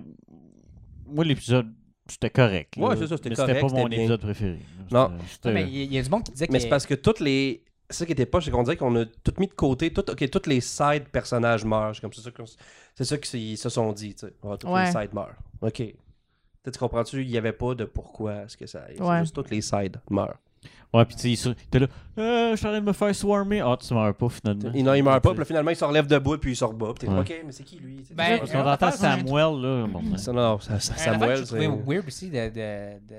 Speaker 2: moi, l'épisode, c'était correct.
Speaker 3: Ouais,
Speaker 2: là.
Speaker 3: c'est ça, c'était
Speaker 2: Mais
Speaker 3: correct,
Speaker 2: C'était pas
Speaker 3: c'était
Speaker 2: mon
Speaker 3: bien.
Speaker 2: épisode préféré.
Speaker 3: Non.
Speaker 2: C'était- c'était- euh,
Speaker 5: Ouais, Ah, mais il y, il y a du monde qui disait que.
Speaker 3: Mais c'est parce que toutes les. C'est ça qui était pas, c'est qu'on dirait qu'on a tout mis de côté. Tout, ok, toutes les side personnages meurent. C'est comme c'est ça qu'on- c'est ça qu'ils se sont dit. tu sais. Ah, toutes
Speaker 4: Ouais.
Speaker 3: les sides meurent. Ok. Tu sais, tu comprends-tu, il n'y avait pas de pourquoi est-ce que ça arrive. C'est
Speaker 4: Ouais.
Speaker 3: juste toutes les sides meurent.
Speaker 2: Ouais, pis tu sais, t'es là, euh, je suis en train de me faire swarmer. Ah, tu meurs pas finalement.
Speaker 3: Il, non, il meurt pas, puis là, finalement, il se relève debout, puis il sort bas. Puis t'es comme,
Speaker 2: Ouais.
Speaker 3: ok, mais c'est qui lui Tu sais,
Speaker 5: Ben,
Speaker 3: tu
Speaker 2: Parce
Speaker 3: sais,
Speaker 2: qu'on
Speaker 4: euh,
Speaker 5: Ouais.
Speaker 2: entend Samuel, là. bon, ben,
Speaker 3: ça, non, ça- ça- Samuel,
Speaker 5: c'est.
Speaker 3: c'est.
Speaker 5: weird aussi de. de, de...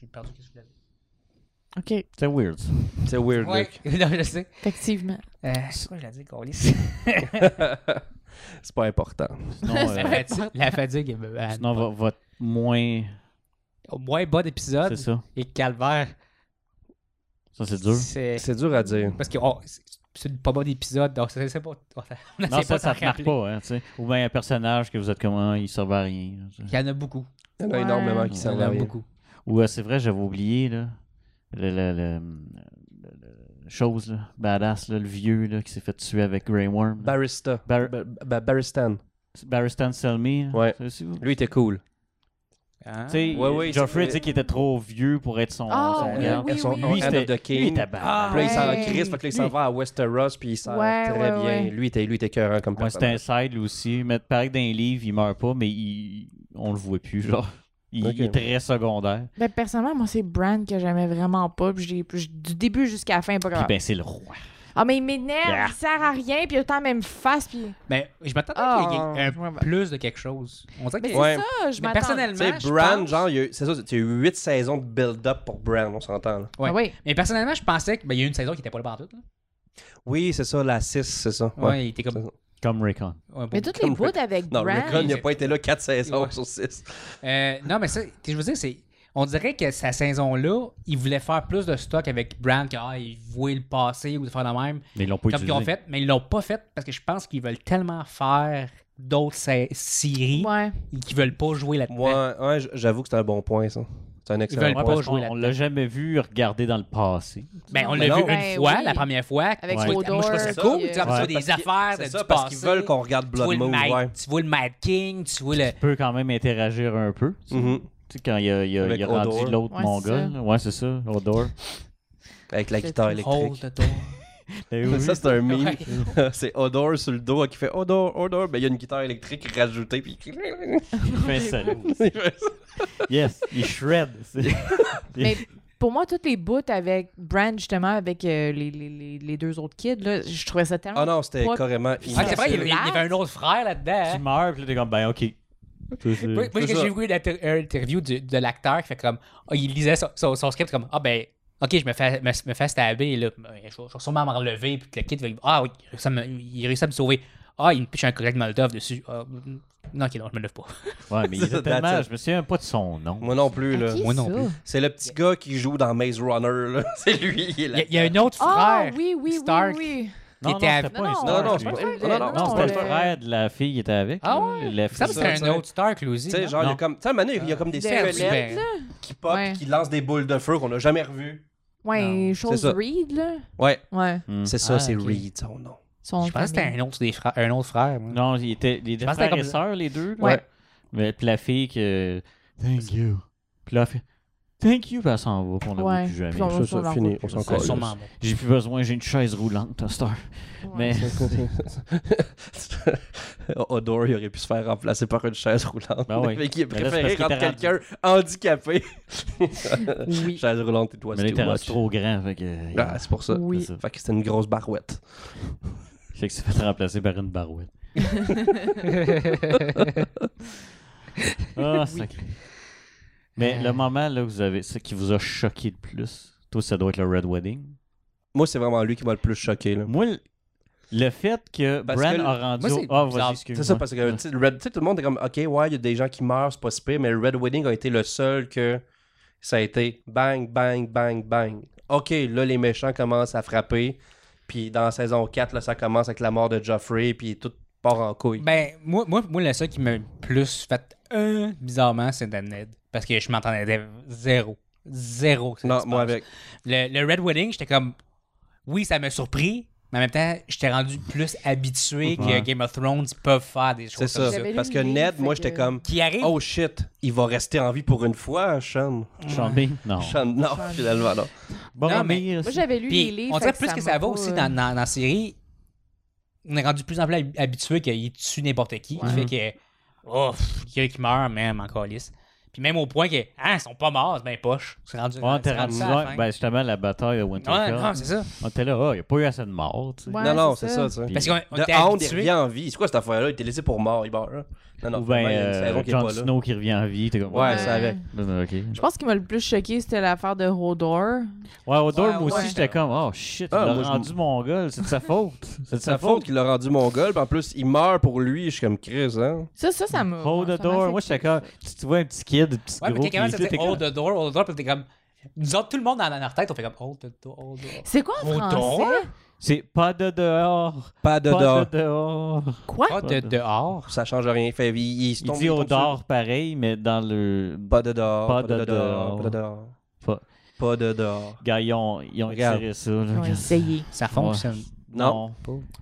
Speaker 5: J'ai perdu qu'est-ce que je voulais dire.
Speaker 4: Ok,
Speaker 2: C'était weird. ça.
Speaker 3: C'est weird,
Speaker 5: Ouais,
Speaker 3: Luc.
Speaker 5: non, je sais.
Speaker 4: effectivement.
Speaker 5: Euh, c'est quoi, je l'ai dit, Gaulis?
Speaker 3: C'est pas important.
Speaker 2: Sinon,
Speaker 5: La
Speaker 2: euh,
Speaker 5: fatigue- la fatigue. euh,
Speaker 2: sinon va- votre moins.
Speaker 5: Au moins bas d'épisode
Speaker 2: C'est ça.
Speaker 5: et calvaire.
Speaker 2: Ça, c'est dur.
Speaker 5: C'est.
Speaker 3: C'est dur à dire.
Speaker 5: Parce que oh, c'est- c'est pas bon épisode, donc c'est c'est pas. on essaie
Speaker 2: Non,
Speaker 5: pas
Speaker 2: ça,
Speaker 5: de
Speaker 2: ça
Speaker 5: s'en
Speaker 2: te marque
Speaker 5: rappeler.
Speaker 2: pas, hein, tu sais. Ou bien un personnage que vous êtes comment, il servait à rien. là, tu sais.
Speaker 5: Il y en a beaucoup.
Speaker 3: Il y en a
Speaker 4: Ouais.
Speaker 3: énormément qui
Speaker 5: Il y
Speaker 3: s'en
Speaker 5: en a
Speaker 3: vont.
Speaker 5: beaucoup.
Speaker 2: Ou euh, c'est vrai, j'avais oublié, là. Le, le, le- le- le- chose, là. Badass, là, le vieux, là, qui s'est fait tuer avec Grey Worm. là.
Speaker 3: Barista.
Speaker 2: Bar-
Speaker 3: Ba- ba- Baristan.
Speaker 2: Barristan Selmy.
Speaker 3: Ouais.
Speaker 2: Tu
Speaker 3: Lui, était cool.
Speaker 5: Hein?
Speaker 2: sais,
Speaker 3: Ouais, ouais,
Speaker 2: Geoffrey,
Speaker 3: c'est-
Speaker 2: tu sais, Ah. qu'il était trop vieux pour être son.
Speaker 3: Oh,
Speaker 4: Ah,
Speaker 2: son
Speaker 4: oui,
Speaker 2: garde.
Speaker 4: oui,
Speaker 3: Elles sont
Speaker 4: oui,
Speaker 3: on
Speaker 2: Lui,
Speaker 3: Hand of
Speaker 2: c'était-
Speaker 3: the King.
Speaker 2: Lui, était bad.
Speaker 3: Puis là, il s'en
Speaker 4: Ouais.
Speaker 3: crisse, fait que là, il s'en
Speaker 2: Lui.
Speaker 3: va à Westeros, puis il s'en
Speaker 4: Ouais,
Speaker 3: très
Speaker 4: ouais,
Speaker 3: bien.
Speaker 4: ouais.
Speaker 3: Lui, il était, lui, il était écœurant comme
Speaker 2: Ouais, c'était un
Speaker 3: personnage.
Speaker 2: side, lui aussi. Mais pareil que dans les livres, il meurt pas, mais il... on le voit plus, genre. Il,
Speaker 3: Ok.
Speaker 2: il est très secondaire.
Speaker 4: Ben, personnellement, moi, c'est Brand que j'aimais vraiment pas. puis j'ai- puis du début jusqu'à la fin, pas
Speaker 2: Puis
Speaker 4: grave.
Speaker 2: ben, c'est le roi.
Speaker 4: Ah, mais il m'énerve,
Speaker 2: Yeah.
Speaker 4: il sert à rien, puis il a tout le temps la même face, puis...
Speaker 5: Mais ben, je m'attendais
Speaker 4: Ah,
Speaker 5: à qu'il y ait un
Speaker 4: ouais, ben-
Speaker 5: plus de quelque chose. On dirait que
Speaker 4: Mais
Speaker 3: Ouais.
Speaker 4: c'est ça, je
Speaker 5: Mais
Speaker 4: m'attends.
Speaker 5: personnellement,
Speaker 3: Tu
Speaker 5: je
Speaker 3: sais, Bran,
Speaker 5: pense-
Speaker 3: genre, il y a eu- c'est ça, tu as eu 8 saisons de build-up pour Bran, on s'entend. là.
Speaker 5: Ouais.
Speaker 4: Ah oui.
Speaker 5: Mais personnellement, je pensais qu'il y a eu une saison qui était pas là pendant tout.
Speaker 3: Oui, c'est ça, la 6, c'est ça.
Speaker 5: Ouais, il était
Speaker 3: C'est
Speaker 5: comme.
Speaker 3: ça.
Speaker 2: Comme Raycon.
Speaker 5: ouais, bon.
Speaker 4: Mais toutes les
Speaker 3: Comme
Speaker 4: bouts avec
Speaker 3: Non,
Speaker 4: Brand...
Speaker 3: Rickon, il n'a
Speaker 5: c'est-
Speaker 3: pas été là 4 saisons
Speaker 5: Ouais.
Speaker 3: sur 6.
Speaker 5: Euh, non, mais ça, t'sais, je veux dire, c'est. On dirait que sa saison-là, il voulait faire plus de stock avec Brand, qu'il voulait le passé ou de faire la même,
Speaker 2: Mais ils l'ont pas
Speaker 5: comme
Speaker 2: utilisé.
Speaker 5: qu'ils ont fait, mais ils l'ont pas fait parce que je pense qu'ils veulent tellement faire d'autres sé- séries
Speaker 4: Ouais.
Speaker 5: et qui veulent pas jouer là-dedans.
Speaker 3: Moi, ouais, j- j'avoue que c'est un bon point, ça. C'est un excellent
Speaker 5: veulent
Speaker 3: point.
Speaker 5: pas
Speaker 2: parce qu'on-
Speaker 5: jouer
Speaker 2: on
Speaker 5: là-dedans.
Speaker 2: l'a jamais vu regarder dans le passé.
Speaker 5: Ben, on
Speaker 3: Mais
Speaker 5: l'a vu
Speaker 3: non.
Speaker 5: une
Speaker 4: Ben
Speaker 5: fois,
Speaker 4: oui.
Speaker 5: la première fois.
Speaker 4: Avec
Speaker 5: Moi, je trouve ça
Speaker 4: Hodor,
Speaker 5: cool.
Speaker 4: puis,
Speaker 5: Tu vois,
Speaker 4: euh,
Speaker 5: parce que
Speaker 3: Ouais.
Speaker 5: des affaires
Speaker 3: C'est
Speaker 5: de,
Speaker 3: ça,
Speaker 5: du
Speaker 3: parce
Speaker 5: passé.
Speaker 3: qu'ils veulent qu'on regarde
Speaker 5: tu vois,
Speaker 3: Blood
Speaker 5: le
Speaker 3: Moon,
Speaker 5: Mad,
Speaker 3: ouais.
Speaker 5: tu vois le Mad King, tu vois le...
Speaker 2: Tu peux quand même interagir un peu. tu sais.
Speaker 3: Mhm.
Speaker 2: Tu sais, quand il a, il a-
Speaker 3: Avec
Speaker 2: il a rendu
Speaker 3: Hodor.
Speaker 2: l'autre
Speaker 4: Ouais, c'est
Speaker 2: mongol. Ouais, c'est ça, Odor.
Speaker 3: Avec la
Speaker 4: C'est
Speaker 3: guitare
Speaker 4: très
Speaker 3: électrique.
Speaker 5: Hold the door.
Speaker 3: Ça, c'est un meme.
Speaker 5: Ouais.
Speaker 3: c'est Odor sur le dos qui fait Odor, Odor. Ben, il y a une guitare électrique rajoutée. Puis...
Speaker 2: Il fait un salut. Yes, il shred. C'est-
Speaker 4: Mais pour moi, toutes les bouts avec Brand, justement, avec euh, les, les- les- les deux autres kids, là, je trouvais ça tellement.
Speaker 3: Ah non, c'était
Speaker 4: Pas-
Speaker 3: carrément
Speaker 5: Ah, c'est vrai, il y, avait, il y
Speaker 4: Last.
Speaker 5: avait un autre frère là-dedans.
Speaker 2: Tu
Speaker 5: hein.
Speaker 2: meurs, puis là, t'es comme, ben, ok. Ça, c'est-
Speaker 5: Moi, moi,
Speaker 3: C'est ça.
Speaker 5: j'ai vu euh, l'interview du- de l'acteur qui fait comme. ah, il lisait son, son- son script comme Ah ben, ok, je me fais, me, me fais stabber, là. Ben, Je, je vais sûrement me relever, puis que le kid va. Ah oui, il réussit à me, il réussit à me sauver. Ah, il me piche un correct Molotov dessus. Ah, non, ok, non, je me lève pas.
Speaker 2: Ouais, mais il
Speaker 3: That's
Speaker 2: était tellement.
Speaker 3: it.
Speaker 2: Je me souviens pas de son nom.
Speaker 3: Moi non plus, là.
Speaker 4: Ah, qui
Speaker 5: Moi non
Speaker 4: ça?
Speaker 5: plus.
Speaker 3: C'est le petit gars qui joue dans Maze Runner, là. C'est lui, il est
Speaker 5: Il
Speaker 3: là.
Speaker 5: y, a- il y a un autre
Speaker 4: Ah
Speaker 5: frère.
Speaker 4: oui, oui,
Speaker 5: Stark.
Speaker 4: oui, oui.
Speaker 5: Il était avec-
Speaker 2: c'était pas un
Speaker 4: Non,
Speaker 2: Stark,
Speaker 3: non,
Speaker 2: lui.
Speaker 3: c'est pas-
Speaker 4: Le-
Speaker 3: non, non,
Speaker 2: Non,
Speaker 3: non,
Speaker 2: c'était le
Speaker 4: le-
Speaker 2: frère de la fille qui était avec.
Speaker 5: Ah
Speaker 2: là,
Speaker 5: ouais?
Speaker 2: la
Speaker 5: Ça,
Speaker 2: fille.
Speaker 3: c'est
Speaker 5: c'est
Speaker 3: ça.
Speaker 5: un autre Stark, lui aussi.
Speaker 3: Tu sais,
Speaker 5: non?
Speaker 3: genre, il y
Speaker 2: Non.
Speaker 3: a comme. Tu sais, à un moment donné, il y a comme des
Speaker 4: De
Speaker 3: squelettes
Speaker 5: Ben,
Speaker 3: qui pop
Speaker 4: Ouais.
Speaker 3: qui lancent des boules de feu qu'on n'a jamais revues.
Speaker 4: Ouais,
Speaker 5: Non,
Speaker 4: chose
Speaker 3: c'est ça.
Speaker 4: Reed, là.
Speaker 3: Ouais,
Speaker 4: Ouais.
Speaker 2: Hmm.
Speaker 3: c'est ça,
Speaker 5: Ah,
Speaker 3: c'est
Speaker 5: ok.
Speaker 3: Reed, son nom.
Speaker 4: Son
Speaker 5: Je pense que c'était
Speaker 4: famille.
Speaker 5: un autre, des frères, un autre frère. moi.
Speaker 2: Non, il était les deux
Speaker 5: pense que
Speaker 2: frères
Speaker 5: c'était
Speaker 2: et
Speaker 5: comme-
Speaker 2: sœurs, les deux. là.
Speaker 3: Ouais.
Speaker 2: Mais puis la fille que. Thank you. Puis là, elle fait. Thank you, puis elle s'en va, puis on la voit
Speaker 4: Ouais.
Speaker 2: plus jamais.
Speaker 4: Puis on- Ça, ça, fini, on s'en
Speaker 5: C'est sûrement moi.
Speaker 2: J'ai plus besoin, j'ai une chaise roulante, Star.
Speaker 4: Ouais.
Speaker 2: Mais.
Speaker 3: Odor, il aurait pu se faire remplacer par une chaise roulante.
Speaker 2: Ben oui.
Speaker 3: Mais il a
Speaker 2: Mais là, c'est
Speaker 3: préféré
Speaker 2: parce
Speaker 3: rendre
Speaker 2: qu'il était
Speaker 3: quelqu'un handicapé.
Speaker 4: Oui.
Speaker 3: chaise roulante, et toi,
Speaker 2: Mais là, il était
Speaker 3: too
Speaker 2: rendu
Speaker 3: much.
Speaker 2: trop grand, fait que. euh,
Speaker 3: Ah, c'est pour ça.
Speaker 4: Oui.
Speaker 2: c'est ça.
Speaker 3: Fait que c'était une grosse barouette.
Speaker 2: Fait que c'est fait remplacer par une barouette. Ah, sacré.
Speaker 4: Euh.
Speaker 2: Mais le moment là, que vous avez, ce qui vous a choqué le plus, toi, ça doit être le Red Wedding.
Speaker 3: Moi, c'est vraiment lui qui m'a le plus choqué. là.
Speaker 2: Moi, le- le fait que
Speaker 3: Parce
Speaker 2: Bran
Speaker 3: que le-
Speaker 2: a rendu.
Speaker 5: moi, c'est
Speaker 2: Ah,
Speaker 5: bizarre.
Speaker 2: vas-y, excuse-moi.
Speaker 3: C'est ça, parce que tu sais, le Red- tu sais, tout le monde est comme, OK, ouais, il y a des gens qui meurent, c'est pas si pire, mais le Red Wedding a été le seul que ça a été bang, bang, bang, bang. OK, là, les méchants commencent à frapper, puis dans la saison 4, là, ça commence avec la mort de Joffrey, puis tout part en couille.
Speaker 5: Ben, moi, moi, moi le seul qui m'a le plus fait un bizarrement, c'est Damned. Parce que je m'entendais zéro. Zéro. que ça
Speaker 3: non,
Speaker 5: se
Speaker 3: moi
Speaker 5: passe.
Speaker 3: avec.
Speaker 5: Le, le Red Wedding, j'étais comme. Oui, ça m'a surpris, mais en même temps, j'étais rendu plus habitué
Speaker 2: Ouais.
Speaker 5: que Game of Thrones peuvent faire des
Speaker 3: C'est
Speaker 5: choses
Speaker 3: ça.
Speaker 5: comme ça.
Speaker 4: J'avais lu
Speaker 3: Parce
Speaker 4: le
Speaker 3: que
Speaker 4: livre,
Speaker 3: Ned,
Speaker 4: fait
Speaker 3: moi,
Speaker 4: que-
Speaker 3: j'étais comme,
Speaker 5: Qui arrive.
Speaker 3: oh shit, il va rester en vie pour une fois, hein, Sean.
Speaker 2: Sean Bean? Non.
Speaker 3: Sean, non,
Speaker 4: Sean.
Speaker 3: finalement, non.
Speaker 2: Bon,
Speaker 5: Non,
Speaker 2: mais-
Speaker 4: Moi, j'avais lu les
Speaker 5: Puis,
Speaker 4: livres.
Speaker 5: on dirait
Speaker 4: fait
Speaker 5: plus que
Speaker 4: m'a
Speaker 5: ça va
Speaker 4: pas,
Speaker 5: aussi
Speaker 4: euh,
Speaker 5: dans, dans- dans la série. On est rendu de plus en plus hab- habitué qu'il tue n'importe qui.
Speaker 4: Ouais.
Speaker 5: Qui fait que. Oh, pff, il y a qui meurt, même, encore lisse. Puis même au point que. Ah, ils sont pas morts, c'est ben poche. C'est rendu.
Speaker 2: Ouais,
Speaker 5: c'est
Speaker 2: t'es rendu
Speaker 5: ça à la fin.
Speaker 2: là. Ben, justement, la bataille de
Speaker 5: Ouais,
Speaker 2: Winterfell.
Speaker 5: non, c'est ça.
Speaker 2: on était là, ah, il n'y a pas eu assez de morts, tu sais.
Speaker 4: Ouais,
Speaker 3: non, non, c'est ça, tu sais.
Speaker 5: Parce qu'on on
Speaker 3: De
Speaker 5: était
Speaker 3: Hound, il
Speaker 5: habitué.
Speaker 3: revient en vie. C'est quoi cette affaire-là? Il était laissé pour mort, il meurt. hein? Non, non,
Speaker 2: Ou
Speaker 3: finalement,
Speaker 2: bien euh,
Speaker 3: il y a une saison qui est
Speaker 2: Jon
Speaker 3: pas là.
Speaker 2: Snow qui revient en vie. T'es comme,
Speaker 3: Ouais, c'est avec.
Speaker 2: Ben, ok.
Speaker 4: Je pense qu'il m'a le plus choqué, c'était l'affaire de Hodor.
Speaker 2: Ouais, Odor,
Speaker 5: Ouais,
Speaker 2: moi aussi,
Speaker 5: ouais.
Speaker 2: j'étais comme, oh shit,
Speaker 3: Ah,
Speaker 2: il
Speaker 3: moi,
Speaker 2: a
Speaker 3: je-
Speaker 2: rendu mon gars, c'est de sa faute. C'est de
Speaker 3: C'est sa faute qu'il l'a rendu mongol, puis en plus, il meurt pour lui, je suis comme Chris, hein?
Speaker 4: Ça, ça, ça m'a.
Speaker 5: Oh,
Speaker 2: Hold the
Speaker 4: ça m'a
Speaker 2: door.
Speaker 4: affecté.
Speaker 2: Moi, j'étais comme, tu tu vois un petit kid, un petit
Speaker 5: Ouais, mais
Speaker 2: gros.
Speaker 5: quelqu'un
Speaker 2: puis
Speaker 5: ça
Speaker 2: tout,
Speaker 5: disait
Speaker 2: t'es comme-
Speaker 5: hold the door, hold the door, puis t'es comme. Nous autres, tout le monde dans dans notre tête, on fait comme hold the door, hold the door.
Speaker 4: C'est quoi en
Speaker 5: Hodor?
Speaker 4: français?
Speaker 2: C'est pas de dehors.
Speaker 3: Pas de
Speaker 2: Pas
Speaker 3: dehors.
Speaker 2: de dehors.
Speaker 4: Quoi?
Speaker 3: Ah,
Speaker 5: Pas de dehors.
Speaker 3: Ça change rien. Fait, il, il se
Speaker 2: Il
Speaker 3: tombe-
Speaker 2: dit
Speaker 3: il tombe
Speaker 2: au dehors pareil, mais dans le.
Speaker 3: sur- Pas de dehors.
Speaker 2: Pas
Speaker 3: Pas de
Speaker 2: de
Speaker 3: dehors.
Speaker 2: dehors.
Speaker 3: Pas de dehors.
Speaker 2: Pas-
Speaker 3: Pas de dehors.
Speaker 2: Gars, ils ont, ils ont
Speaker 3: Regarde.
Speaker 2: étiré ça. là,
Speaker 4: Ils ont
Speaker 2: regarde.
Speaker 4: essayé.
Speaker 5: Ça
Speaker 2: fonctionne.
Speaker 3: Non.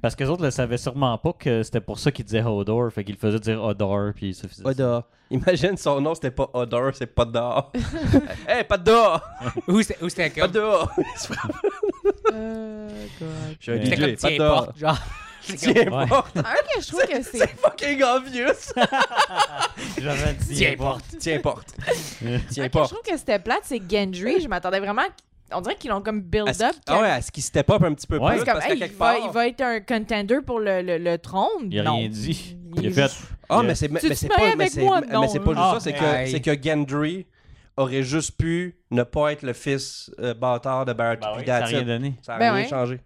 Speaker 2: Parce que les autres ne savaient sûrement pas que c'était pour ça qu'ils disaient Hodor. Fait qu'ils le faisaient dire Hodor. Puis ça faisait.
Speaker 3: Pas de dehors. Imagine son nom, c'était pas odeur, c'est pas dehors. hey, pas de dehors!
Speaker 5: Où c'était où c'était
Speaker 3: Pas
Speaker 5: comme.
Speaker 3: de dehors! Il se frappe.
Speaker 4: Euh, God.
Speaker 3: Je suis un
Speaker 2: Mais-
Speaker 5: C'était
Speaker 3: DJ,
Speaker 5: comme
Speaker 3: pas de
Speaker 5: tiens
Speaker 3: dehors.
Speaker 5: porte, genre. C'est comme,
Speaker 3: Tiens
Speaker 2: Ouais.
Speaker 3: porte!
Speaker 4: Un que je trouve que c'est.
Speaker 3: C'est fucking obvious!
Speaker 2: J'avais dit.
Speaker 5: Tiens porte.
Speaker 3: Tiens porte! Tiens
Speaker 4: Un que je
Speaker 3: porte!
Speaker 4: trouve que c'était plate, c'est Gendry. Je m'attendais vraiment. On dirait qu'ils l'ont comme
Speaker 3: À
Speaker 4: build
Speaker 3: ce-
Speaker 4: up.
Speaker 3: Ah ouais, à ce qu'il step up un petit peu
Speaker 2: Ouais.
Speaker 3: plus,
Speaker 4: C'est comme,
Speaker 3: parce
Speaker 4: hey,
Speaker 3: que
Speaker 4: il,
Speaker 3: quelque
Speaker 4: va,
Speaker 3: part...
Speaker 4: il va être un contender pour le, le, le trône.
Speaker 2: Il a
Speaker 5: Non.
Speaker 2: rien dit. Il a
Speaker 4: Il-
Speaker 2: fait.
Speaker 3: Ah,
Speaker 2: Il a-
Speaker 3: mais c'est mais
Speaker 4: Tu te
Speaker 3: c'est
Speaker 4: maries
Speaker 3: pas, mais
Speaker 4: avec
Speaker 3: c'est-
Speaker 4: moi?
Speaker 3: mais
Speaker 4: Non,
Speaker 3: c'est pas juste
Speaker 2: là.
Speaker 3: ça, c'est
Speaker 5: Ah,
Speaker 3: que,
Speaker 5: hey.
Speaker 3: c'est que Gendry aurait juste pu ne pas être le fils euh, bâtard de Barrett
Speaker 2: Bah oui,
Speaker 3: puis
Speaker 2: ça n'a
Speaker 3: that's it.
Speaker 2: rien donné.
Speaker 3: Ça a
Speaker 4: Ben
Speaker 3: rien
Speaker 4: ouais.
Speaker 3: changé.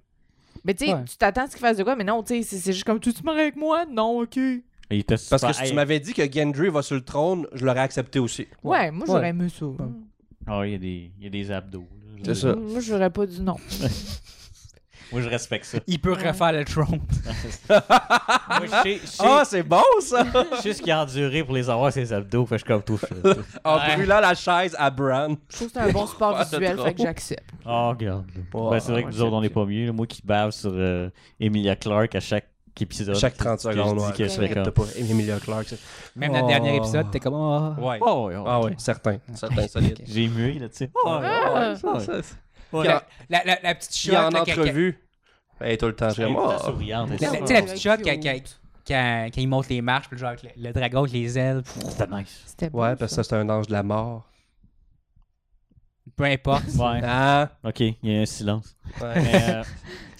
Speaker 4: Mais tu sais,
Speaker 5: Ouais.
Speaker 4: tu t'attends à ce qu'il fasse de quoi, mais non, tu sais, c'est- c'est juste comme, tu te maries avec moi? Non, ok. Ouais,
Speaker 2: Il était
Speaker 3: Parce
Speaker 2: super-
Speaker 3: que si
Speaker 2: Hey.
Speaker 3: tu m'avais dit que Gendry va sur le trône, je l'aurais accepté aussi.
Speaker 4: moi, j'aurais aimé ça.
Speaker 2: Ah, il y a des- il y a des abdos. là.
Speaker 3: C'est ça.
Speaker 4: Moi, j'aurais pas dit non.
Speaker 2: Moi, je respecte ça.
Speaker 5: Il peut refaire le trône.
Speaker 2: Moi, je sais, je sais-
Speaker 3: Ah, c'est bon ça!
Speaker 2: je sais ce qu'il a enduré pour les avoir, ses abdos. Fait que je suis comme tout. je- tout.
Speaker 3: En
Speaker 5: Ouais.
Speaker 3: brûlant la chaise à Bran.
Speaker 4: Je trouve que c'est un bon sport
Speaker 3: Pas de
Speaker 4: visuel,
Speaker 3: trop.
Speaker 4: fait que j'accepte.
Speaker 2: Oh, regarde. là.
Speaker 3: Oh,
Speaker 2: ben, c'est vrai que
Speaker 4: ouais,
Speaker 2: nous autres, on n'est
Speaker 4: c'est-
Speaker 2: pas mieux. là. Moi qui bave sur euh, Emilia Clarke à chaque épisode.
Speaker 3: Chaque 30
Speaker 2: que
Speaker 3: secondes,
Speaker 2: Je dis
Speaker 3: ouais.
Speaker 2: que je serais
Speaker 3: T'as
Speaker 2: comme.
Speaker 3: pas Emilia Clarke. c'est-
Speaker 5: Même le
Speaker 3: Oh.
Speaker 5: dernier épisode, t'es comme. ah.
Speaker 3: Ouais.
Speaker 2: Oh, ouais, ouais.
Speaker 3: Ah ouais, certain. Certain, solide.
Speaker 2: J'ai mué, là, tu sais. Oh, ouais.
Speaker 3: Ah,
Speaker 2: ouais.
Speaker 3: ouais, ça, ça.
Speaker 5: Puis
Speaker 3: Puis en-
Speaker 5: La, la- la- la petite shot.
Speaker 3: Puis en
Speaker 5: là, qu'elle-
Speaker 3: entrevue, elle est tout le temps oh,
Speaker 2: Elle est
Speaker 3: vraiment. Ah.
Speaker 2: toute souriante.
Speaker 5: qu'elle- la- Tu sais, la petite shot quand, quand- quand- quand il monte les marches, puis le genre avec le, le dragon avec les ailes. pff,
Speaker 2: C'était nice.
Speaker 4: C'était beau,
Speaker 3: Ouais, parce que ça, c'est un ange de la mort.
Speaker 5: Peu importe.
Speaker 2: Ouais.
Speaker 3: Ah!
Speaker 2: Ok, il y a un silence.
Speaker 3: Ouais.
Speaker 2: Mais, euh,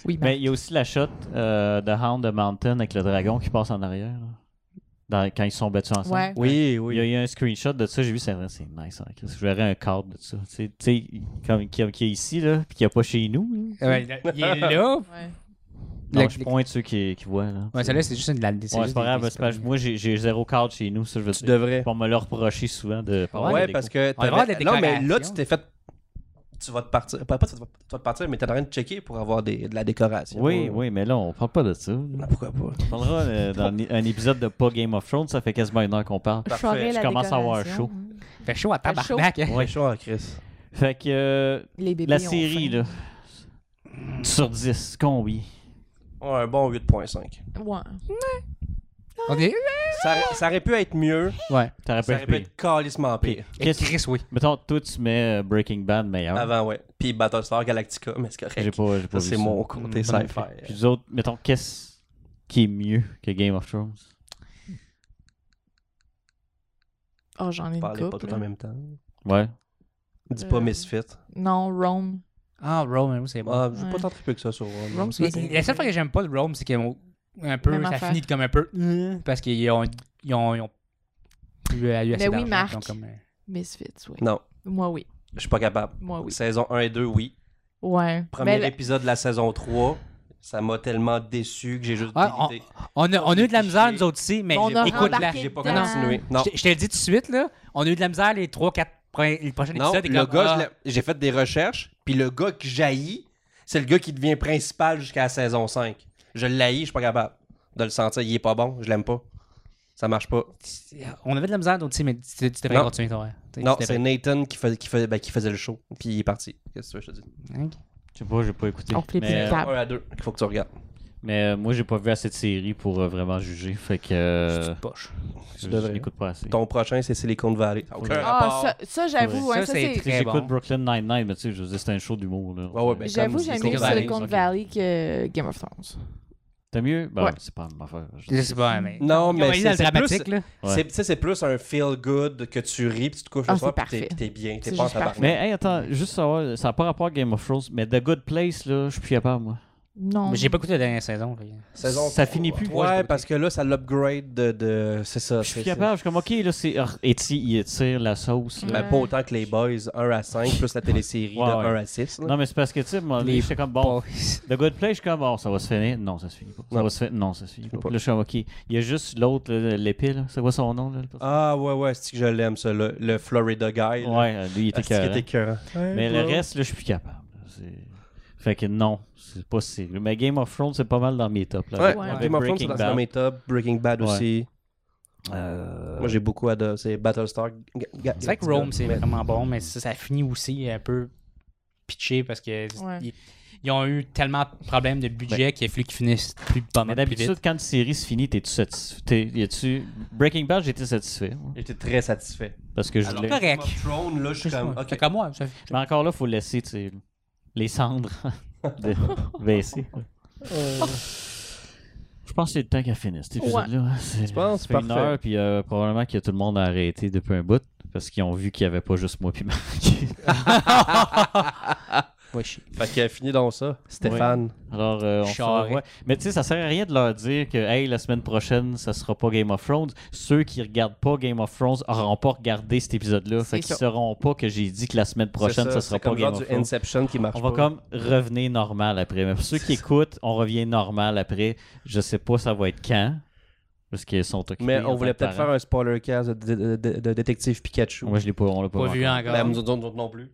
Speaker 4: Oui,
Speaker 2: mais il y a aussi la shot euh, de Hound the Mountain avec le dragon qui passe en arrière. là. Dans- quand ils se sont battus ensemble.
Speaker 4: Ouais.
Speaker 3: Oui,
Speaker 2: Il y a
Speaker 3: oui.
Speaker 2: eu un screenshot de ça, j'ai vu, c'est vrai, c'est nice. hein, Chris. je verrais un cadre de ça. Tu sais- tu sais, comme qui est ici, là, puis qui n'est pas chez nous. là.
Speaker 5: Ouais, là, il est là.
Speaker 4: Ouais.
Speaker 2: Non,
Speaker 5: Le-
Speaker 2: je pointe ceux qui, qui voient. Là,
Speaker 5: Ouais,
Speaker 2: Tu sais.
Speaker 5: celle-là, c'est juste une de la.
Speaker 2: Ouais, c'est pas grave, c'est pas- moi j'ai j'ai zéro cadre chez nous, ça je veux
Speaker 3: Tu
Speaker 2: dire.
Speaker 3: devrais.
Speaker 2: Pour me le reprocher souvent de. pas avoir
Speaker 3: Ouais,
Speaker 2: de
Speaker 3: parce
Speaker 2: déco.
Speaker 3: que.
Speaker 5: On devrait
Speaker 3: t'avais- Non,
Speaker 5: avoir des
Speaker 3: mais là, tu
Speaker 5: décorations.
Speaker 3: t'es fait. Tu vas te partir. Pas, pas tu vas tu vas te partir, mais t'es en train de checker pour avoir des- de la décoration.
Speaker 2: Oui, oui, mais là, on parle pas de ça.
Speaker 3: Ah,
Speaker 2: On
Speaker 3: Pourquoi pas?
Speaker 2: parlera euh, dans ni- un épisode de pas Game of Thrones, ça fait quasiment une heure qu'on parle.
Speaker 3: Parfait.
Speaker 4: Charest,
Speaker 2: Je
Speaker 4: la
Speaker 2: commence à avoir
Speaker 4: décoration,
Speaker 2: chaud.
Speaker 4: hein.
Speaker 5: Fait chaud à
Speaker 4: Fait chaud.
Speaker 5: tabarnak. hein.
Speaker 2: Ouais.
Speaker 3: chaud en Chris.
Speaker 2: Fait que euh,
Speaker 4: Les bébés
Speaker 2: la
Speaker 4: ont
Speaker 2: série,
Speaker 4: faim.
Speaker 2: là, sur 10, combien
Speaker 3: Ouais, un bon 8.5.
Speaker 4: Ouais.
Speaker 5: On est-
Speaker 3: Ça, ça aurait pu être mieux,
Speaker 5: Ouais.
Speaker 2: T'aurais
Speaker 3: ça
Speaker 2: pas
Speaker 3: aurait pu
Speaker 2: pire.
Speaker 3: être calissement pire.
Speaker 5: Et
Speaker 2: Qu'est-ce-
Speaker 5: Chris, oui.
Speaker 2: Mettons, toi, tu mets euh, Breaking Bad meilleur.
Speaker 3: Avant, ouais. Puis Battlestar Galactica, mais c'est
Speaker 2: J'ai
Speaker 3: correct.
Speaker 2: pas, j'ai pas
Speaker 3: Ça,
Speaker 2: vu
Speaker 3: c'est mon côté
Speaker 2: Pas non
Speaker 3: sci-fi. Euh,
Speaker 2: plus. Puis les autres, mettons, qu'est-ce qui est mieux que Game of Thrones
Speaker 4: Oh, j'en ai une
Speaker 3: Parlez pas
Speaker 4: couple.
Speaker 3: tout en même temps.
Speaker 2: Ouais.
Speaker 3: Dis pas
Speaker 4: Euh,
Speaker 3: Misfit.
Speaker 4: Non, Rome.
Speaker 5: Ah, Rome, oui, c'est bon.
Speaker 3: Ah, je veux
Speaker 4: ouais.
Speaker 3: pas tant triper que ça sur Rome.
Speaker 4: Rome, c'est
Speaker 5: La-
Speaker 4: pas bon.
Speaker 5: La seule fois que j'aime pas le Rome, c'est qu'ils ont un peu.
Speaker 4: Même
Speaker 5: ça
Speaker 4: affaire.
Speaker 5: finit comme un peu. euh, Parce qu'ils ont. Ils ont. Ils ont eu, eu assez
Speaker 4: Mais Ben oui,
Speaker 5: d'argent,
Speaker 4: Marc.
Speaker 5: ils ont comme, euh,
Speaker 4: Misfits, oui.
Speaker 3: Non,
Speaker 4: Moi, oui.
Speaker 3: je suis pas capable.
Speaker 4: Moi,
Speaker 2: Ah
Speaker 4: oui.
Speaker 3: Saison 1 et 2, oui.
Speaker 4: Ouais.
Speaker 3: Premier
Speaker 4: Mais-
Speaker 3: épisode de la saison 3, ça m'a tellement déçu que j'ai juste
Speaker 5: Ouais,
Speaker 3: délité.
Speaker 5: On a, on a eu de la
Speaker 3: J'ai-
Speaker 5: misère, nous autres aussi, mais
Speaker 4: On a
Speaker 5: écoute, la,
Speaker 4: rembarqué
Speaker 3: J'ai pas
Speaker 4: dedans.
Speaker 3: continué. Non,
Speaker 5: je, je te le dis tout de suite, là, on a eu de la misère les 3-4 les prochains
Speaker 3: non
Speaker 5: épisodes. et
Speaker 3: le
Speaker 5: comme,
Speaker 3: gars,
Speaker 5: ah,
Speaker 3: je l'ai- j'ai fait des recherches, puis le gars qui jaillit, c'est le gars qui devient principal jusqu'à la saison 5. Je l'haïs, je suis pas capable de le sentir. Il est pas bon, je l'aime pas. Ça marche pas.
Speaker 5: on avait de la misère, nous autres aussi, mais tu tu devrais
Speaker 3: Non.
Speaker 5: continuer, toi. ouais. Tu- tu
Speaker 3: Non,
Speaker 5: devrais-
Speaker 3: c'est Nathan qui, fais- qui, fais- ben, qui faisait le show, puis il est parti. Qu'est-ce que tu veux, que je te dis?
Speaker 5: Ok.
Speaker 2: Je sais pas, j'ai pas écouté.
Speaker 4: On fait les
Speaker 2: mais
Speaker 4: petites tapes.
Speaker 3: Un à deux, il faut que tu regardes.
Speaker 2: mais euh, moi, j'ai pas vu assez de séries pour euh, vraiment juger. Fait que.
Speaker 5: C'est
Speaker 2: euh,
Speaker 5: une poche.
Speaker 2: je je
Speaker 3: devrais.
Speaker 2: n'écoute pas assez.
Speaker 3: Ton prochain, c'est Silicon Valley. Ça a Aucun rapport.
Speaker 4: Ah, ça, ça, j'avoue,
Speaker 5: Ouais.
Speaker 4: hein,
Speaker 5: Ça,
Speaker 4: ça,
Speaker 5: c'est
Speaker 4: c'est.
Speaker 2: Tu sais, J'écoute
Speaker 5: bon.
Speaker 2: Brooklyn Nine-Nine, mais tu sais, je veux dire, c'est un show d'humour. là.
Speaker 3: Ouais, ouais, ben,
Speaker 4: J'avoue,
Speaker 3: comme
Speaker 4: j'aime
Speaker 3: Silicon
Speaker 4: mieux
Speaker 5: Valley,
Speaker 4: Silicon
Speaker 2: ok.
Speaker 4: Valley que Game of Thrones.
Speaker 2: T'as mieux Ben,
Speaker 4: Ouais.
Speaker 2: c'est pas ma affaire. Je-
Speaker 5: Je sais pas, mais.
Speaker 3: Non, mais
Speaker 5: c'est
Speaker 3: c'est c'est
Speaker 5: dramatique,
Speaker 3: plus,
Speaker 5: là.
Speaker 2: Ouais.
Speaker 3: c'est- tu sais, c'est plus un feel good que tu ris, puis tu te couches
Speaker 4: Ah,
Speaker 3: le
Speaker 4: c'est
Speaker 3: soir, puis t'es-
Speaker 4: parfait.
Speaker 3: puis t'es bien, t'es
Speaker 4: C'est
Speaker 3: pas en
Speaker 4: juste
Speaker 3: tabarnak.
Speaker 4: parfait.
Speaker 2: Mais, hey, attends, juste savoir, ça n'a pas rapport à Game of Thrones, mais The Good Place, là, je suis plus capable, moi.
Speaker 4: Non.
Speaker 5: Mais j'ai pas écouté la dernière saison. fait que-
Speaker 3: Saison trois.
Speaker 2: Ça finit plus.
Speaker 3: Ouais, parce que là, ça l'upgrade de. de- c'est ça.
Speaker 2: Je suis
Speaker 3: c'est-
Speaker 2: plus capable, je suis comme, ok, là, c'est. ah, Et tu- il étire la sauce.
Speaker 3: c'est-
Speaker 2: là.
Speaker 3: Mais pas autant que les Boys 1 à 5, plus la télésérie
Speaker 2: Ouais,
Speaker 3: de
Speaker 2: ouais.
Speaker 3: 1 à 6. là.
Speaker 2: Non, mais c'est parce que, tu sais, moi,
Speaker 5: Les
Speaker 2: j'étais comme, bon,
Speaker 5: Boys.
Speaker 2: The Good Place, je suis comme, bon, ça va se finir. Non, ça se finit pas. Ça
Speaker 3: Non.
Speaker 2: va se finir. Non, ça se finit pas.
Speaker 3: pas.
Speaker 2: Là, je suis comme, ok. Il y a juste l'autre, là, l'épée, là. C'est quoi son nom, là? le personnage?
Speaker 3: Ah, ouais, ouais, c'est que je l'aime, ça, le, le Florida Guy. là.
Speaker 2: Ouais, euh, lui, il était
Speaker 3: Ah, c'est-tu qu'il
Speaker 2: écœurant.
Speaker 3: écœurant.
Speaker 2: Mais le reste, là, je suis plus capable. là. C'est- Fait que non, c'est pas si. Mais Game of Thrones, c'est pas mal dans mes tops. Là,
Speaker 3: Ouais,
Speaker 4: Ouais.
Speaker 3: Game of Thrones, c'est dans- c'est dans mes tops. Breaking Bad
Speaker 2: Ouais.
Speaker 3: aussi.
Speaker 2: Euh,
Speaker 3: Moi, j'ai beaucoup adoré. C'est Battlestar. Ga- Ga-
Speaker 5: C'est vrai que Rome, c'est vraiment bon, mais ça, ça finit aussi un peu pitché parce que
Speaker 4: Ouais.
Speaker 5: ils, ils ont eu tellement de problèmes de budget qu'il a fallu qu'ils finissent plus pas
Speaker 2: Mais
Speaker 5: mal plus
Speaker 2: d'habitude,
Speaker 5: vite.
Speaker 2: quand une série se finit, t'es-tu satisfait? T'es- y a-tu- Breaking Bad, j'étais satisfait. moi,
Speaker 3: J'étais très satisfait.
Speaker 2: Parce que je
Speaker 3: Alors,
Speaker 2: voulais.
Speaker 5: correct.
Speaker 3: Game of Thrones, là, je suis comme.
Speaker 5: C'est
Speaker 3: ok.
Speaker 5: comme moi. ça-
Speaker 2: Mais encore là, faut laisser, tu sais, les cendres de baisser. quoi.
Speaker 3: Euh.
Speaker 2: Je pense que c'est le temps qu'elle finisse, cet épisode-là. hein. C'est
Speaker 3: Tu penses?
Speaker 2: ça fait une
Speaker 3: Parfait.
Speaker 2: heure, puis euh, probablement que tout le monde a arrêté depuis un bout, parce qu'ils ont vu qu'il n'y avait pas juste moi puis Marc.
Speaker 5: Ouais, chier.
Speaker 3: Fait que fini dans ça, Stéphane.
Speaker 2: Alors, euh, on se
Speaker 5: Charrette.
Speaker 2: revoit. Mais tu sais, ça sert à rien de leur dire que, hey, la semaine prochaine, ça sera pas Game of Thrones. Ceux qui regardent pas Game of Thrones auront pas regardé cet épisode-là.
Speaker 4: C'est
Speaker 2: Fait qu'ils
Speaker 4: ça.
Speaker 2: sauront pas que j'ai dit que la semaine prochaine, ça, sera
Speaker 3: c'est
Speaker 2: pas
Speaker 3: comme
Speaker 2: Game
Speaker 3: genre
Speaker 2: of
Speaker 3: du
Speaker 2: Thrones.
Speaker 3: Inception qui marche
Speaker 2: On va
Speaker 3: pas.
Speaker 2: comme revenir normal après. Mais pour ceux qui écoutent, on revient normal après. Je sais pas ça va être quand. Parce qu'ils sont occupés.
Speaker 3: Mais
Speaker 2: en tant
Speaker 3: on voulait
Speaker 2: que
Speaker 3: peut-être faire
Speaker 2: parents.
Speaker 3: un spoiler cast de, de- de- de- de Détective Pikachu.
Speaker 2: Moi, je l'ai pas, on l'a pas
Speaker 5: Pas vu hein.
Speaker 2: encore.
Speaker 5: encore.
Speaker 3: Ben, nous autres non plus.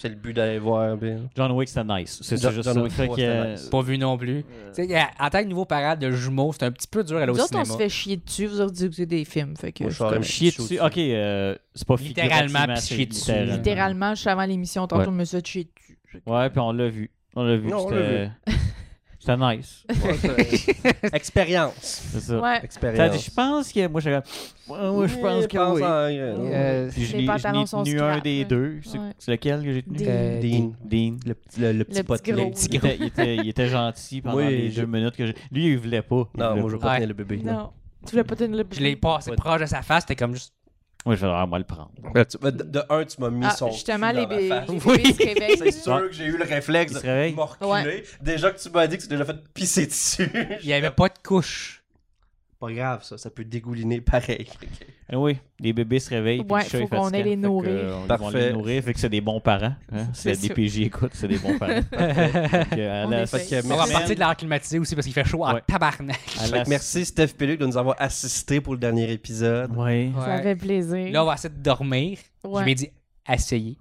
Speaker 3: C'est le but d'aller voir. ben. bien.
Speaker 2: John Wick, c'était nice. C'est
Speaker 3: John-
Speaker 2: juste
Speaker 3: John
Speaker 2: ça.
Speaker 3: Wick
Speaker 2: Fait
Speaker 3: 3,
Speaker 2: que,
Speaker 3: c'était
Speaker 2: euh,
Speaker 3: nice.
Speaker 5: Pas vu non plus. Tu sais, à- en tant que nouveau parent de jumeaux, c'est un petit peu dur à aller au
Speaker 4: Nous autres, on se
Speaker 5: cinéma.
Speaker 4: fait chier dessus, vous autres, vous écoutez des films. Fait que,
Speaker 3: Moi, je suis
Speaker 4: comme-
Speaker 3: même
Speaker 2: Chier
Speaker 3: chaud
Speaker 2: dessus. Ok, euh, c'est pas
Speaker 5: Littéralement,
Speaker 2: figurativement,
Speaker 5: puis
Speaker 2: c'est
Speaker 5: chier dessus.
Speaker 2: littéralement.
Speaker 4: littéralement, juste avant l'émission, tantôt,
Speaker 2: Ouais.
Speaker 4: je me suis fait chier dessus.
Speaker 2: Ouais, puis on l'a vu. On l'a vu.
Speaker 3: Non, on
Speaker 2: C'était
Speaker 3: l'a
Speaker 2: c'était nice.
Speaker 3: Ouais, c'est- Expérience.
Speaker 2: C'est ça.
Speaker 4: Ouais.
Speaker 2: T'as
Speaker 3: Expérience.
Speaker 2: dit, je pense que. Moi, j'avais. Ouais, ouais, je pense que oui.
Speaker 5: Euh,
Speaker 2: Puis je
Speaker 4: Les
Speaker 2: l'ai- je
Speaker 4: pantalons
Speaker 2: n'ai
Speaker 4: sont
Speaker 2: tenu un
Speaker 4: scrap,
Speaker 2: des
Speaker 4: hein.
Speaker 2: deux. C'est
Speaker 4: Ouais.
Speaker 2: c'est lequel que j'ai tenu
Speaker 4: Dean.
Speaker 5: Euh,
Speaker 3: Dean.
Speaker 2: Dean.
Speaker 3: Le, le, le petit
Speaker 4: petit
Speaker 3: potelet.
Speaker 4: gros.
Speaker 2: Le petit gros. Il était, il était gentil pendant
Speaker 3: Oui,
Speaker 2: les
Speaker 3: je-
Speaker 2: deux minutes que j'ai. Lui, il voulait pas. Il
Speaker 3: Non,
Speaker 2: voulait
Speaker 3: moi, je veux
Speaker 2: pas.
Speaker 3: pas
Speaker 5: Ouais.
Speaker 3: tenir le bébé. non.
Speaker 4: Non. Tu voulais pas tenir le
Speaker 5: Je l'ai passé
Speaker 3: Ouais.
Speaker 5: proche de sa face, c'était comme juste.
Speaker 2: Moi, je vais vraiment le prendre.
Speaker 3: Ouais, tu- De, de un, tu m'as mis
Speaker 4: Ah,
Speaker 3: son.
Speaker 4: justement,
Speaker 3: cul
Speaker 4: les
Speaker 3: dans ma
Speaker 4: bébés
Speaker 3: face.
Speaker 4: les
Speaker 5: Oui.
Speaker 4: bébés se réveillent.
Speaker 3: C'est sûr que j'ai eu le réflexe
Speaker 2: Il se
Speaker 3: de
Speaker 2: réveille.
Speaker 3: me reculer.
Speaker 4: Ouais.
Speaker 3: Déjà que tu m'as dit que tu t'es déjà fait pisser dessus.
Speaker 5: Il n'y avait pas de couche.
Speaker 3: Pas grave, ça. Ça peut dégouliner pareil.
Speaker 2: Eh oui, les bébés se réveillent. puis
Speaker 4: Ouais,
Speaker 2: le chat
Speaker 4: faut
Speaker 2: est
Speaker 4: qu'on
Speaker 2: fatiguant.
Speaker 4: aille les
Speaker 2: Fait que,
Speaker 4: nourrir.
Speaker 2: euh, on- ils vont
Speaker 3: Parfait.
Speaker 2: les nourrir. Fait que c'est des bons parents. hein.
Speaker 4: C'est
Speaker 2: C'est la
Speaker 4: sûr.
Speaker 2: DPJ, écoute, c'est des bons parents. Fait que, à
Speaker 4: On
Speaker 2: la-
Speaker 4: essaie.
Speaker 3: Fait que,
Speaker 5: On va
Speaker 3: merci.
Speaker 5: partir de l'air climatisé aussi parce qu'il fait chaud en
Speaker 2: Ouais.
Speaker 5: tabarnak.
Speaker 2: à
Speaker 3: Fait
Speaker 2: la-
Speaker 3: que merci, Steph Pelluc, de nous avoir assisté pour le dernier épisode.
Speaker 2: Ouais.
Speaker 4: Ça fait plaisir.
Speaker 5: Là, on va essayer de dormir. Je lui ai
Speaker 4: ouais.
Speaker 5: dit, essayez.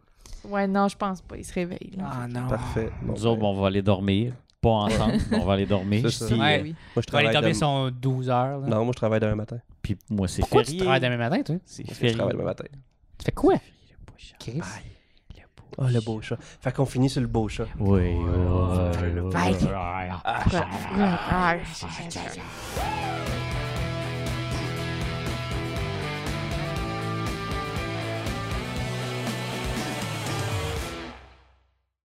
Speaker 4: ouais, non, je pense pas. Ils se réveillent. là.
Speaker 5: Ah non.
Speaker 3: Parfait. Bon,
Speaker 2: Nous autres,
Speaker 3: ben,
Speaker 2: bon, on va aller dormir. Pas ensemble, mais on va aller dormir.
Speaker 3: C'est ça.
Speaker 2: Puis,
Speaker 5: Ouais.
Speaker 2: euh,
Speaker 4: Oui.
Speaker 3: Moi, je
Speaker 5: Tu vas aller
Speaker 3: travaille
Speaker 5: dormir
Speaker 3: demain.
Speaker 5: son 12 heures. là.
Speaker 3: Non, moi, je travaille demain matin.
Speaker 2: puis moi, c'est
Speaker 5: Pourquoi tu
Speaker 2: férié.
Speaker 5: travailles demain matin, toi?
Speaker 2: C'est
Speaker 3: Je
Speaker 2: férié.
Speaker 3: travaille demain matin.
Speaker 5: Tu fais quoi? Chris?
Speaker 3: Oh, le beau chat. Fait qu'on finit sur le beau chat.
Speaker 2: Oui, ouais, ouais, ouais.
Speaker 4: Ah, ah, ah, ah, ah, ah, ah, ah.